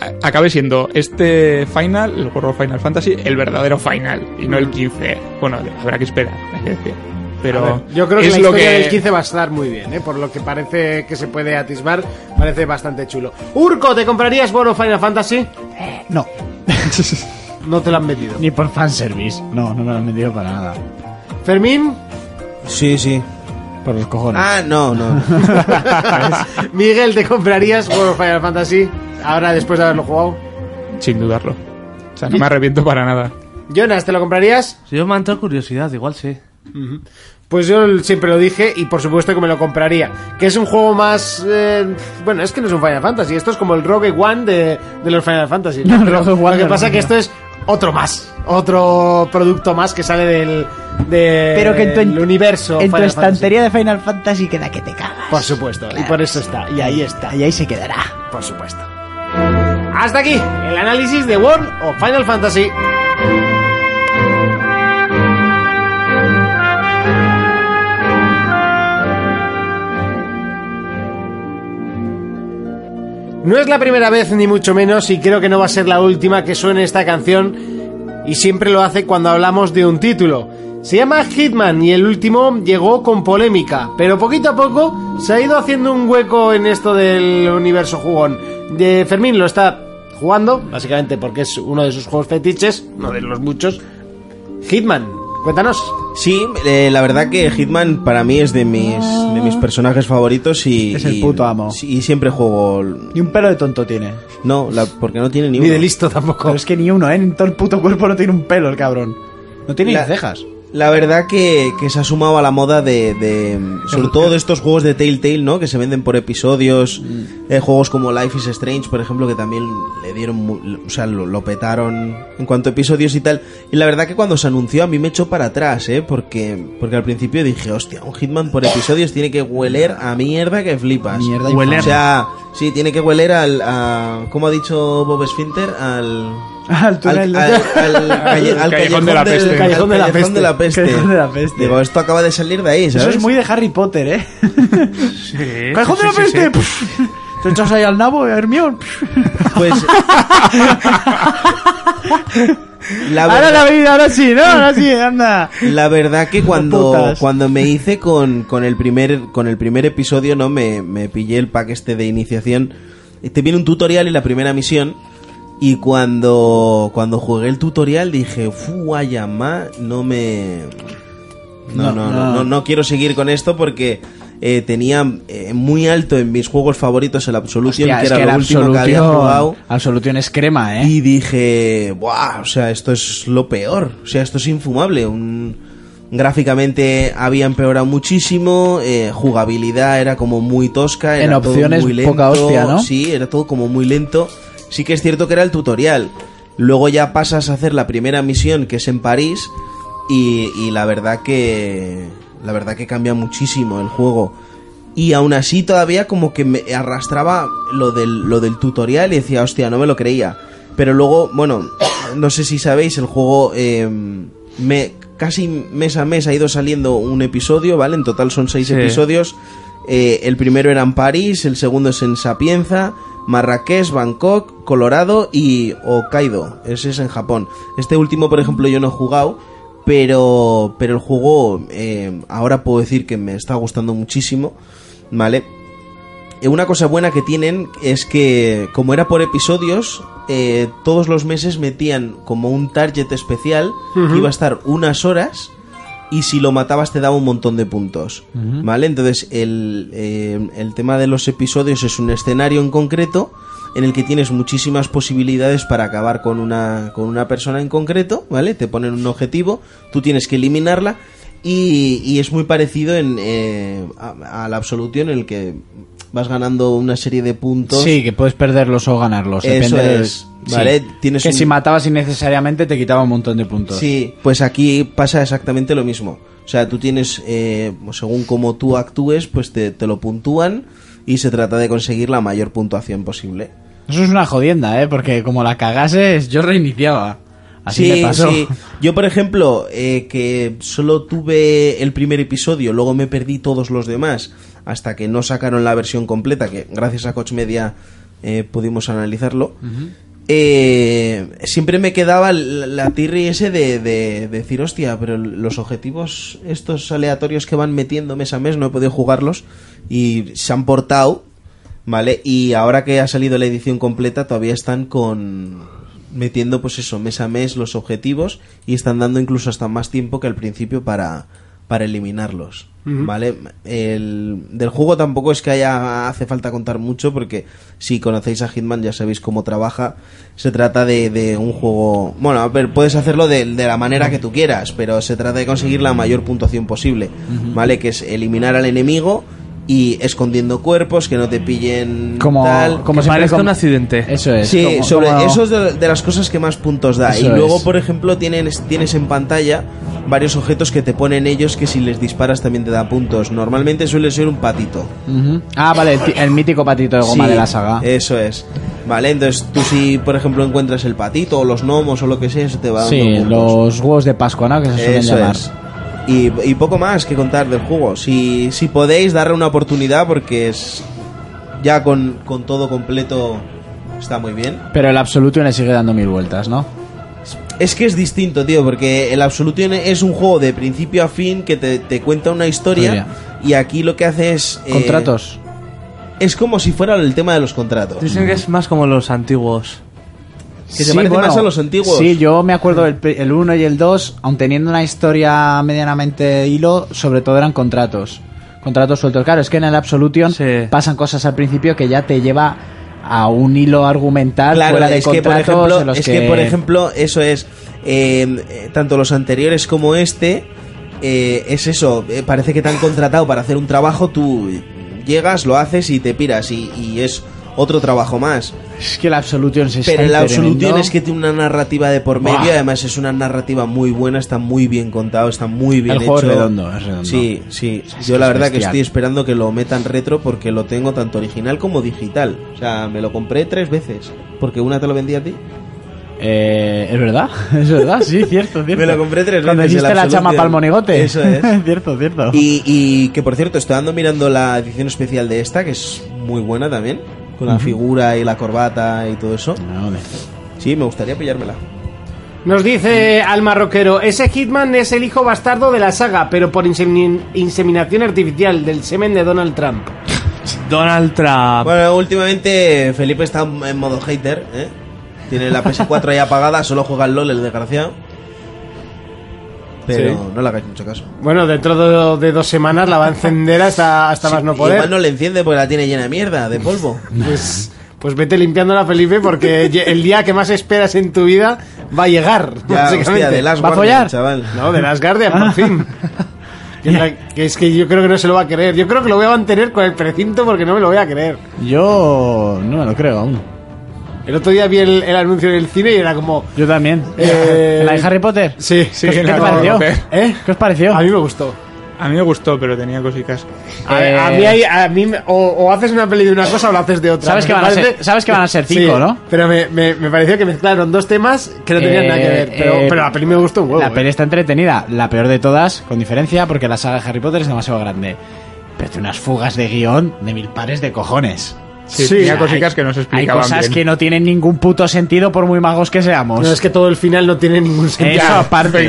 Speaker 7: a- acabe siendo este final, el juego Final Fantasy, el verdadero final y no el
Speaker 3: Mm.
Speaker 7: 15. Bueno, habrá que esperar, hay que decir. Pero
Speaker 3: A ver, yo creo que
Speaker 7: es
Speaker 3: la
Speaker 7: lo
Speaker 3: historia
Speaker 7: que
Speaker 3: del 15 va a estar muy bien, ¿eh? por lo que parece que se puede atisbar, parece bastante chulo. Urco, ¿te comprarías Bono Final Fantasy?
Speaker 5: [LAUGHS]
Speaker 4: No.
Speaker 3: No te lo han vendido.
Speaker 4: Ni por fanservice. No, no me lo han vendido para nada.
Speaker 3: Fermín,
Speaker 5: Sí, sí.
Speaker 4: Por los cojones.
Speaker 5: Ah, no, [LAUGHS] no.
Speaker 7: [LAUGHS]
Speaker 3: Miguel, ¿te comprarías World of Final Fantasy ahora después de haberlo jugado?
Speaker 7: sin dudarlo. O sea, no me arrepiento para nada.
Speaker 3: Jonas, ¿te lo comprarías?
Speaker 6: Si yo me ha entrado curiosidad, igual sí.
Speaker 3: Pues yo siempre lo dije y por supuesto que me lo compraría. Que es un juego más... eh, bueno, es que no es un Final Fantasy. Esto es como el Rogue One de, de los Final Fantasy.
Speaker 4: [LAUGHS] No,
Speaker 3: Pero
Speaker 4: Rogue One
Speaker 3: Lo que
Speaker 4: no,
Speaker 3: pasa
Speaker 4: no.
Speaker 3: que esto es otro más. Otro producto más que sale del... de-
Speaker 4: Pero que en tu,
Speaker 3: del universo.
Speaker 4: en tu
Speaker 3: Final Fantasy.
Speaker 4: estantería de Final Fantasy queda que te cagas.
Speaker 3: Por supuesto. Y por eso está. Y ahí está.
Speaker 4: Y ahí se quedará.
Speaker 3: Por supuesto. Hasta aquí el análisis de World of Final Fantasy. No es la primera vez, ni mucho menos, y creo que no va a ser la última que suene esta canción, y siempre lo hace cuando hablamos de un título. Se llama Hitman y el último llegó con polémica, pero poquito a poco se ha ido haciendo un hueco en esto del universo jugón. De Fermín lo está jugando, básicamente porque es uno de sus juegos fetiches, uno de los muchos. Hitman, cuéntanos.
Speaker 5: Sí, eh, la verdad que Hitman para mí es de mis, de mis personajes favoritos y...
Speaker 4: Es el
Speaker 5: y-
Speaker 4: puto amo.
Speaker 5: sí, Y siempre juego...
Speaker 4: Ni un pelo de tonto tiene.
Speaker 5: No, la- porque no tiene ni uno.
Speaker 3: listo tampoco.
Speaker 4: Pero es que ni uno, ¿eh? En todo el puto cuerpo no tiene un pelo el cabrón. No tiene
Speaker 5: La-
Speaker 4: ni cejas.
Speaker 5: La verdad que, que se ha sumado a la moda de, de- Sobre todo de estos juegos de Telltale, ¿no? Que se venden por episodios.
Speaker 4: Mm.
Speaker 5: Eh, juegos como Life is Strange, por ejemplo, que también le dieron... mu- O sea, lo, lo petaron en cuanto a episodios y tal. Y la verdad que cuando se anunció a mí me echó para atrás, ¿eh? Porque, porque al principio dije, hostia, un Hitman por episodios tiene que hueler a mierda que flipas.
Speaker 4: Mierda
Speaker 6: y Hueler.
Speaker 5: O sea, sí, tiene que hueler al... A, ¿Cómo ha dicho Bob Esfinter? Al...
Speaker 4: Al
Speaker 5: Al,
Speaker 4: túnel
Speaker 5: al- [LAUGHS] al- al- al
Speaker 7: Callejón de la
Speaker 5: del-
Speaker 7: peste.
Speaker 5: al
Speaker 4: Callejón de la
Speaker 5: callejón de la
Speaker 4: peste.
Speaker 5: peste.
Speaker 4: Callejón de la peste.
Speaker 5: Digo, esto acaba de salir de ahí, ¿sabes?
Speaker 4: Eso es muy de Harry Potter, ¿eh?
Speaker 6: Sí.
Speaker 4: ¡Callejón de la peste! Te echas ahí al nabo, Hermión.
Speaker 5: Pues, La
Speaker 4: Ahora [LAUGHS]
Speaker 5: verdad-
Speaker 4: la bebida, ahora sí, no, ahora sí, anda.
Speaker 5: La verdad
Speaker 4: [LAUGHS]
Speaker 5: que cuando,
Speaker 4: Putas.
Speaker 5: cuando me hice con, con el primer con el primer episodio, ¿no? Me, me pillé el pack este de iniciación. Eh, Te viene un tutorial en la primera misión. Y cuando, cuando jugué el tutorial dije, Fuayama, no me. No, no, no, no, no quiero seguir con esto porque eh, tenía eh, muy alto en mis juegos favoritos el Absolution,
Speaker 4: Hostia,
Speaker 5: que
Speaker 4: es
Speaker 5: era
Speaker 4: que el
Speaker 5: lo último que había jugado.
Speaker 4: Absolution, Absolution es crema, ¿eh?
Speaker 5: Y dije, ¡buah! O sea, esto es lo peor. O sea, esto es infumable. Un... Gráficamente había empeorado muchísimo. eh, jugabilidad era como muy tosca.
Speaker 4: En
Speaker 5: era todo
Speaker 4: opciones,
Speaker 5: muy lento,
Speaker 4: poca hostia, ¿no?
Speaker 5: Sí, era todo como muy lento. Sí que es cierto que era el tutorial. Luego ya pasas a hacer la primera misión, que es en París. Y, y la verdad que. La verdad que cambia muchísimo el juego. Y aún así todavía como que me arrastraba lo del, lo del tutorial y decía, hostia, no me lo creía. Pero luego, bueno, [COUGHS] no sé si sabéis, el juego eh, me, casi mes a mes ha ido saliendo un episodio, ¿vale? En total son seis
Speaker 6: Sí.
Speaker 5: episodios. Eh, el primero era en París, el segundo es en Sapienza, Marrakech, Bangkok, Colorado y Hokkaido. Ese es en Japón. Este último, por ejemplo, yo no he jugado, pero, pero el juego eh, ahora puedo decir que me está gustando muchísimo, ¿vale? Eh, Una cosa buena que tienen es que, como era por episodios, eh, todos los meses metían como un target especial que iba a estar unas horas y si lo matabas te daba un montón de puntos. ¿Vale? Entonces, el, eh, el tema de los episodios es un escenario en concreto en el que tienes muchísimas posibilidades para acabar con una, con una persona en concreto, ¿vale? Te ponen un objetivo, tú tienes que eliminarla y, y es muy parecido en, eh, a, a la absolución en el que vas ganando una serie de puntos.
Speaker 4: Sí, que puedes perderlos o ganarlos.
Speaker 5: Eso
Speaker 4: depende del-
Speaker 5: es, ¿vale?
Speaker 4: sí.
Speaker 5: Tienes
Speaker 4: que
Speaker 5: un-
Speaker 4: si matabas innecesariamente te quitaba un montón de puntos.
Speaker 5: Sí, pues aquí pasa exactamente lo mismo. O sea, tú tienes, eh, según cómo tú actúes, pues te, te lo puntúan y se trata de conseguir la mayor puntuación posible.
Speaker 4: Eso es una jodienda, ¿eh? Porque como la cagases, yo reiniciaba. Así
Speaker 5: sí,
Speaker 4: me pasó.
Speaker 5: sí. Yo, por ejemplo, eh, que solo tuve el primer episodio, luego me perdí todos los demás, hasta que no sacaron la versión completa, que gracias a Coach Media eh, pudimos analizarlo. eh, siempre me quedaba la, la tirri ese de, de decir, hostia, pero los objetivos estos aleatorios que van metiendo mes a mes no he podido jugarlos y se han portado, ¿vale? Y ahora que ha salido la edición completa todavía están con metiendo pues eso mes a mes los objetivos y están dando incluso hasta más tiempo que al principio para para eliminarlos vale el del juego tampoco es que haya hace falta contar mucho porque si conocéis a Hitman ya sabéis cómo trabaja se trata de, de un juego bueno a ver puedes hacerlo de, de la manera que tú quieras pero se trata de conseguir la mayor puntuación posible vale que es eliminar al enemigo y escondiendo cuerpos que no te pillen
Speaker 4: Como,
Speaker 5: tal.
Speaker 4: como
Speaker 6: Que
Speaker 4: siempre,
Speaker 6: parezca
Speaker 4: como-
Speaker 6: un accidente.
Speaker 4: Eso es.
Speaker 5: Sí,
Speaker 4: como-
Speaker 5: sobre
Speaker 4: como-
Speaker 5: eso es de, de las cosas que más puntos da.
Speaker 4: Eso
Speaker 5: y luego,
Speaker 4: es.
Speaker 5: por ejemplo, tienes, tienes en pantalla varios objetos que te ponen ellos que si les disparas también te da puntos. Normalmente suele ser un patito.
Speaker 4: Ujú. Ah, vale, el, ti- el mítico patito de goma
Speaker 5: Sí, Eh,
Speaker 4: de la saga.
Speaker 5: Eso es. Vale, entonces tú si, por ejemplo, encuentras el patito o los gnomos o lo que sea, eso te va dando
Speaker 4: sí,
Speaker 5: puntos.
Speaker 4: los huevos de Pascua, ¿no? Que se suelen
Speaker 5: Eso
Speaker 4: llamar.
Speaker 5: es. Y, y poco más que contar del juego. Si, si podéis, darle una oportunidad porque es ya con, con todo completo está muy bien.
Speaker 4: Pero el absoluto le sigue dando mil vueltas, ¿no?
Speaker 5: Es que es distinto, tío, porque el Absolution es un juego de principio a fin que te, te cuenta una historia y aquí lo que hace es... eh,
Speaker 4: Contratos.
Speaker 5: Es como si fuera el tema de los contratos.
Speaker 6: Dicen que es más como los antiguos.
Speaker 5: Que se parece más a los antiguos.
Speaker 4: Sí, yo me acuerdo del pri- el 1 y el 2, aun teniendo una historia medianamente hilo, sobre todo eran contratos. Contratos sueltos. Claro, es que en el Absolution
Speaker 6: Sí.
Speaker 4: pasan cosas al principio que ya te lleva a un hilo argumental
Speaker 5: Claro,
Speaker 4: fuera de
Speaker 5: es que, por
Speaker 4: contratos en
Speaker 5: ejemplo,
Speaker 4: los
Speaker 5: es que, por ejemplo, eso es... eh, eh, tanto los anteriores como este, eh, es eso. eh, parece que te han contratado para hacer un trabajo, tú llegas, lo haces y te piras y- y es otro trabajo más.
Speaker 4: es que el Absolution se
Speaker 5: Pero
Speaker 4: está
Speaker 5: la absolución
Speaker 4: tremendo.
Speaker 5: es que tiene una narrativa de por medio,
Speaker 4: Buah.
Speaker 5: además es una narrativa muy buena, está muy bien contado, está muy bien
Speaker 4: El juego es
Speaker 5: hecho.
Speaker 4: redondo, es redondo.
Speaker 5: Sí, sí.
Speaker 4: es
Speaker 5: Yo
Speaker 4: que
Speaker 5: la
Speaker 4: es
Speaker 5: verdad que
Speaker 4: bestial.
Speaker 5: estoy esperando que lo metan retro porque lo tengo tanto original como digital. O sea, me lo compré tres veces, porque una te lo vendí a ti.
Speaker 4: Eh, es verdad, [LAUGHS] es verdad, sí, cierto, cierto.
Speaker 5: Me lo compré tres
Speaker 4: Cuando
Speaker 5: veces, el
Speaker 4: hiciste la
Speaker 5: Absolution.
Speaker 4: chama para el monigote.
Speaker 5: Eso es.
Speaker 4: [LAUGHS] cierto, cierto.
Speaker 5: Y, y que por cierto, estoy andando mirando la edición especial de esta, que es muy buena también, con la figura y la corbata y todo eso.
Speaker 4: No, hombre.
Speaker 5: Sí, me gustaría pillármela.
Speaker 3: Nos dice al marroquero, ese Hitman es el hijo bastardo de la saga, pero por insemi- inseminación artificial del semen de Donald Trump.
Speaker 6: Donald Trump.
Speaker 5: Bueno, últimamente Felipe está en modo hater, ¿eh? Tiene la PS4 ahí apagada, solo juega al LOL el desgraciado. Pero
Speaker 3: Sí.
Speaker 5: no le hagáis mucho caso.
Speaker 3: Bueno, dentro de, de dos semanas la va a encender hasta, hasta más no poder.
Speaker 5: Igual no le enciende porque la tiene llena de mierda, de polvo.
Speaker 3: Pues, pues vete limpiándola, Felipe, porque ye- el día que más esperas en tu vida va a llegar.
Speaker 5: Ya,
Speaker 3: básicamente.
Speaker 5: hostia, de Last
Speaker 3: ¿Va a
Speaker 5: Guardian,
Speaker 3: follar?
Speaker 5: chaval.
Speaker 3: No, de las Guardian, por fin. Que es la- que es que yo creo que no se lo va a creer. Yo creo que lo voy a mantener con el precinto porque no me lo voy a creer.
Speaker 4: Yo no me lo creo aún.
Speaker 3: El otro día vi el, el anuncio en el cine y era como...
Speaker 4: Yo también.
Speaker 3: eh,
Speaker 4: ¿La de Harry Potter?
Speaker 3: Sí, sí.
Speaker 4: ¿Qué te
Speaker 3: era como-
Speaker 4: pareció?
Speaker 7: Potter.
Speaker 3: ¿Eh?
Speaker 4: ¿Qué os pareció?
Speaker 3: A mí me gustó.
Speaker 7: A mí me gustó, pero tenía cositas.
Speaker 3: A, a
Speaker 4: Eh,
Speaker 3: mí, hay- a mí me- o, o haces una peli de una cosa o la haces de otra.
Speaker 4: Sabes que
Speaker 3: Me
Speaker 4: van a ser- sabes que van a ser cinco, ¿no?
Speaker 3: Pero me, me- me pareció que mezclaron dos temas que no tenían
Speaker 4: Eh,
Speaker 3: nada que ver. Pero,
Speaker 4: eh,
Speaker 3: pero la peli me gustó un huevo.
Speaker 4: La peli
Speaker 3: eh.
Speaker 4: está entretenida, la peor de todas, con diferencia, porque la saga de Harry Potter es demasiado grande. Pero tiene unas fugas de guión de mil pares de cojones.
Speaker 7: Sí,
Speaker 3: Sí,
Speaker 7: tenía
Speaker 3: hay-
Speaker 7: cositas que no se
Speaker 4: Hay
Speaker 7: explicaban
Speaker 4: cosas
Speaker 7: bien.
Speaker 4: que no tienen ningún puto sentido por muy magos que seamos.
Speaker 3: No, es que todo el final no tiene ningún sentido.
Speaker 4: Eso
Speaker 7: [LAUGHS]
Speaker 4: aparte.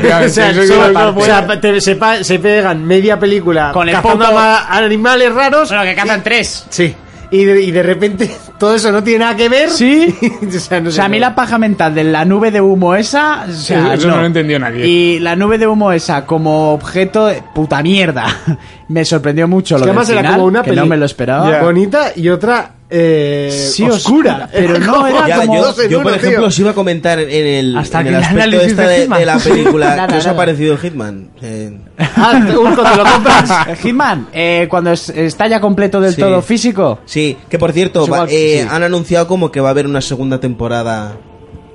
Speaker 3: [LAUGHS] O sea,
Speaker 7: Eso es
Speaker 3: solo-
Speaker 7: una
Speaker 3: o sea, te- se, pa- se pegan media película
Speaker 4: Con el Ah.
Speaker 3: cazando
Speaker 4: poco-
Speaker 3: a animales raros.
Speaker 4: Bueno, que cazan tres.
Speaker 3: Sí. Y de, y de repente [LAUGHS] todo eso no tiene nada que ver.
Speaker 4: Sí.
Speaker 3: [LAUGHS] o sea, no
Speaker 4: O sea,
Speaker 3: sé.
Speaker 4: a mí la paja mental de la nube de humo esa. o sea,
Speaker 7: eso no lo entendió nadie.
Speaker 4: Y la nube de humo esa como objeto de puta mierda. [LAUGHS] me sorprendió mucho lo
Speaker 3: que
Speaker 4: del
Speaker 3: además era
Speaker 4: final,
Speaker 3: como una
Speaker 4: que
Speaker 3: peli
Speaker 4: no me lo esperaba.
Speaker 5: [LAUGHS]
Speaker 3: bonita y otra eh,
Speaker 4: Sí,
Speaker 3: oscura.
Speaker 4: oscura, pero
Speaker 3: [LAUGHS]
Speaker 4: no
Speaker 3: Como-
Speaker 4: era
Speaker 5: Ya,
Speaker 4: como
Speaker 5: yo,
Speaker 3: dos en
Speaker 5: yo,
Speaker 3: uno,
Speaker 5: por ejemplo,
Speaker 3: tío. [LAUGHS]
Speaker 5: os iba a comentar en el,
Speaker 6: Hasta
Speaker 5: en
Speaker 6: que
Speaker 5: el
Speaker 6: el
Speaker 5: aspecto
Speaker 6: análisis
Speaker 5: esta
Speaker 6: de
Speaker 5: de,
Speaker 6: Hitman.
Speaker 5: de la película.
Speaker 4: Nada,
Speaker 5: ¿Qué os ha
Speaker 4: nada.
Speaker 5: parecido Hitman? Eh,
Speaker 3: Ah, Urco, te lo compras.
Speaker 4: [LAUGHS] Eh, Hitman, eh, cuando es- está ya completo del
Speaker 5: Pues, Sí.
Speaker 4: todo físico.
Speaker 5: sí, que por cierto,
Speaker 4: Es
Speaker 5: va-
Speaker 4: igual que-
Speaker 5: eh,
Speaker 4: sí.
Speaker 5: han anunciado como que va a haber una segunda temporada.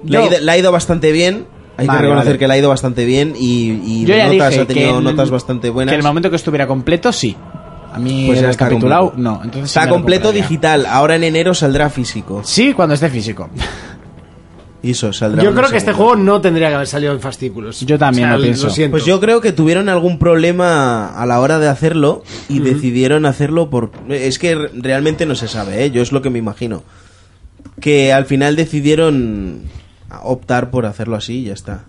Speaker 5: Le ha
Speaker 4: Yo-
Speaker 5: ido, le ha ido bastante bien. Hay que
Speaker 4: Vale,
Speaker 5: reconocer
Speaker 4: vale.
Speaker 5: que le ha ido bastante bien y, y
Speaker 4: Yo
Speaker 5: de
Speaker 4: ya
Speaker 5: notas
Speaker 4: dije
Speaker 5: ha tenido
Speaker 4: que el-
Speaker 5: notas bastante buenas.
Speaker 4: Que el momento que estuviera completo, sí. A mí
Speaker 5: Pues
Speaker 4: pues
Speaker 5: ya
Speaker 4: el
Speaker 5: está
Speaker 4: capitulado,
Speaker 5: completo.
Speaker 4: no. Entonces sí
Speaker 5: Está
Speaker 4: me lo
Speaker 5: completo
Speaker 4: compraría.
Speaker 5: digital, ahora en enero saldrá físico.
Speaker 4: Sí, cuando esté físico.
Speaker 5: Y eso
Speaker 3: [LAUGHS]
Speaker 5: saldrá.
Speaker 3: Yo
Speaker 5: una
Speaker 3: creo que este
Speaker 5: segunda.
Speaker 3: juego no tendría que haber salido en fastículos.
Speaker 4: Yo también lo pienso.
Speaker 3: siento.
Speaker 5: Pues yo creo que tuvieron algún problema a la hora de hacerlo y decidieron hacerlo por... Es que re- realmente no se sabe, ¿eh? yo es lo que me imagino. Que al final decidieron optar por hacerlo así y ya está.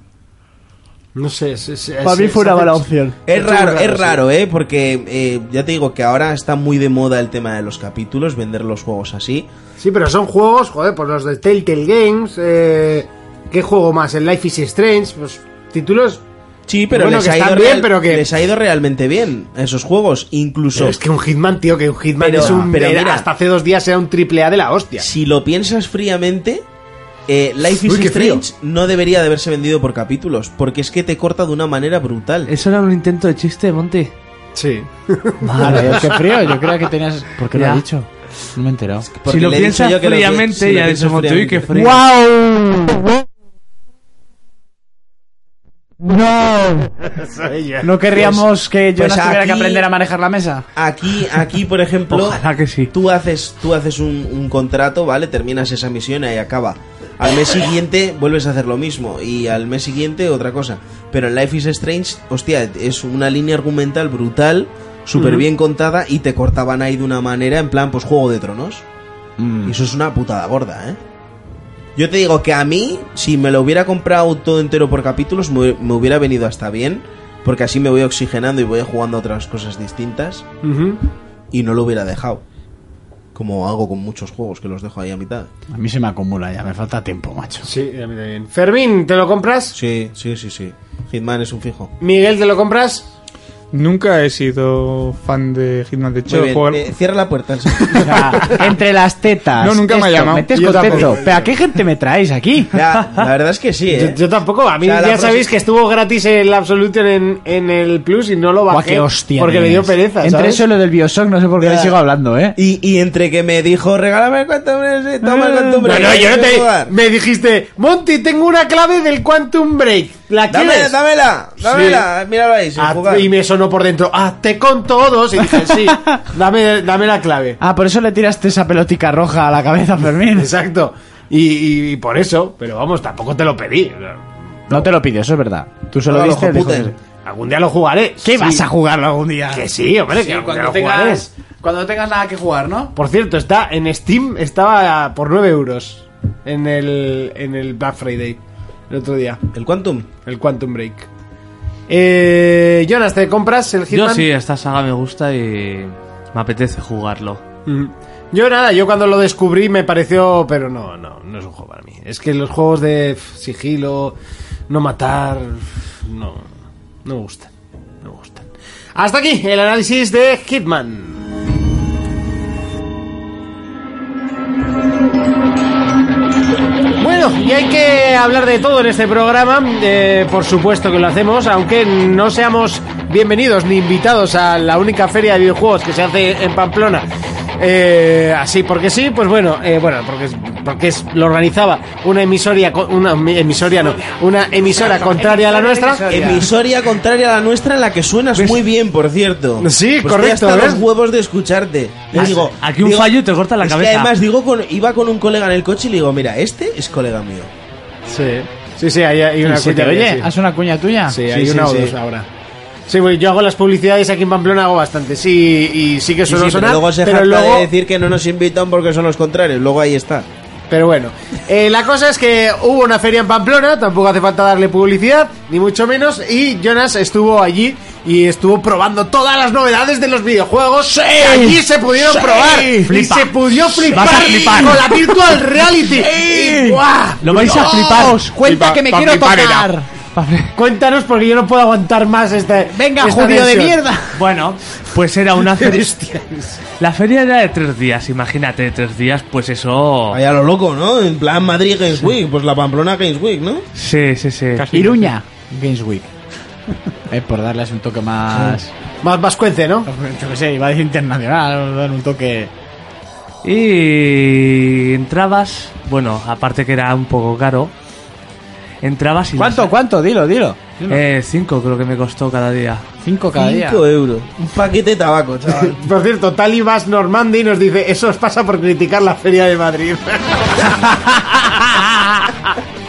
Speaker 3: No sé. es- es- es-
Speaker 4: Para mí fue
Speaker 3: es-
Speaker 4: una
Speaker 3: es-
Speaker 4: mala opción.
Speaker 5: Es
Speaker 3: muy
Speaker 5: raro,
Speaker 3: raro,
Speaker 5: es
Speaker 3: sí.
Speaker 5: raro, ¿eh? Porque eh, ya te digo que ahora está muy de moda el tema de los capítulos, vender los juegos así.
Speaker 3: Sí, pero son juegos, joder, por los de Telltale Games. eh, ¿Qué juego más? El Life is Strange. Pues títulos.
Speaker 5: Sí, pero,
Speaker 3: Bueno,
Speaker 5: les,
Speaker 3: que
Speaker 5: ha
Speaker 3: están
Speaker 5: ido
Speaker 3: bien,
Speaker 5: real-
Speaker 3: pero que-
Speaker 5: les ha ido realmente bien a esos juegos. Incluso...
Speaker 3: Pero es que un Hitman, tío, que un Hitman
Speaker 5: Pero-
Speaker 3: es un.
Speaker 5: pero
Speaker 3: era-
Speaker 5: mira.
Speaker 3: hasta hace dos días era un triple A de la hostia.
Speaker 5: Si lo piensas fríamente, eh, Life is
Speaker 3: Uy, qué
Speaker 5: Strange
Speaker 3: frío.
Speaker 5: no debería de haberse vendido por capítulos, porque es que te corta de una manera brutal.
Speaker 6: Eso era un intento de chiste, Monty.
Speaker 3: Sí.
Speaker 4: Vale, [LAUGHS] Dios, qué frío. Yo creía que tenías. ¿Por qué lo
Speaker 6: Ya.
Speaker 4: has dicho? No me he enterado.
Speaker 5: Porque
Speaker 6: si lo
Speaker 5: le he dicho
Speaker 6: piensas
Speaker 5: yo que lo pi- si
Speaker 6: fríamente,
Speaker 5: lo
Speaker 6: ya de
Speaker 5: piensas
Speaker 6: ese momento, uy, qué
Speaker 5: fríamente.
Speaker 6: frío.
Speaker 4: ¿No querríamos que yo
Speaker 5: pues
Speaker 4: tuviera que
Speaker 5: aquí-
Speaker 4: aprender a manejar la mesa?
Speaker 5: Aquí, aquí, por ejemplo,
Speaker 6: Ojalá que sí.
Speaker 5: tú haces, tú haces un, un contrato, ¿vale? Terminas esa misión y ahí acaba. Al mes siguiente vuelves a hacer lo mismo y al mes siguiente otra cosa. Pero en Life is Strange, hostia, es una línea argumental brutal, súper bien contada y te cortaban ahí de una manera en plan, pues Juego de Tronos. Y eso es una putada gorda, ¿eh? Yo te digo que a mí, si me lo hubiera comprado todo entero por capítulos, me, me hubiera venido hasta bien. Porque así me voy oxigenando y voy jugando a otras cosas distintas. Y no lo hubiera dejado. Como hago con muchos juegos que los dejo ahí a mitad.
Speaker 4: A mí se me acumula ya, me falta tiempo, macho.
Speaker 3: Sí, a mí también. Fermín, ¿te lo compras?
Speaker 5: Sí, sí, sí, sí. Hitman es un fijo.
Speaker 3: Miguel, ¿te lo compras?
Speaker 7: Nunca he sido fan de Hitman. De hecho,
Speaker 5: Muy bien,
Speaker 7: jugar-
Speaker 5: eh, cierra la puerta. sí.
Speaker 4: O sea, [LAUGHS] entre las tetas.
Speaker 7: No, nunca me ha
Speaker 4: esto,
Speaker 7: llamado.
Speaker 4: metes
Speaker 7: Yo
Speaker 4: contento.
Speaker 7: tampoco.
Speaker 4: ¿Pero a qué gente me traéis aquí?
Speaker 5: [LAUGHS] Ya,
Speaker 4: [LAUGHS]
Speaker 5: la verdad es que sí,
Speaker 3: Yo,
Speaker 5: ¿eh?
Speaker 3: yo tampoco, a mí
Speaker 5: O sea, la
Speaker 3: ya
Speaker 5: próxima-
Speaker 3: sabéis que estuvo gratis el Absolution en, en el Plus y no lo
Speaker 4: Guau,
Speaker 3: bajé
Speaker 4: qué hostia.
Speaker 3: porque me dio
Speaker 4: tienes.
Speaker 3: pereza.
Speaker 4: Entre
Speaker 3: ¿sabes?
Speaker 4: eso y lo del Bioshock, no sé por qué
Speaker 5: Ya.
Speaker 4: le sigo hablando, ¿eh?
Speaker 5: Y, y entre que me dijo, regálame el Quantum Break, sí, toma el Quantum
Speaker 3: No,
Speaker 5: Break,
Speaker 3: no, yo no
Speaker 5: quiero
Speaker 3: te.
Speaker 5: jugar".
Speaker 3: Me dijiste, Monty, tengo una clave del Quantum Break. ¿La
Speaker 5: Dame,
Speaker 3: quieres?
Speaker 5: dámela, dámela, míralo ahí, sin
Speaker 3: Ah,
Speaker 5: jugar.
Speaker 3: y me sonó por dentro, ah, te con todos. Y dije,
Speaker 5: [LAUGHS]
Speaker 3: sí, dame, dame la clave.
Speaker 4: Ah, por eso le tiraste esa pelotica roja a la cabeza, Fermín.
Speaker 3: Exacto. Y, y por eso, pero vamos, tampoco te lo pedí.
Speaker 4: No te lo pidió, eso es verdad. Tú solo
Speaker 5: Hola,
Speaker 4: viste
Speaker 5: ojo
Speaker 4: el
Speaker 5: puta.
Speaker 4: dijo,
Speaker 3: Algún día lo jugaré.
Speaker 4: ¿Qué
Speaker 3: Sí.
Speaker 4: vas a jugarlo algún día?
Speaker 3: Que sí, hombre, que algún día lo jugaré.
Speaker 4: cuando tengas nada que jugar, ¿no?
Speaker 3: Por cierto, está en Steam, estaba por 9 euros en el, en el Black Friday. el otro día.
Speaker 5: ¿El Quantum?
Speaker 3: El Quantum Break. Eh, Jonas, ¿te compras el Hitman?
Speaker 6: Yo sí, eh. esta saga me gusta y me apetece jugarlo.
Speaker 3: Ujú. Mm. Yo nada, yo cuando lo descubrí me pareció, pero no, no, no es un juego para mí. Es que los juegos de pf, sigilo, no matar, no, no me gustan, no me gustan. Hasta aquí el análisis de Hitman. Bueno, y hay que hablar de todo en este programa, eh, por supuesto que lo hacemos, aunque no seamos bienvenidos ni invitados a la única feria de videojuegos que se hace en Pamplona. Eh, así porque sí, pues bueno, eh, bueno, porque, es- porque es- lo organizaba una emisoria, co- una mi- emisoria no, una emisora contraria a la nuestra.
Speaker 5: Emisoria contraria a la nuestra en la que suenas muy bien, por cierto.
Speaker 3: Sí,
Speaker 5: Pues
Speaker 3: correcto,
Speaker 5: Te hasta
Speaker 3: ¿ves?
Speaker 5: los huevos de escucharte. Le
Speaker 6: Aquí-
Speaker 5: digo,
Speaker 6: aquí un
Speaker 5: digo-
Speaker 6: fallo y te corta la
Speaker 5: es
Speaker 6: cabeza.
Speaker 5: Que además digo con, iba con un colega en el coche y le digo, mira, este es colega mío.
Speaker 3: Sí, sí, sí, hay, hay una
Speaker 4: ¿Se te
Speaker 3: cuña,
Speaker 4: oye? Ah,
Speaker 3: sí.
Speaker 4: ¿Haz una cuña tuya?
Speaker 3: Sí, hay
Speaker 5: sí,
Speaker 3: una o
Speaker 5: sí.
Speaker 3: dos ahora. Sí, pues yo hago las publicidades aquí en Pamplona, hago bastante, sí, y sí que
Speaker 5: Sí,
Speaker 3: suelo
Speaker 5: sí,
Speaker 3: sonar,
Speaker 5: pero luego se
Speaker 3: pero
Speaker 5: jacta
Speaker 3: luego-
Speaker 5: de decir que no nos invitan porque son los contrarios. Luego ahí está.
Speaker 3: Pero bueno, eh, la cosa es que hubo una feria en Pamplona, tampoco hace falta darle publicidad, ni mucho menos, y Jonas estuvo allí y estuvo probando todas las novedades de los videojuegos que allí se pudieron probar y
Speaker 6: Flipa.
Speaker 3: se pudió flipar,
Speaker 6: Vas a flipar.
Speaker 3: con la virtual reality. Y, ¡Oh! ¡guau!
Speaker 6: Lo vais a flipar.
Speaker 7: Cuenta
Speaker 1: Eh,
Speaker 7: que me quiero tocar.
Speaker 3: Cuéntanos porque yo no puedo aguantar más este
Speaker 4: Venga,
Speaker 3: esta
Speaker 4: judío de
Speaker 3: tensión.
Speaker 4: mierda.
Speaker 6: Bueno, pues era [LAUGHS] una feria. La feria era de tres días, imagínate, de tres días, pues
Speaker 4: Oh.
Speaker 6: eso.
Speaker 5: Vaya lo loco, ¿no? En plan Madrid Games Week, pues la Pamplona Games Week, ¿no?
Speaker 6: Sí, sí, sí.
Speaker 4: Iruña, Games Week. [LAUGHS] Eh, por darles un toque más.
Speaker 3: Más vascuence, ¿no?
Speaker 4: Yo qué sé, iba a decir internacional, dar un toque.
Speaker 6: Y entrabas, bueno, aparte que era un poco caro, entrabas y...
Speaker 4: ¿Cuánto, cuánto? Dilo, dilo.
Speaker 6: Eh, cinco creo que me costó cada día.
Speaker 4: Cinco cada día.
Speaker 5: 5 euros. Un paquete de tabaco, chaval.
Speaker 3: Por cierto, Talibas Normandi nos dice, eso os pasa por criticar la Feria de Madrid. [LAUGHS]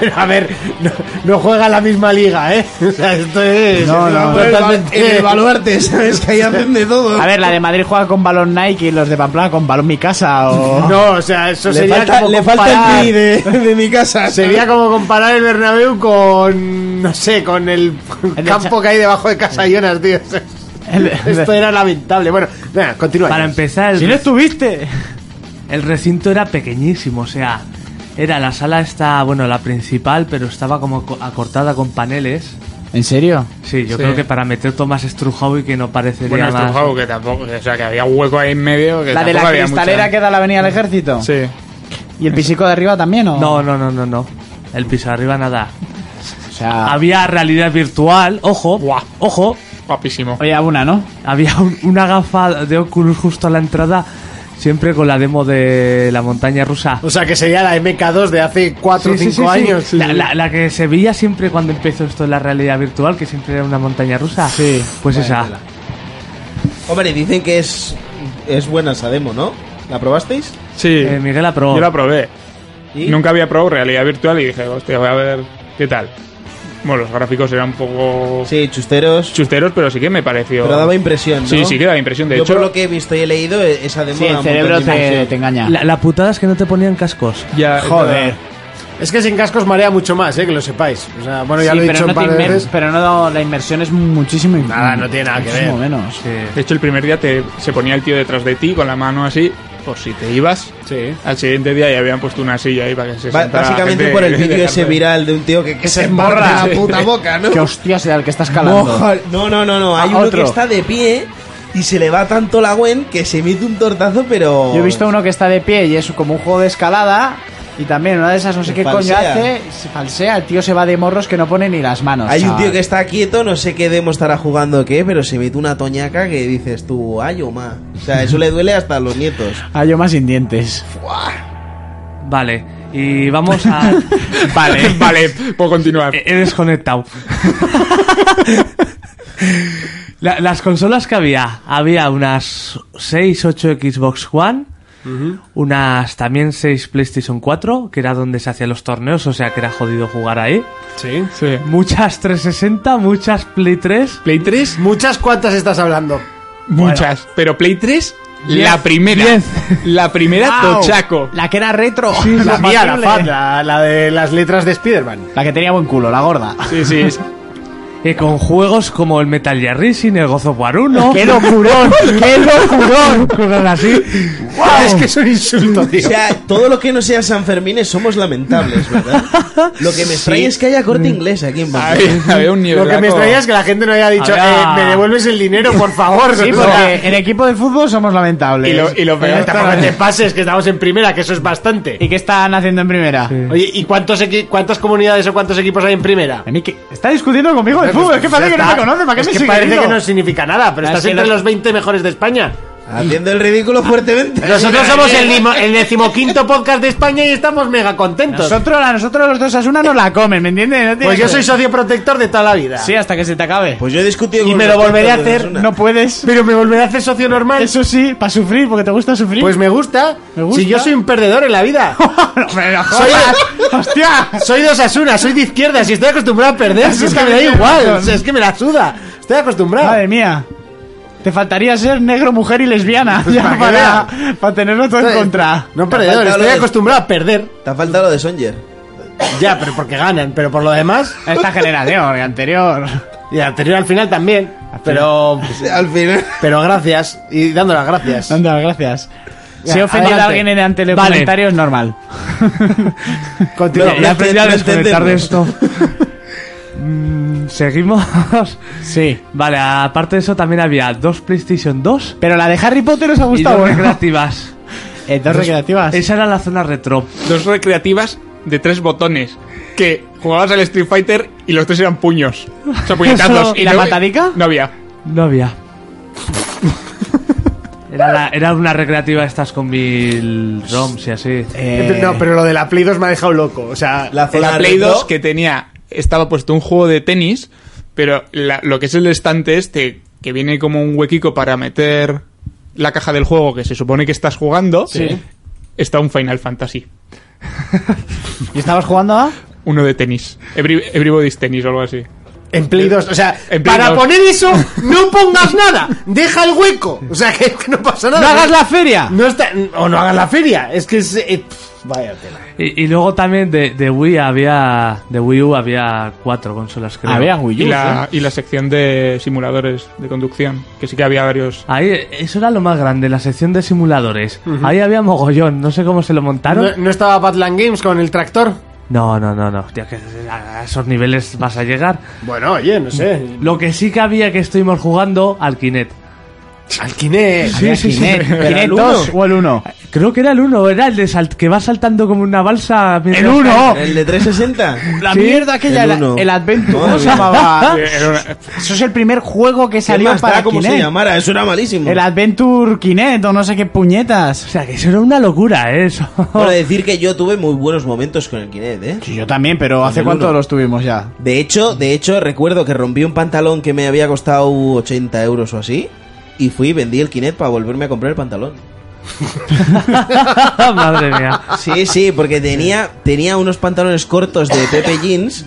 Speaker 3: Pero a ver, no, no juega en la misma liga, ¿eh? [LAUGHS] O sea, esto es...
Speaker 4: no,
Speaker 5: Pero en el Val- En
Speaker 3: totalmente-
Speaker 5: el baluarte, ¿sabes? Que ahí hacen de todo.
Speaker 4: A ver, la de Madrid juega con balón Nike y los de Pamplona con balón mi casa
Speaker 3: [LAUGHS]
Speaker 4: o.
Speaker 3: No, o sea, eso
Speaker 5: le
Speaker 3: sería
Speaker 5: falta,
Speaker 3: como
Speaker 5: le falta
Speaker 3: comparar-
Speaker 2: Ah,
Speaker 5: el PRI de, de mi casa.
Speaker 3: Sería como comparar el Bernabéu con... No sé, con el
Speaker 4: El de
Speaker 3: campo
Speaker 4: Cha-
Speaker 3: que hay debajo de Casa Jonas, tío.
Speaker 4: El- em-
Speaker 3: Esto era lamentable. Bueno, venga, continúa.
Speaker 6: Para empezar,
Speaker 4: Si
Speaker 6: el,
Speaker 4: no estuviste.
Speaker 6: el recinto era pequeñísimo, o sea, era la sala esta, bueno, la principal, pero estaba como co- acortada con paneles.
Speaker 4: ¿En serio?
Speaker 6: Sí, yo
Speaker 7: Sí.
Speaker 6: creo que para meter todo más estrujado y que no parecería
Speaker 7: Bueno, este
Speaker 6: más...
Speaker 7: estrujado, que tampoco. O sea, que había hueco ahí en medio. Que
Speaker 4: La de
Speaker 7: tampoco
Speaker 4: la
Speaker 7: había
Speaker 4: cristalera
Speaker 7: mucha-
Speaker 4: que da la avenida al ejército.
Speaker 7: Sí.
Speaker 4: ¿Y el pisico de arriba también o.?
Speaker 6: No, no, no, no, no. El piso arriba nada.
Speaker 4: O sea.
Speaker 6: Había realidad virtual, ojo,
Speaker 7: Buah.
Speaker 6: ojo,
Speaker 7: Guapísimo.
Speaker 4: Había una, ¿no?
Speaker 6: Había un- una gafa de Oculus justo a la entrada, siempre con la demo de la montaña rusa.
Speaker 3: O sea, que sería la MK2 de hace 4 Pues o 5 años.
Speaker 6: La, la- la que se veía siempre cuando empezó esto en la realidad virtual, que siempre era una montaña rusa.
Speaker 4: Sí.
Speaker 6: Pues
Speaker 4: Vaya
Speaker 6: esa.
Speaker 4: tela.
Speaker 5: Hombre, dicen que es, es buena esa demo, ¿no? ¿La probasteis?
Speaker 7: Sí.
Speaker 6: Eh, Miguel la probó.
Speaker 7: Yo la probé.
Speaker 5: ¿Y?
Speaker 7: Nunca había probado realidad virtual y dije, hostia, voy a ver qué tal. Bueno, los gráficos eran un poco
Speaker 5: Sí, chusteros.
Speaker 7: chusteros, pero sí que me pareció.
Speaker 5: Pero daba impresión, ¿no?
Speaker 7: Sí, sí que daba impresión. De
Speaker 5: Yo
Speaker 7: hecho,
Speaker 5: por lo que he visto y he leído, e- esa demo
Speaker 4: Sí,
Speaker 5: da
Speaker 4: el
Speaker 5: un
Speaker 4: cerebro
Speaker 5: montón de
Speaker 4: te,
Speaker 5: impresión.
Speaker 4: te engaña.
Speaker 6: La, la putada es que no te ponían cascos.
Speaker 7: ya.
Speaker 3: Joder. Es que sin cascos marea mucho más, eh, que lo sepáis. O sea, bueno, ya
Speaker 4: Sí,
Speaker 3: lo he
Speaker 4: pero
Speaker 3: dicho
Speaker 4: no
Speaker 3: un par de
Speaker 4: te inmer-
Speaker 3: veces.
Speaker 4: Pero no, la inmersión es muchísimo.
Speaker 3: Nada, no tiene nada que
Speaker 4: muchísimo
Speaker 3: ver.
Speaker 4: menos.
Speaker 7: De hecho, el primer día te, se ponía el tío detrás de ti con la mano así, por si te ibas.
Speaker 3: Sí.
Speaker 7: Al siguiente día ya habían puesto una silla ahí para que se
Speaker 5: Ba-
Speaker 7: sentara la
Speaker 5: básicamente
Speaker 7: gente
Speaker 5: por el
Speaker 7: y-
Speaker 5: vídeo ese viral de un tío que, que se emborra la puta boca, ¿no?
Speaker 4: Qué hostia sea el que estás calando.
Speaker 5: Moja- No, no, no, no. Hay
Speaker 4: Ah,
Speaker 5: uno
Speaker 4: otro.
Speaker 5: que está de pie y se le va tanto la Gwen que se mete un tortazo, pero.
Speaker 4: Yo he visto uno que está de pie y es como un juego de escalada. Y también una de esas, no sé
Speaker 5: Se
Speaker 4: qué coño
Speaker 5: falsea.
Speaker 4: hace, se falsea. El tío se va de morros que no pone ni las manos.
Speaker 5: Hay un
Speaker 4: chaval.
Speaker 5: tío que está quieto, no sé qué demo estará jugando o qué, pero se mete una toñaca que dices tú, ay, o ma. O sea, eso le duele hasta a los nietos.
Speaker 4: Ah, yo más sin dientes.
Speaker 6: Vale, y vamos a.
Speaker 7: Vale, [LAUGHS] vale, puedo
Speaker 6: [LAUGHS]
Speaker 7: continuar.
Speaker 6: He he desconectado. [LAUGHS] La- las consolas que había, había unas 6, 8 Xbox One, unas también 6 PlayStation 4, que era donde se hacían los torneos, o sea que era jodido jugar ahí.
Speaker 3: [LAUGHS] Sí.
Speaker 7: Sí.
Speaker 6: Muchas 360, muchas Play 3.
Speaker 7: Play 3,
Speaker 3: ¿Muchas cuantas estás hablando?
Speaker 7: muchas. Pero Play 3, La primera. La primera
Speaker 3: Wow.
Speaker 7: Tochaco.
Speaker 4: [LAUGHS] La que era retro.
Speaker 3: la mía, la
Speaker 4: horrible.
Speaker 3: Fat, la, la de las letras de Spider-Man.
Speaker 4: La que tenía buen culo, la gorda.
Speaker 7: Sí, sí. es-
Speaker 6: Eh, con juegos como el Metal Gear Rising, el Gozo War
Speaker 4: [LAUGHS]
Speaker 6: 1.
Speaker 3: [LAUGHS]
Speaker 4: ¡Qué locurón! ¡Qué locurón! Cosas así.
Speaker 3: Es que es un insulto, tío.
Speaker 5: O sea, todo lo que no sea San Fermín somos lamentables, ¿verdad? Lo que me extraña es que haya corte inglés aquí en Pamplona.
Speaker 7: Había, había un nivel.
Speaker 3: Lo que me extraña es que la gente no haya dicho,
Speaker 6: Habrá-
Speaker 3: eh, me devuelves el dinero, por favor.
Speaker 4: Sí,
Speaker 3: [LAUGHS] O
Speaker 4: porque
Speaker 3: sea,
Speaker 4: en equipo de fútbol somos lamentables.
Speaker 7: Y lo- y lo peor-
Speaker 3: eh, tampoco te pases, que estamos en primera, que eso es bastante.
Speaker 4: ¿Y qué están haciendo en primera?
Speaker 3: Oye, ¿y cuántos equi- cuántas comunidades o cuántos equipos hay en primera?
Speaker 4: A mí que Eh, está discutiendo conmigo de fútbol, es que parece que no me conoce, ¿para qué
Speaker 3: es
Speaker 4: me
Speaker 3: que
Speaker 4: sigue
Speaker 3: parece
Speaker 4: viendo?
Speaker 3: que no significa nada, pero
Speaker 4: Es
Speaker 3: estás
Speaker 4: que
Speaker 3: entre
Speaker 4: no-
Speaker 3: los 20 mejores de España.
Speaker 5: Haciendo el ridículo
Speaker 4: Eh,
Speaker 5: fuertemente.
Speaker 3: Nosotros somos el, limo- el decimoquinto podcast de España y estamos mega contentos.
Speaker 4: Nosotros, a nosotros los dos Asuna no la comen, ¿me entiendes? No tiene
Speaker 3: Pues yo
Speaker 4: que-
Speaker 3: soy socio protector de toda la vida.
Speaker 4: Sí, hasta que se te acabe.
Speaker 5: Pues yo he discutido
Speaker 3: Y
Speaker 5: con
Speaker 3: me lo
Speaker 5: los
Speaker 3: volveré a
Speaker 5: expertos de
Speaker 3: hacer,
Speaker 5: Osasuna.
Speaker 4: no puedes.
Speaker 3: Pero me volveré a hacer socio normal.
Speaker 4: Eso sí, para sufrir, porque te gusta sufrir.
Speaker 3: Pues me gusta.
Speaker 4: Me gusta.
Speaker 3: Si yo soy un perdedor en la [LAUGHS] vida.
Speaker 4: no me lo
Speaker 3: Soy-
Speaker 4: jodas. ¡Hostia!
Speaker 3: Soy de Osasuna, soy de izquierda, si estoy acostumbrado a perder, si es que me da igual, si es que me la suda, estoy acostumbrado.
Speaker 4: Madre mía. Te faltaría ser negro, mujer y lesbiana ya
Speaker 3: Pues para que
Speaker 4: para, para tenerlo todo en
Speaker 3: Estoy-
Speaker 4: contra.
Speaker 3: No perdedor,
Speaker 5: faltado
Speaker 3: estoy
Speaker 5: lo de-
Speaker 3: acostumbrado a perder.
Speaker 5: Te ha faltado lo de Songer.
Speaker 3: Ya, pero porque ganan, pero por lo demás,
Speaker 4: Esta generación, la anterior.
Speaker 3: y anterior al final también. Pero
Speaker 5: Al final.
Speaker 3: pero gracias, y dando las gracias.
Speaker 4: Anda, gracias. Si he
Speaker 3: Ya,
Speaker 4: ofendido
Speaker 3: adelante.
Speaker 4: a alguien en ante los
Speaker 6: Vale.
Speaker 4: comentarios, normal.
Speaker 3: Continúa.
Speaker 5: No, no,
Speaker 6: Aprendí a
Speaker 5: no
Speaker 6: desconectar de esto.
Speaker 5: entendemos.
Speaker 6: Mm, Seguimos.
Speaker 4: Sí.
Speaker 6: Vale, aparte de eso también había dos PlayStation 2
Speaker 4: Pero la de Harry Potter os ha
Speaker 6: y
Speaker 4: gustado.
Speaker 6: dos
Speaker 4: ¿no? [LAUGHS]
Speaker 6: recreativas.
Speaker 4: Eh, dos recreativas.
Speaker 6: Esa era la zona retro.
Speaker 7: Dos recreativas de tres botones. Que jugabas al Street Fighter y los tres eran puños. O sea, puñetazos.
Speaker 4: Eso, ¿y [LAUGHS] la
Speaker 7: no-
Speaker 4: matadica?
Speaker 7: No había.
Speaker 6: No había. Era, la- era una recreativa estas con mil ROMs y así.
Speaker 4: Eh,
Speaker 3: No, pero lo de la Play 2 me ha dejado loco, o sea,
Speaker 5: La
Speaker 7: En
Speaker 5: zona
Speaker 7: la Play
Speaker 5: retro,
Speaker 7: 2 que tenía, estaba puesto un juego de tenis, pero la- lo que es el estante este, que viene como un huequico para meter la caja del juego que se supone que estás jugando, está un Final Fantasy.
Speaker 4: ¿Y estabas jugando a?
Speaker 7: Uno de tenis. Every- everybody's tenis o algo así.
Speaker 3: en Play 2, o sea,
Speaker 7: En Play
Speaker 3: para
Speaker 7: 2.
Speaker 3: poner eso no pongas nada, deja el hueco, o sea, que, que no pasa nada.
Speaker 4: ¡No hagas la feria!
Speaker 3: [LAUGHS] No está- o no hagas la feria, es que es eh, pf, vaya tela.
Speaker 6: Y, y luego también de, de Wii había. De Wii U había cuatro consolas, creo.
Speaker 4: Ah, Había Wii
Speaker 7: Y
Speaker 4: U,
Speaker 7: la, y la sección de simuladores de conducción, que sí que había varios.
Speaker 6: Ahí, eh, eso era lo más grande, la sección de simuladores. Ahí había mogollón, no sé cómo se lo
Speaker 3: ¿No,
Speaker 6: montaron.
Speaker 3: no estaba Badland Games con el tractor?
Speaker 6: No, no, no, no. Tío, que a a esos niveles vas a llegar.
Speaker 3: Bueno, oye, no sé.
Speaker 6: Lo que sí que había que estuvimos jugando al Kinect.
Speaker 3: Alquiné.
Speaker 4: Sí, sí, sí.
Speaker 3: Era el uno.
Speaker 4: o el 1?
Speaker 6: Creo que era el uno, era el de salt que va saltando como una balsa. mientras-
Speaker 4: ¡El 1!
Speaker 5: El de 360.
Speaker 4: Eh, La mierda aquella,
Speaker 5: el
Speaker 4: el,
Speaker 5: uno.
Speaker 4: el Adventure.
Speaker 5: Madre
Speaker 4: ¿Cómo se
Speaker 5: mía.
Speaker 7: [LAUGHS]
Speaker 4: llamaba?
Speaker 7: Era una-
Speaker 4: Eso es el primer juego que
Speaker 5: Es
Speaker 4: salió
Speaker 5: más,
Speaker 4: para
Speaker 5: era como se
Speaker 4: Kinect.
Speaker 5: llamara, eso era malísimo.
Speaker 4: El Adventure Kinect o no sé qué puñetas.
Speaker 6: O sea, que eso era una locura, ¿eh? Eso. [LAUGHS]
Speaker 5: Para decir que yo tuve muy buenos momentos con el Kinect, ¿eh?
Speaker 4: Sí, yo también, pero ¿hace
Speaker 5: el
Speaker 4: cuánto
Speaker 5: uno.
Speaker 4: los tuvimos ya?
Speaker 5: De hecho, de hecho, recuerdo que rompí un pantalón que me había costado 80 euros o así. Y fui y vendí el Kinect para volverme a comprar el pantalón.
Speaker 6: Madre mía.
Speaker 5: Sí, sí, porque tenía, tenía unos pantalones cortos de Pepe Jeans.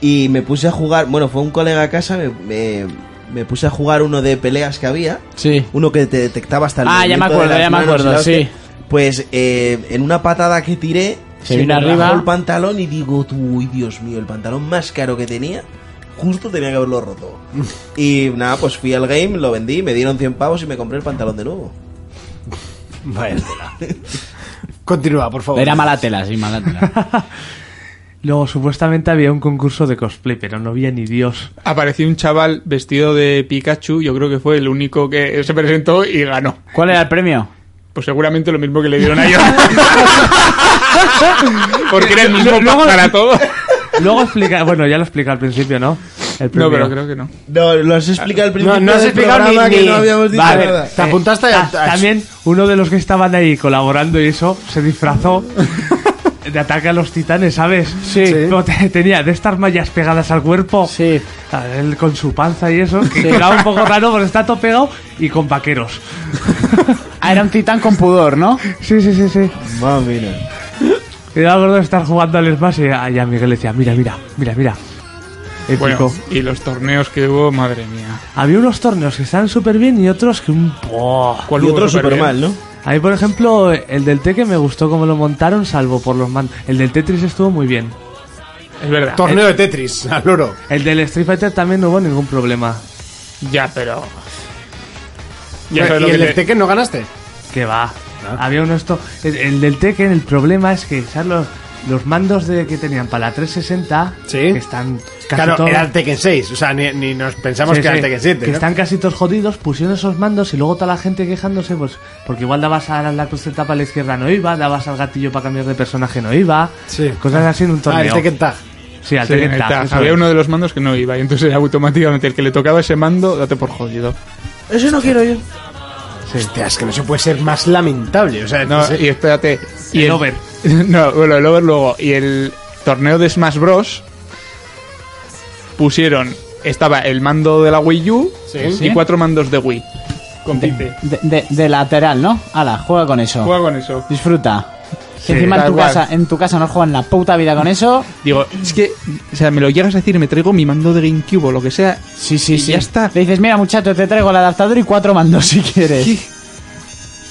Speaker 5: Y me puse a jugar. Bueno, fue un colega a casa, me, me, me puse a jugar uno de peleas que había.
Speaker 4: Sí.
Speaker 5: Uno que te detectaba hasta el
Speaker 4: Ah, ya me acuerdo,
Speaker 5: movimiento de las
Speaker 4: ya me
Speaker 5: manos y
Speaker 4: acuerdo,
Speaker 5: la hostia.
Speaker 4: sí.
Speaker 5: Pues eh, en una patada que tiré,
Speaker 4: Se
Speaker 5: me
Speaker 4: vino
Speaker 5: rajó
Speaker 4: arriba.
Speaker 5: el pantalón y digo, tú, uy, Dios mío, el pantalón más caro que tenía, justo tenía que haberlo roto. y nada, pues fui al game, lo vendí, me dieron 100 pavos y me compré el pantalón de nuevo.
Speaker 3: Vaya tela. Continúa, por favor.
Speaker 4: Era mala tela, sí, mala tela.
Speaker 6: Luego, supuestamente había un concurso de cosplay, pero no había ni Dios.
Speaker 7: apareció un chaval vestido de Pikachu, yo creo que fue el único que se presentó y ganó.
Speaker 4: [LAUGHS] ¿Cuál era el premio?
Speaker 7: Pues seguramente lo mismo que le dieron a yo. Porque era el mismo
Speaker 6: Luego-
Speaker 7: para todo.
Speaker 6: Luego explica, bueno, ya lo explica al principio, ¿no? El
Speaker 7: No,
Speaker 6: primero.
Speaker 7: pero creo que no.
Speaker 5: No, lo has explicado al principio
Speaker 3: no has
Speaker 5: del
Speaker 3: explicado ni-
Speaker 5: programa que
Speaker 3: ni-
Speaker 5: no habíamos dicho
Speaker 3: Vale.
Speaker 5: nada.
Speaker 3: Te apuntaste a-
Speaker 6: Ah, También uno de los que estaban ahí colaborando y eso se disfrazó de ataque a los titanes, ¿sabes? Sí. tenía de estas mallas pegadas al cuerpo.
Speaker 4: Sí.
Speaker 6: a él con su panza y eso. Que era un poco raro porque está todo pegado y con vaqueros.
Speaker 4: Ah, era un titán con pudor, ¿no?
Speaker 6: Sí, sí, sí, sí.
Speaker 5: Mami, no.
Speaker 6: Y yo me acuerdo de estar jugando al Smash y a, y a Miguel le decía, mira, mira, mira, mira.
Speaker 7: Bueno,
Speaker 6: Épico.
Speaker 7: y los torneos que hubo, madre mía.
Speaker 6: Había unos torneos que estaban súper bien y otros que un... ¡buah!
Speaker 7: ¿Cuál Y hubo otros superbién? supermal, ¿no?
Speaker 6: A mí, por ejemplo, el del T que me gustó como lo montaron, salvo por los man... El del Tetris estuvo muy bien.
Speaker 7: Es verdad.
Speaker 3: Torneo de Tetris, al oro.
Speaker 6: El del Street Fighter también no hubo ningún problema.
Speaker 7: Ya, pero.
Speaker 3: ¿Y
Speaker 7: Ya sabes lo que
Speaker 3: el
Speaker 7: te-
Speaker 3: del Tekken no ganaste?
Speaker 6: Que va.
Speaker 3: Ah.
Speaker 6: Había uno esto. El, el del Tekken, el problema es que ¿sabes? los, los mandos de, que tenían para la 360
Speaker 3: Sí.
Speaker 6: que están casi
Speaker 3: Claro,
Speaker 6: todos-
Speaker 3: era el Tekken 6, o sea, ni, ni nos pensamos
Speaker 6: Sí,
Speaker 3: que era
Speaker 6: sí,
Speaker 3: el Tekken 7.
Speaker 6: que
Speaker 3: ¿no?
Speaker 6: están casi todos jodidos, pusieron esos mandos y luego toda la gente quejándose, pues, porque igual dabas a la cruceta para la izquierda no iba, dabas al gatillo para cambiar de personaje no iba,
Speaker 3: Sí.
Speaker 6: cosas así en un
Speaker 3: Ah, el
Speaker 6: torneo.
Speaker 3: Tekken Tag.
Speaker 6: sí, al
Speaker 7: Sí,
Speaker 6: Tekken
Speaker 7: en el
Speaker 6: Tag,
Speaker 7: tag.
Speaker 6: eso
Speaker 7: Había
Speaker 6: es.
Speaker 7: uno de los mandos que no iba y entonces automáticamente el que le tocaba ese mando, date por jodido.
Speaker 5: Eso no quiero yo.
Speaker 3: Hostia, es que no se puede ser más lamentable. O sea,
Speaker 7: No,
Speaker 3: se-
Speaker 7: y espérate. Y
Speaker 6: El over.
Speaker 7: [LAUGHS] No, bueno, el over luego. Y el torneo de Smash Bros. pusieron. Estaba el mando de la Wii U y
Speaker 3: Sí.
Speaker 7: cuatro mandos de Wii. Compite.
Speaker 4: De, de- de lateral, ¿no? Ala, juega con eso.
Speaker 7: Juega con eso.
Speaker 4: Disfruta. Si encima en
Speaker 7: da
Speaker 4: tu,
Speaker 7: igual.
Speaker 4: casa, en tu casa no juegan la puta vida con eso.
Speaker 7: Digo, es que, o sea, me lo llegas a decir, me traigo mi mando de GameCube o lo que sea.
Speaker 4: Sí, sí,
Speaker 7: Y
Speaker 4: sí.
Speaker 7: ya está.
Speaker 4: Le dices, mira, muchacho, te traigo el adaptador y cuatro mandos si quieres.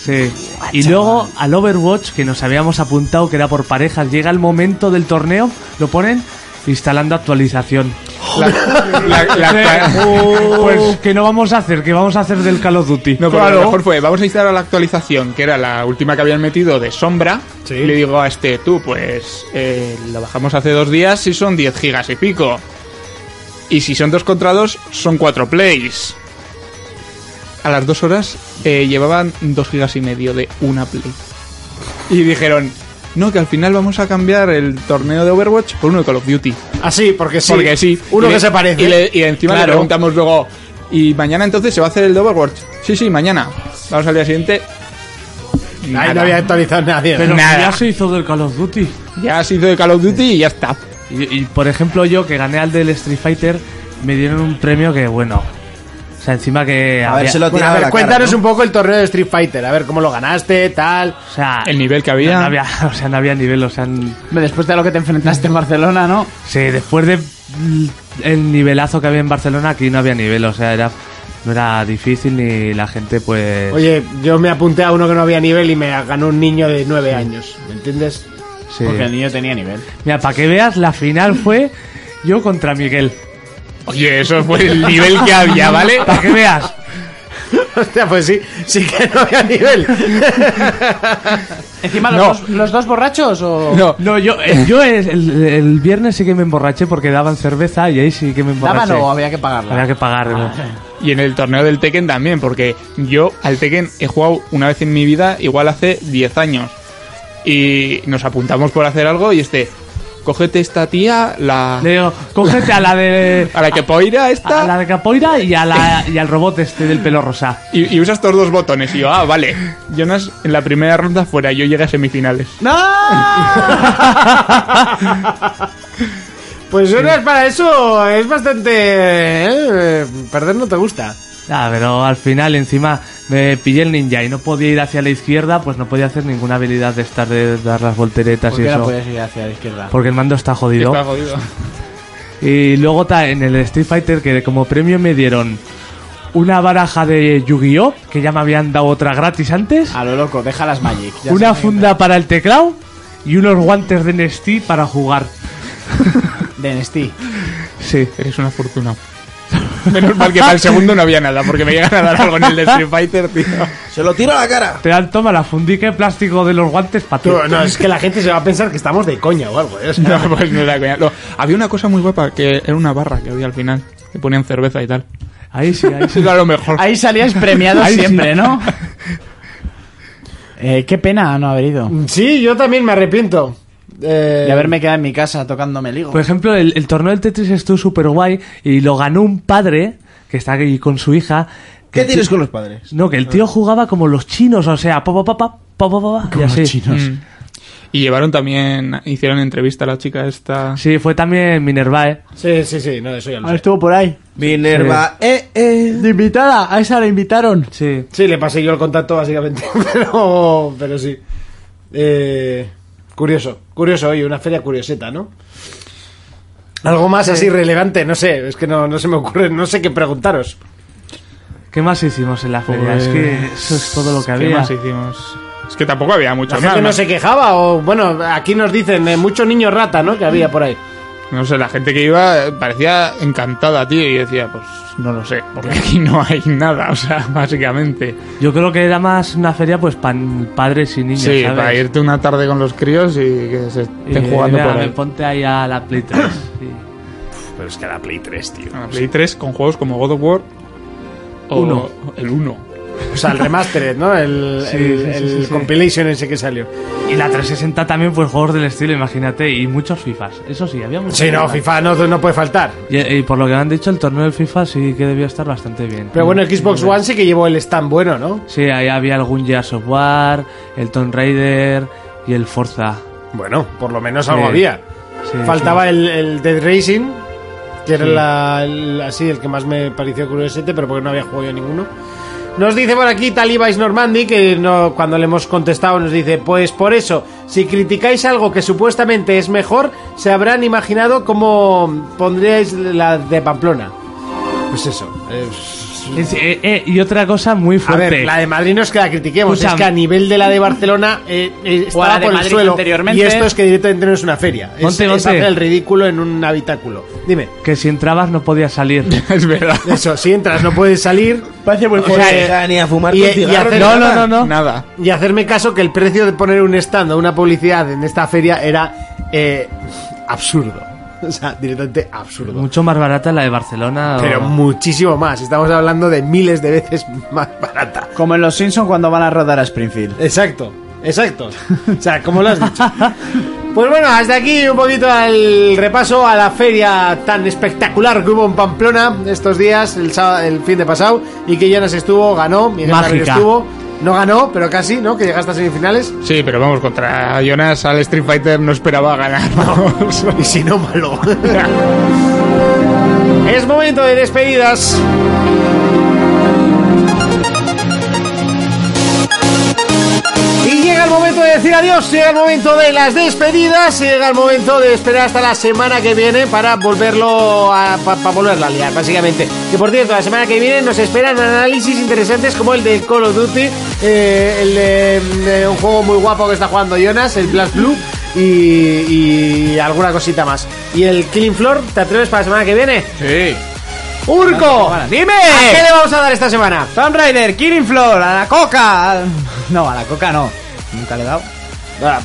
Speaker 6: Sí. Y luego al Overwatch, que nos habíamos apuntado que era por parejas, llega el momento del torneo, lo ponen instalando actualización. Eh,
Speaker 7: La, la- la- [LAUGHS]
Speaker 6: pues que no vamos a hacer, que vamos a hacer del Call of Duty.
Speaker 7: No, pero lo mejor fue, vamos a instalar la actualización, que era la última que habían metido de sombra.
Speaker 3: Sí.
Speaker 7: Y le digo a este, tú, pues eh, la bajamos hace dos días y son 10 gigas y pico. Y si son dos contra dos, son cuatro plays. A las dos horas eh, llevaban dos gigas y medio de una play. Y dijeron, no, que al final vamos a cambiar el torneo de Overwatch por uno de Call of Duty.
Speaker 3: Así, porque Ah, sí.
Speaker 7: Porque sí.
Speaker 3: Uno
Speaker 7: Y
Speaker 3: que
Speaker 7: le-
Speaker 3: se parece.
Speaker 7: Y, le- y encima le
Speaker 3: Claro.
Speaker 7: preguntamos luego, ¿y mañana entonces se va a hacer el Overwatch? Sí, sí, mañana. Vamos al día siguiente.
Speaker 3: Ahí no
Speaker 7: Nada.
Speaker 3: había actualizado nadie.
Speaker 6: Pero
Speaker 7: Nada.
Speaker 6: ya se hizo del Call of Duty.
Speaker 7: Ya se hizo de Call of Duty y ya está.
Speaker 6: Y, y, por ejemplo, yo que gané al del Street Fighter, me dieron un premio que, bueno. O sea, encima que.
Speaker 5: A
Speaker 6: había-
Speaker 5: ver, se lo
Speaker 3: Bueno, a
Speaker 5: tiraba a
Speaker 3: ver,
Speaker 5: la
Speaker 3: cuéntanos
Speaker 5: cara,
Speaker 3: un poco el torneo de Street Fighter. A ver cómo lo ganaste, tal.
Speaker 6: O sea.
Speaker 7: El nivel que
Speaker 6: no,
Speaker 7: había.
Speaker 6: no había. [LAUGHS] O sea, no había nivel. O sea. n-
Speaker 4: Hombre, Después de lo que te enfrentaste en Barcelona, ¿no?
Speaker 6: sí, después de. l- El nivelazo que había en Barcelona, aquí no había nivel. O sea, era. No era difícil ni la gente, pues.
Speaker 3: Oye, yo me apunté a uno que no había nivel y me ganó un niño de 9 años. ¿Me entiendes?
Speaker 6: sí.
Speaker 4: Porque el niño tenía nivel.
Speaker 6: Mira, para que veas, la final fue yo contra Miguel.
Speaker 7: Oye, eso fue el nivel que había, ¿vale?
Speaker 6: Para que veas.
Speaker 3: [LAUGHS] Hostia, pues sí, sí que no había nivel.
Speaker 4: [LAUGHS] Encima, los,
Speaker 7: No.
Speaker 4: dos, ¿los dos
Speaker 3: [LAUGHS]
Speaker 4: borrachos o...?
Speaker 7: No,
Speaker 6: No, yo, eh, yo el, el- el viernes sí que me emborraché porque daban cerveza y ahí sí que me emborraché.
Speaker 4: ¿Daban o había que pagarla?
Speaker 6: Había que pagar. ¿no?
Speaker 4: Ah,
Speaker 7: y en el torneo del Tekken también, porque yo al Tekken he jugado una vez en mi vida, igual hace 10 años. Y nos apuntamos por hacer algo y este, cógete esta tía, la...
Speaker 6: Le digo, cógete a la de.
Speaker 7: A la que poira esta...
Speaker 6: a la de capoeira y, a la, y al robot este del pelo rosa.
Speaker 7: Y, y usas estos dos botones. Y yo, ah, vale. Jonas en la primera ronda fuera, yo llegué a semifinales.
Speaker 3: Pues Jonas, para eso es bastante... eh, perder no te gusta.
Speaker 6: Ah, pero al final encima me pillé el ninja y no podía ir hacia la izquierda, pues no podía hacer ninguna habilidad de estar de dar las volteretas y
Speaker 3: Porque no
Speaker 6: eso.
Speaker 3: puedes ir hacia la izquierda.
Speaker 6: Porque el mando está jodido.
Speaker 7: Está jodido.
Speaker 6: Y luego ta- en el Street Fighter que como premio me dieron una baraja de Yu-Gi-Oh! que ya me habían dado otra gratis antes,
Speaker 4: A lo loco, deja las Magic. Ah, Ya
Speaker 6: una
Speaker 4: sé.
Speaker 6: funda para el teclado y unos guantes de Nestí para jugar.
Speaker 4: De Nestí.
Speaker 6: Sí.
Speaker 7: Eres una fortuna. Menos mal que para el segundo no había nada, porque me llegan a dar algo en el de Street Fighter, tío.
Speaker 5: Se lo tiro a la cara.
Speaker 6: Te dan, toma la fundica de plástico de los guantes para ti.
Speaker 3: Tú, no, es que la gente se va a pensar que estamos de coña o algo. ¿eh? O sea,
Speaker 7: No, pues no era coña. No, había una cosa muy guapa, que era una barra que había al final. Que ponían cerveza y tal.
Speaker 6: Ahí sí, ahí
Speaker 4: [LAUGHS]
Speaker 7: Eso
Speaker 6: sí.
Speaker 7: era lo mejor.
Speaker 4: Ahí salías premiado
Speaker 7: Ahí sí.
Speaker 4: siempre, ¿no? [LAUGHS] Eh, qué pena no haber ido.
Speaker 3: Sí, yo también me arrepiento. Eh,
Speaker 4: De haberme quedado en mi casa tocándome el higo.
Speaker 6: Por ejemplo, el, el torneo del Tetris estuvo súper guay y lo ganó un padre que está aquí con su hija. que
Speaker 5: ¿Qué
Speaker 6: el
Speaker 5: tienes
Speaker 6: tío-
Speaker 5: con los padres?
Speaker 6: No, que el
Speaker 7: Ah.
Speaker 6: tío jugaba como los chinos, o sea, pa pa pa pa pa pa, pa, y así.
Speaker 7: Mm. Y llevaron también, hicieron entrevista a la chica esta.
Speaker 6: Sí, fue también ¿eh? Minervae.
Speaker 3: Sí, sí, sí, no, eso ya lo sé.
Speaker 4: estuvo por ahí.
Speaker 5: Minerva, eh, eh.
Speaker 4: De invitada, a esa la invitaron.
Speaker 6: Sí.
Speaker 3: Sí, le pasé yo el contacto básicamente, [LAUGHS] pero, pero sí. Eh, curioso, curioso, oye, una feria curioseta, ¿no? Algo más así relevante, no sé, es que no, no se me ocurre, no sé qué preguntaros.
Speaker 6: ¿Qué más hicimos en la feria?
Speaker 7: Pues-
Speaker 6: Es que eso es todo lo que
Speaker 7: ¿Qué
Speaker 6: había.
Speaker 7: más hicimos? Es que tampoco había mucho
Speaker 3: La
Speaker 7: más.
Speaker 3: gente
Speaker 7: ¿no?
Speaker 3: no se quejaba, o bueno, aquí nos dicen, eh, mucho niño rata, ¿no? Que había por ahí.
Speaker 7: No sé, la gente que iba eh, parecía encantada, tío, y decía, pues no lo sé, porque aquí [LAUGHS] no hay nada, o sea, básicamente.
Speaker 6: Yo creo que era más una feria pues para padres y niños,
Speaker 7: sí,
Speaker 6: ¿sabes?
Speaker 7: para irte una tarde con los críos y que se
Speaker 6: Y,
Speaker 7: estén jugando
Speaker 6: mira,
Speaker 7: por
Speaker 6: me
Speaker 7: ahí.
Speaker 6: ponte ahí a la Play 3. sí.
Speaker 2: Pero es que la Play 3, tío.
Speaker 7: La Play 3 con juegos como God of War o
Speaker 6: Uno.
Speaker 7: el 1.
Speaker 3: O sea, el remastered, ¿no? El,
Speaker 6: Sí,
Speaker 3: el-
Speaker 6: sí, sí,
Speaker 3: el
Speaker 6: sí, sí.
Speaker 3: compilation ese que salió.
Speaker 6: Y la 360 también, pues juegos del estilo, imagínate, y muchos FIFAs. Eso sí, había muchos.
Speaker 3: Sí, no, FIFA no, no puede faltar.
Speaker 6: Y, y por lo que me han dicho, el torneo del FIFA sí que debió estar bastante bien.
Speaker 3: Pero bueno, el Xbox One sí que llevó el stand bueno, ¿no?
Speaker 6: Sí, ahí había algún Gears of War, el Tomb Raider y el Forza.
Speaker 3: Bueno, por lo menos algo
Speaker 6: Sí.
Speaker 3: había.
Speaker 6: Sí,
Speaker 3: Faltaba el, el Dead Racing, que era la- el- así el que más me pareció curiosete, pero porque no había jugado yo ninguno. Nos dice por aquí Talibais Normandy, que no- cuando le hemos contestado nos dice, pues por eso, si criticáis algo que supuestamente es mejor, se habrán imaginado cómo pondríais la de Pamplona. Pues eso. es-
Speaker 6: sí. Es- eh, eh, y otra cosa muy
Speaker 3: A
Speaker 6: fuerte.
Speaker 3: ver, la de Madrid no es que la critiquemos,
Speaker 6: Escucha,
Speaker 3: es que a nivel de la de Barcelona eh, eh,
Speaker 4: O a
Speaker 3: estaba
Speaker 4: la de
Speaker 3: por el
Speaker 4: Madrid
Speaker 3: suelo.
Speaker 4: anteriormente.
Speaker 3: Y esto es que directamente no es una feria. Es-
Speaker 6: Monte,
Speaker 3: es,
Speaker 6: monte.
Speaker 3: hacer el ridículo en un habitáculo. Dime.
Speaker 6: Que si entrabas no
Speaker 3: [LAUGHS]
Speaker 6: podías salir.
Speaker 7: Es verdad.
Speaker 3: Eso, si entras no puedes salir.
Speaker 5: Parece muy
Speaker 3: fuerte.
Speaker 5: Pues, ni a fumar
Speaker 3: Y- eh,
Speaker 5: con
Speaker 3: y
Speaker 5: cigarro,
Speaker 3: hacer-
Speaker 5: ni
Speaker 3: no,
Speaker 5: nada.
Speaker 3: no, no,
Speaker 7: Nada.
Speaker 3: Y hacerme caso que el precio de poner un stand o una publicidad en esta feria era eh, absurdo. [LAUGHS] O sea, directamente absurdo.
Speaker 6: Mucho más barata la de Barcelona. o-
Speaker 3: pero muchísimo más. Estamos hablando de miles de veces [LAUGHS] más barata.
Speaker 4: Como en Los Simpsons cuando van a rodar a Springfield.
Speaker 3: Exacto, exacto. O sea, como lo has dicho. Pues bueno, hasta aquí un poquito el repaso a la feria tan espectacular que hubo en Pamplona estos días, el, sábado- el fin de pasado, y que Jonas estuvo, ganó, Miguel Barrio
Speaker 6: Mágica.
Speaker 3: estuvo, no ganó, pero casi, ¿no? Que llegaste a semifinales.
Speaker 7: Sí, pero vamos, contra Jonas al Street Fighter no esperaba ganar,
Speaker 6: [LAUGHS]
Speaker 7: vamos.
Speaker 3: Y si no, malo. [LAUGHS] es momento de despedidas. Y llega el momento de decir adiós, llega el momento de las despedidas, llega el momento de esperar hasta la semana que viene para volverlo a pa- pa volverla a liar, básicamente. Que por cierto, la semana que viene nos esperan análisis interesantes como el de Call of Duty, eh, el de, mm, de un juego muy guapo que está jugando Jonas, el Blast Blue, y, y alguna cosita más. Y el Killing Floor, ¿te atreves para la semana que viene?
Speaker 7: Sí.
Speaker 3: ¡Urco!
Speaker 4: ¡Dime!
Speaker 3: ¿A qué le vamos a dar esta semana?
Speaker 4: Tomb Raider, Killing Floor, a la coca. [LAUGHS] al- No, a la coca no. Nunca le he dado.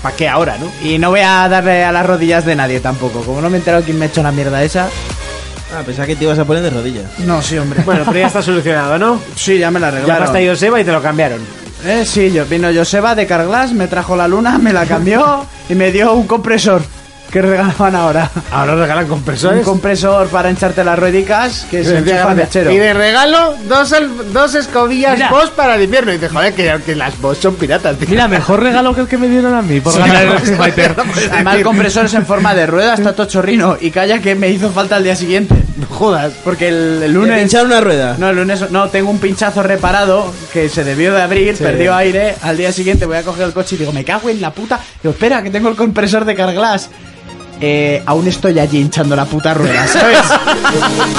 Speaker 3: ¿Para qué ahora, no?
Speaker 4: Y no voy a darle a las rodillas de nadie tampoco. Como no me he enterado quién me ha hecho la mierda esa.
Speaker 5: Ah, pensaba que te ibas a poner de rodillas.
Speaker 4: No, sí, hombre.
Speaker 3: Bueno, pero ya está solucionado, ¿no?
Speaker 4: sí, ya me la
Speaker 3: Ya
Speaker 4: arreglaron.
Speaker 3: hasta Joseba y te lo cambiaron.
Speaker 4: Eh, sí, yo vino Joseba de Carglass, me trajo la luna, me la cambió y me dio un compresor que regalaban ahora.
Speaker 3: Ahora regalan compresores.
Speaker 4: Un compresor para hincharte las ruedicas que se enchufa al mechero.
Speaker 3: Y de regalo, dos, al- dos escobillas
Speaker 6: Mira.
Speaker 3: Bosch para el invierno. Y dices, joder, que, que las Bosch son piratas, tío.
Speaker 6: Mira, mejor regalo que el que me dieron a mí por ganar el Street
Speaker 7: [LAUGHS]
Speaker 6: Fighter.
Speaker 4: Además, el compresor es en forma de rueda, está todo chorrino. Y calla que me hizo falta el día siguiente.
Speaker 3: No jodas.
Speaker 4: Porque el, el
Speaker 5: Lunes.
Speaker 4: lunes.
Speaker 5: Pinchar una rueda.
Speaker 4: No, el lunes no, tengo un pinchazo reparado que se debió de abrir, perdió aire. Al día siguiente voy a coger el coche y digo, me cago en la puta. Digo, espera, que tengo el compresor de Carglass. Eh, aún estoy allí hinchando la puta rueda,
Speaker 3: [LAUGHS]
Speaker 4: ¿sabes?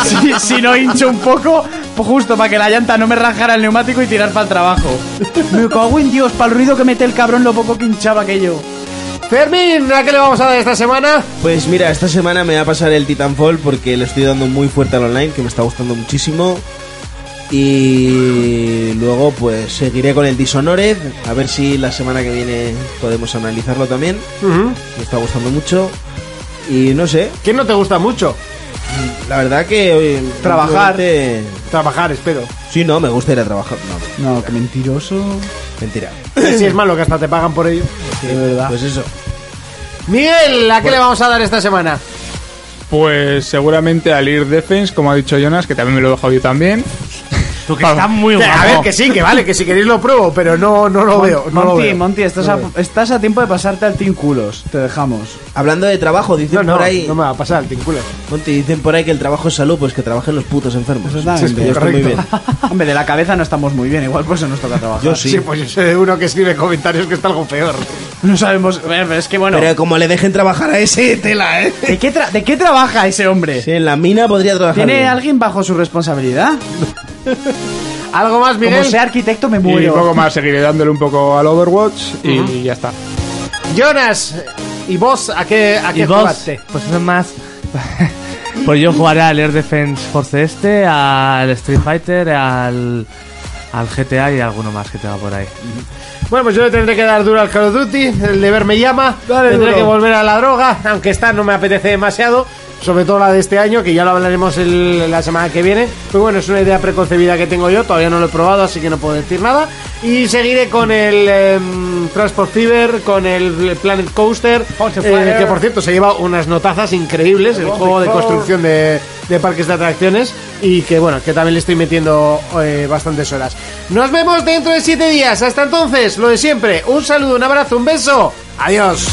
Speaker 4: si, si no hincho un poco, pues justo para que la llanta no me rajara el neumático y tirar para el trabajo. Me cago en Dios, para el ruido que mete el cabrón lo poco que hinchaba aquello.
Speaker 3: Fermín, ¿a qué le vamos a dar esta semana?
Speaker 5: Pues mira, esta semana me va a pasar el Titanfall porque le estoy dando muy fuerte al online, que me está gustando muchísimo. Y luego pues seguiré con el Dishonored, a ver si la semana que viene podemos analizarlo también. Me está gustando mucho. Y no sé,
Speaker 3: ¿Qué no te gusta mucho?
Speaker 5: la verdad que... eh,
Speaker 4: Trabajar.
Speaker 5: últimamente-
Speaker 3: Trabajar, espero.
Speaker 5: Sí, no, me gusta ir a trabajar. No,
Speaker 4: No, qué mentiroso.
Speaker 5: mentira.
Speaker 3: si [LAUGHS] es malo que hasta te pagan por ello.
Speaker 4: De verdad.
Speaker 5: Pues eso.
Speaker 3: Miguel, ¿a qué le vamos a dar esta semana?
Speaker 7: Pues seguramente al ir Defense, como ha dicho Jonas, que también me lo he dejado yo también.
Speaker 6: Tú que estás muy
Speaker 3: Que,
Speaker 6: guapo.
Speaker 3: A ver, que sí, que vale, que si queréis lo pruebo, pero no, no lo veo. No lo
Speaker 4: Monty,
Speaker 3: veo.
Speaker 4: Monty, estás,
Speaker 3: No
Speaker 4: a,
Speaker 3: lo veo.
Speaker 4: estás a tiempo de pasarte al Team Culos. Te
Speaker 3: [LAUGHS]
Speaker 4: dejamos.
Speaker 5: Hablando de trabajo, dicen
Speaker 3: No, no,
Speaker 5: por ahí.
Speaker 3: no me va a pasar el tinculo.
Speaker 5: Monty, dicen por ahí que el trabajo es salud, pues que trabajen los putos enfermos.
Speaker 4: Exactamente.
Speaker 5: Yo estoy muy bien.
Speaker 4: Hombre, de la cabeza no estamos muy bien. Igual por eso nos toca trabajar.
Speaker 5: Yo sí.
Speaker 3: Sí, pues yo sé de uno que escribe comentarios que está algo peor.
Speaker 4: No sabemos. a ver, pero es que bueno.
Speaker 5: Pero como le dejen trabajar a ese, tela, ¿eh?
Speaker 4: ¿de, qué tra- de qué trabaja ese hombre?
Speaker 5: Sí, en la mina podría trabajar.
Speaker 4: ¿Tiene
Speaker 5: bien.
Speaker 4: alguien bajo su responsabilidad?
Speaker 3: ¿Algo más, Miguel?
Speaker 4: Como sea arquitecto, me
Speaker 7: Y
Speaker 4: muero.
Speaker 7: poco más, seguiré dándole un poco al Overwatch y ya está.
Speaker 3: Jonas, ¿y vos a qué, a
Speaker 6: ¿Y
Speaker 3: qué
Speaker 6: vos?
Speaker 3: jugaste?
Speaker 6: Pues no más. [LAUGHS] pues yo jugaré al Air Defense Force este, al Street Fighter, al, al GTA y alguno más que tenga por ahí.
Speaker 3: Bueno, pues yo le tendré que dar duro al Call of Duty, el deber me llama,
Speaker 4: Dale
Speaker 3: tendré
Speaker 4: duro.
Speaker 3: que volver a la droga, aunque esta no me apetece demasiado, sobre todo la de este año, que ya lo hablaremos el- la semana que viene. Pero bueno, es una idea preconcebida que tengo yo, todavía no lo he probado, así que no puedo decir nada. Y seguiré con el em, Transport Fever, con el Planet Coaster,
Speaker 4: Ponce
Speaker 3: eh,
Speaker 4: Fire.
Speaker 3: que por cierto se lleva unas notazas increíbles, el juego de construcción de, de parques de atracciones, y que bueno, que también le estoy metiendo eh, bastantes horas. Nos vemos dentro de siete días, hasta entonces, lo de siempre, un saludo, un abrazo, un beso, adiós.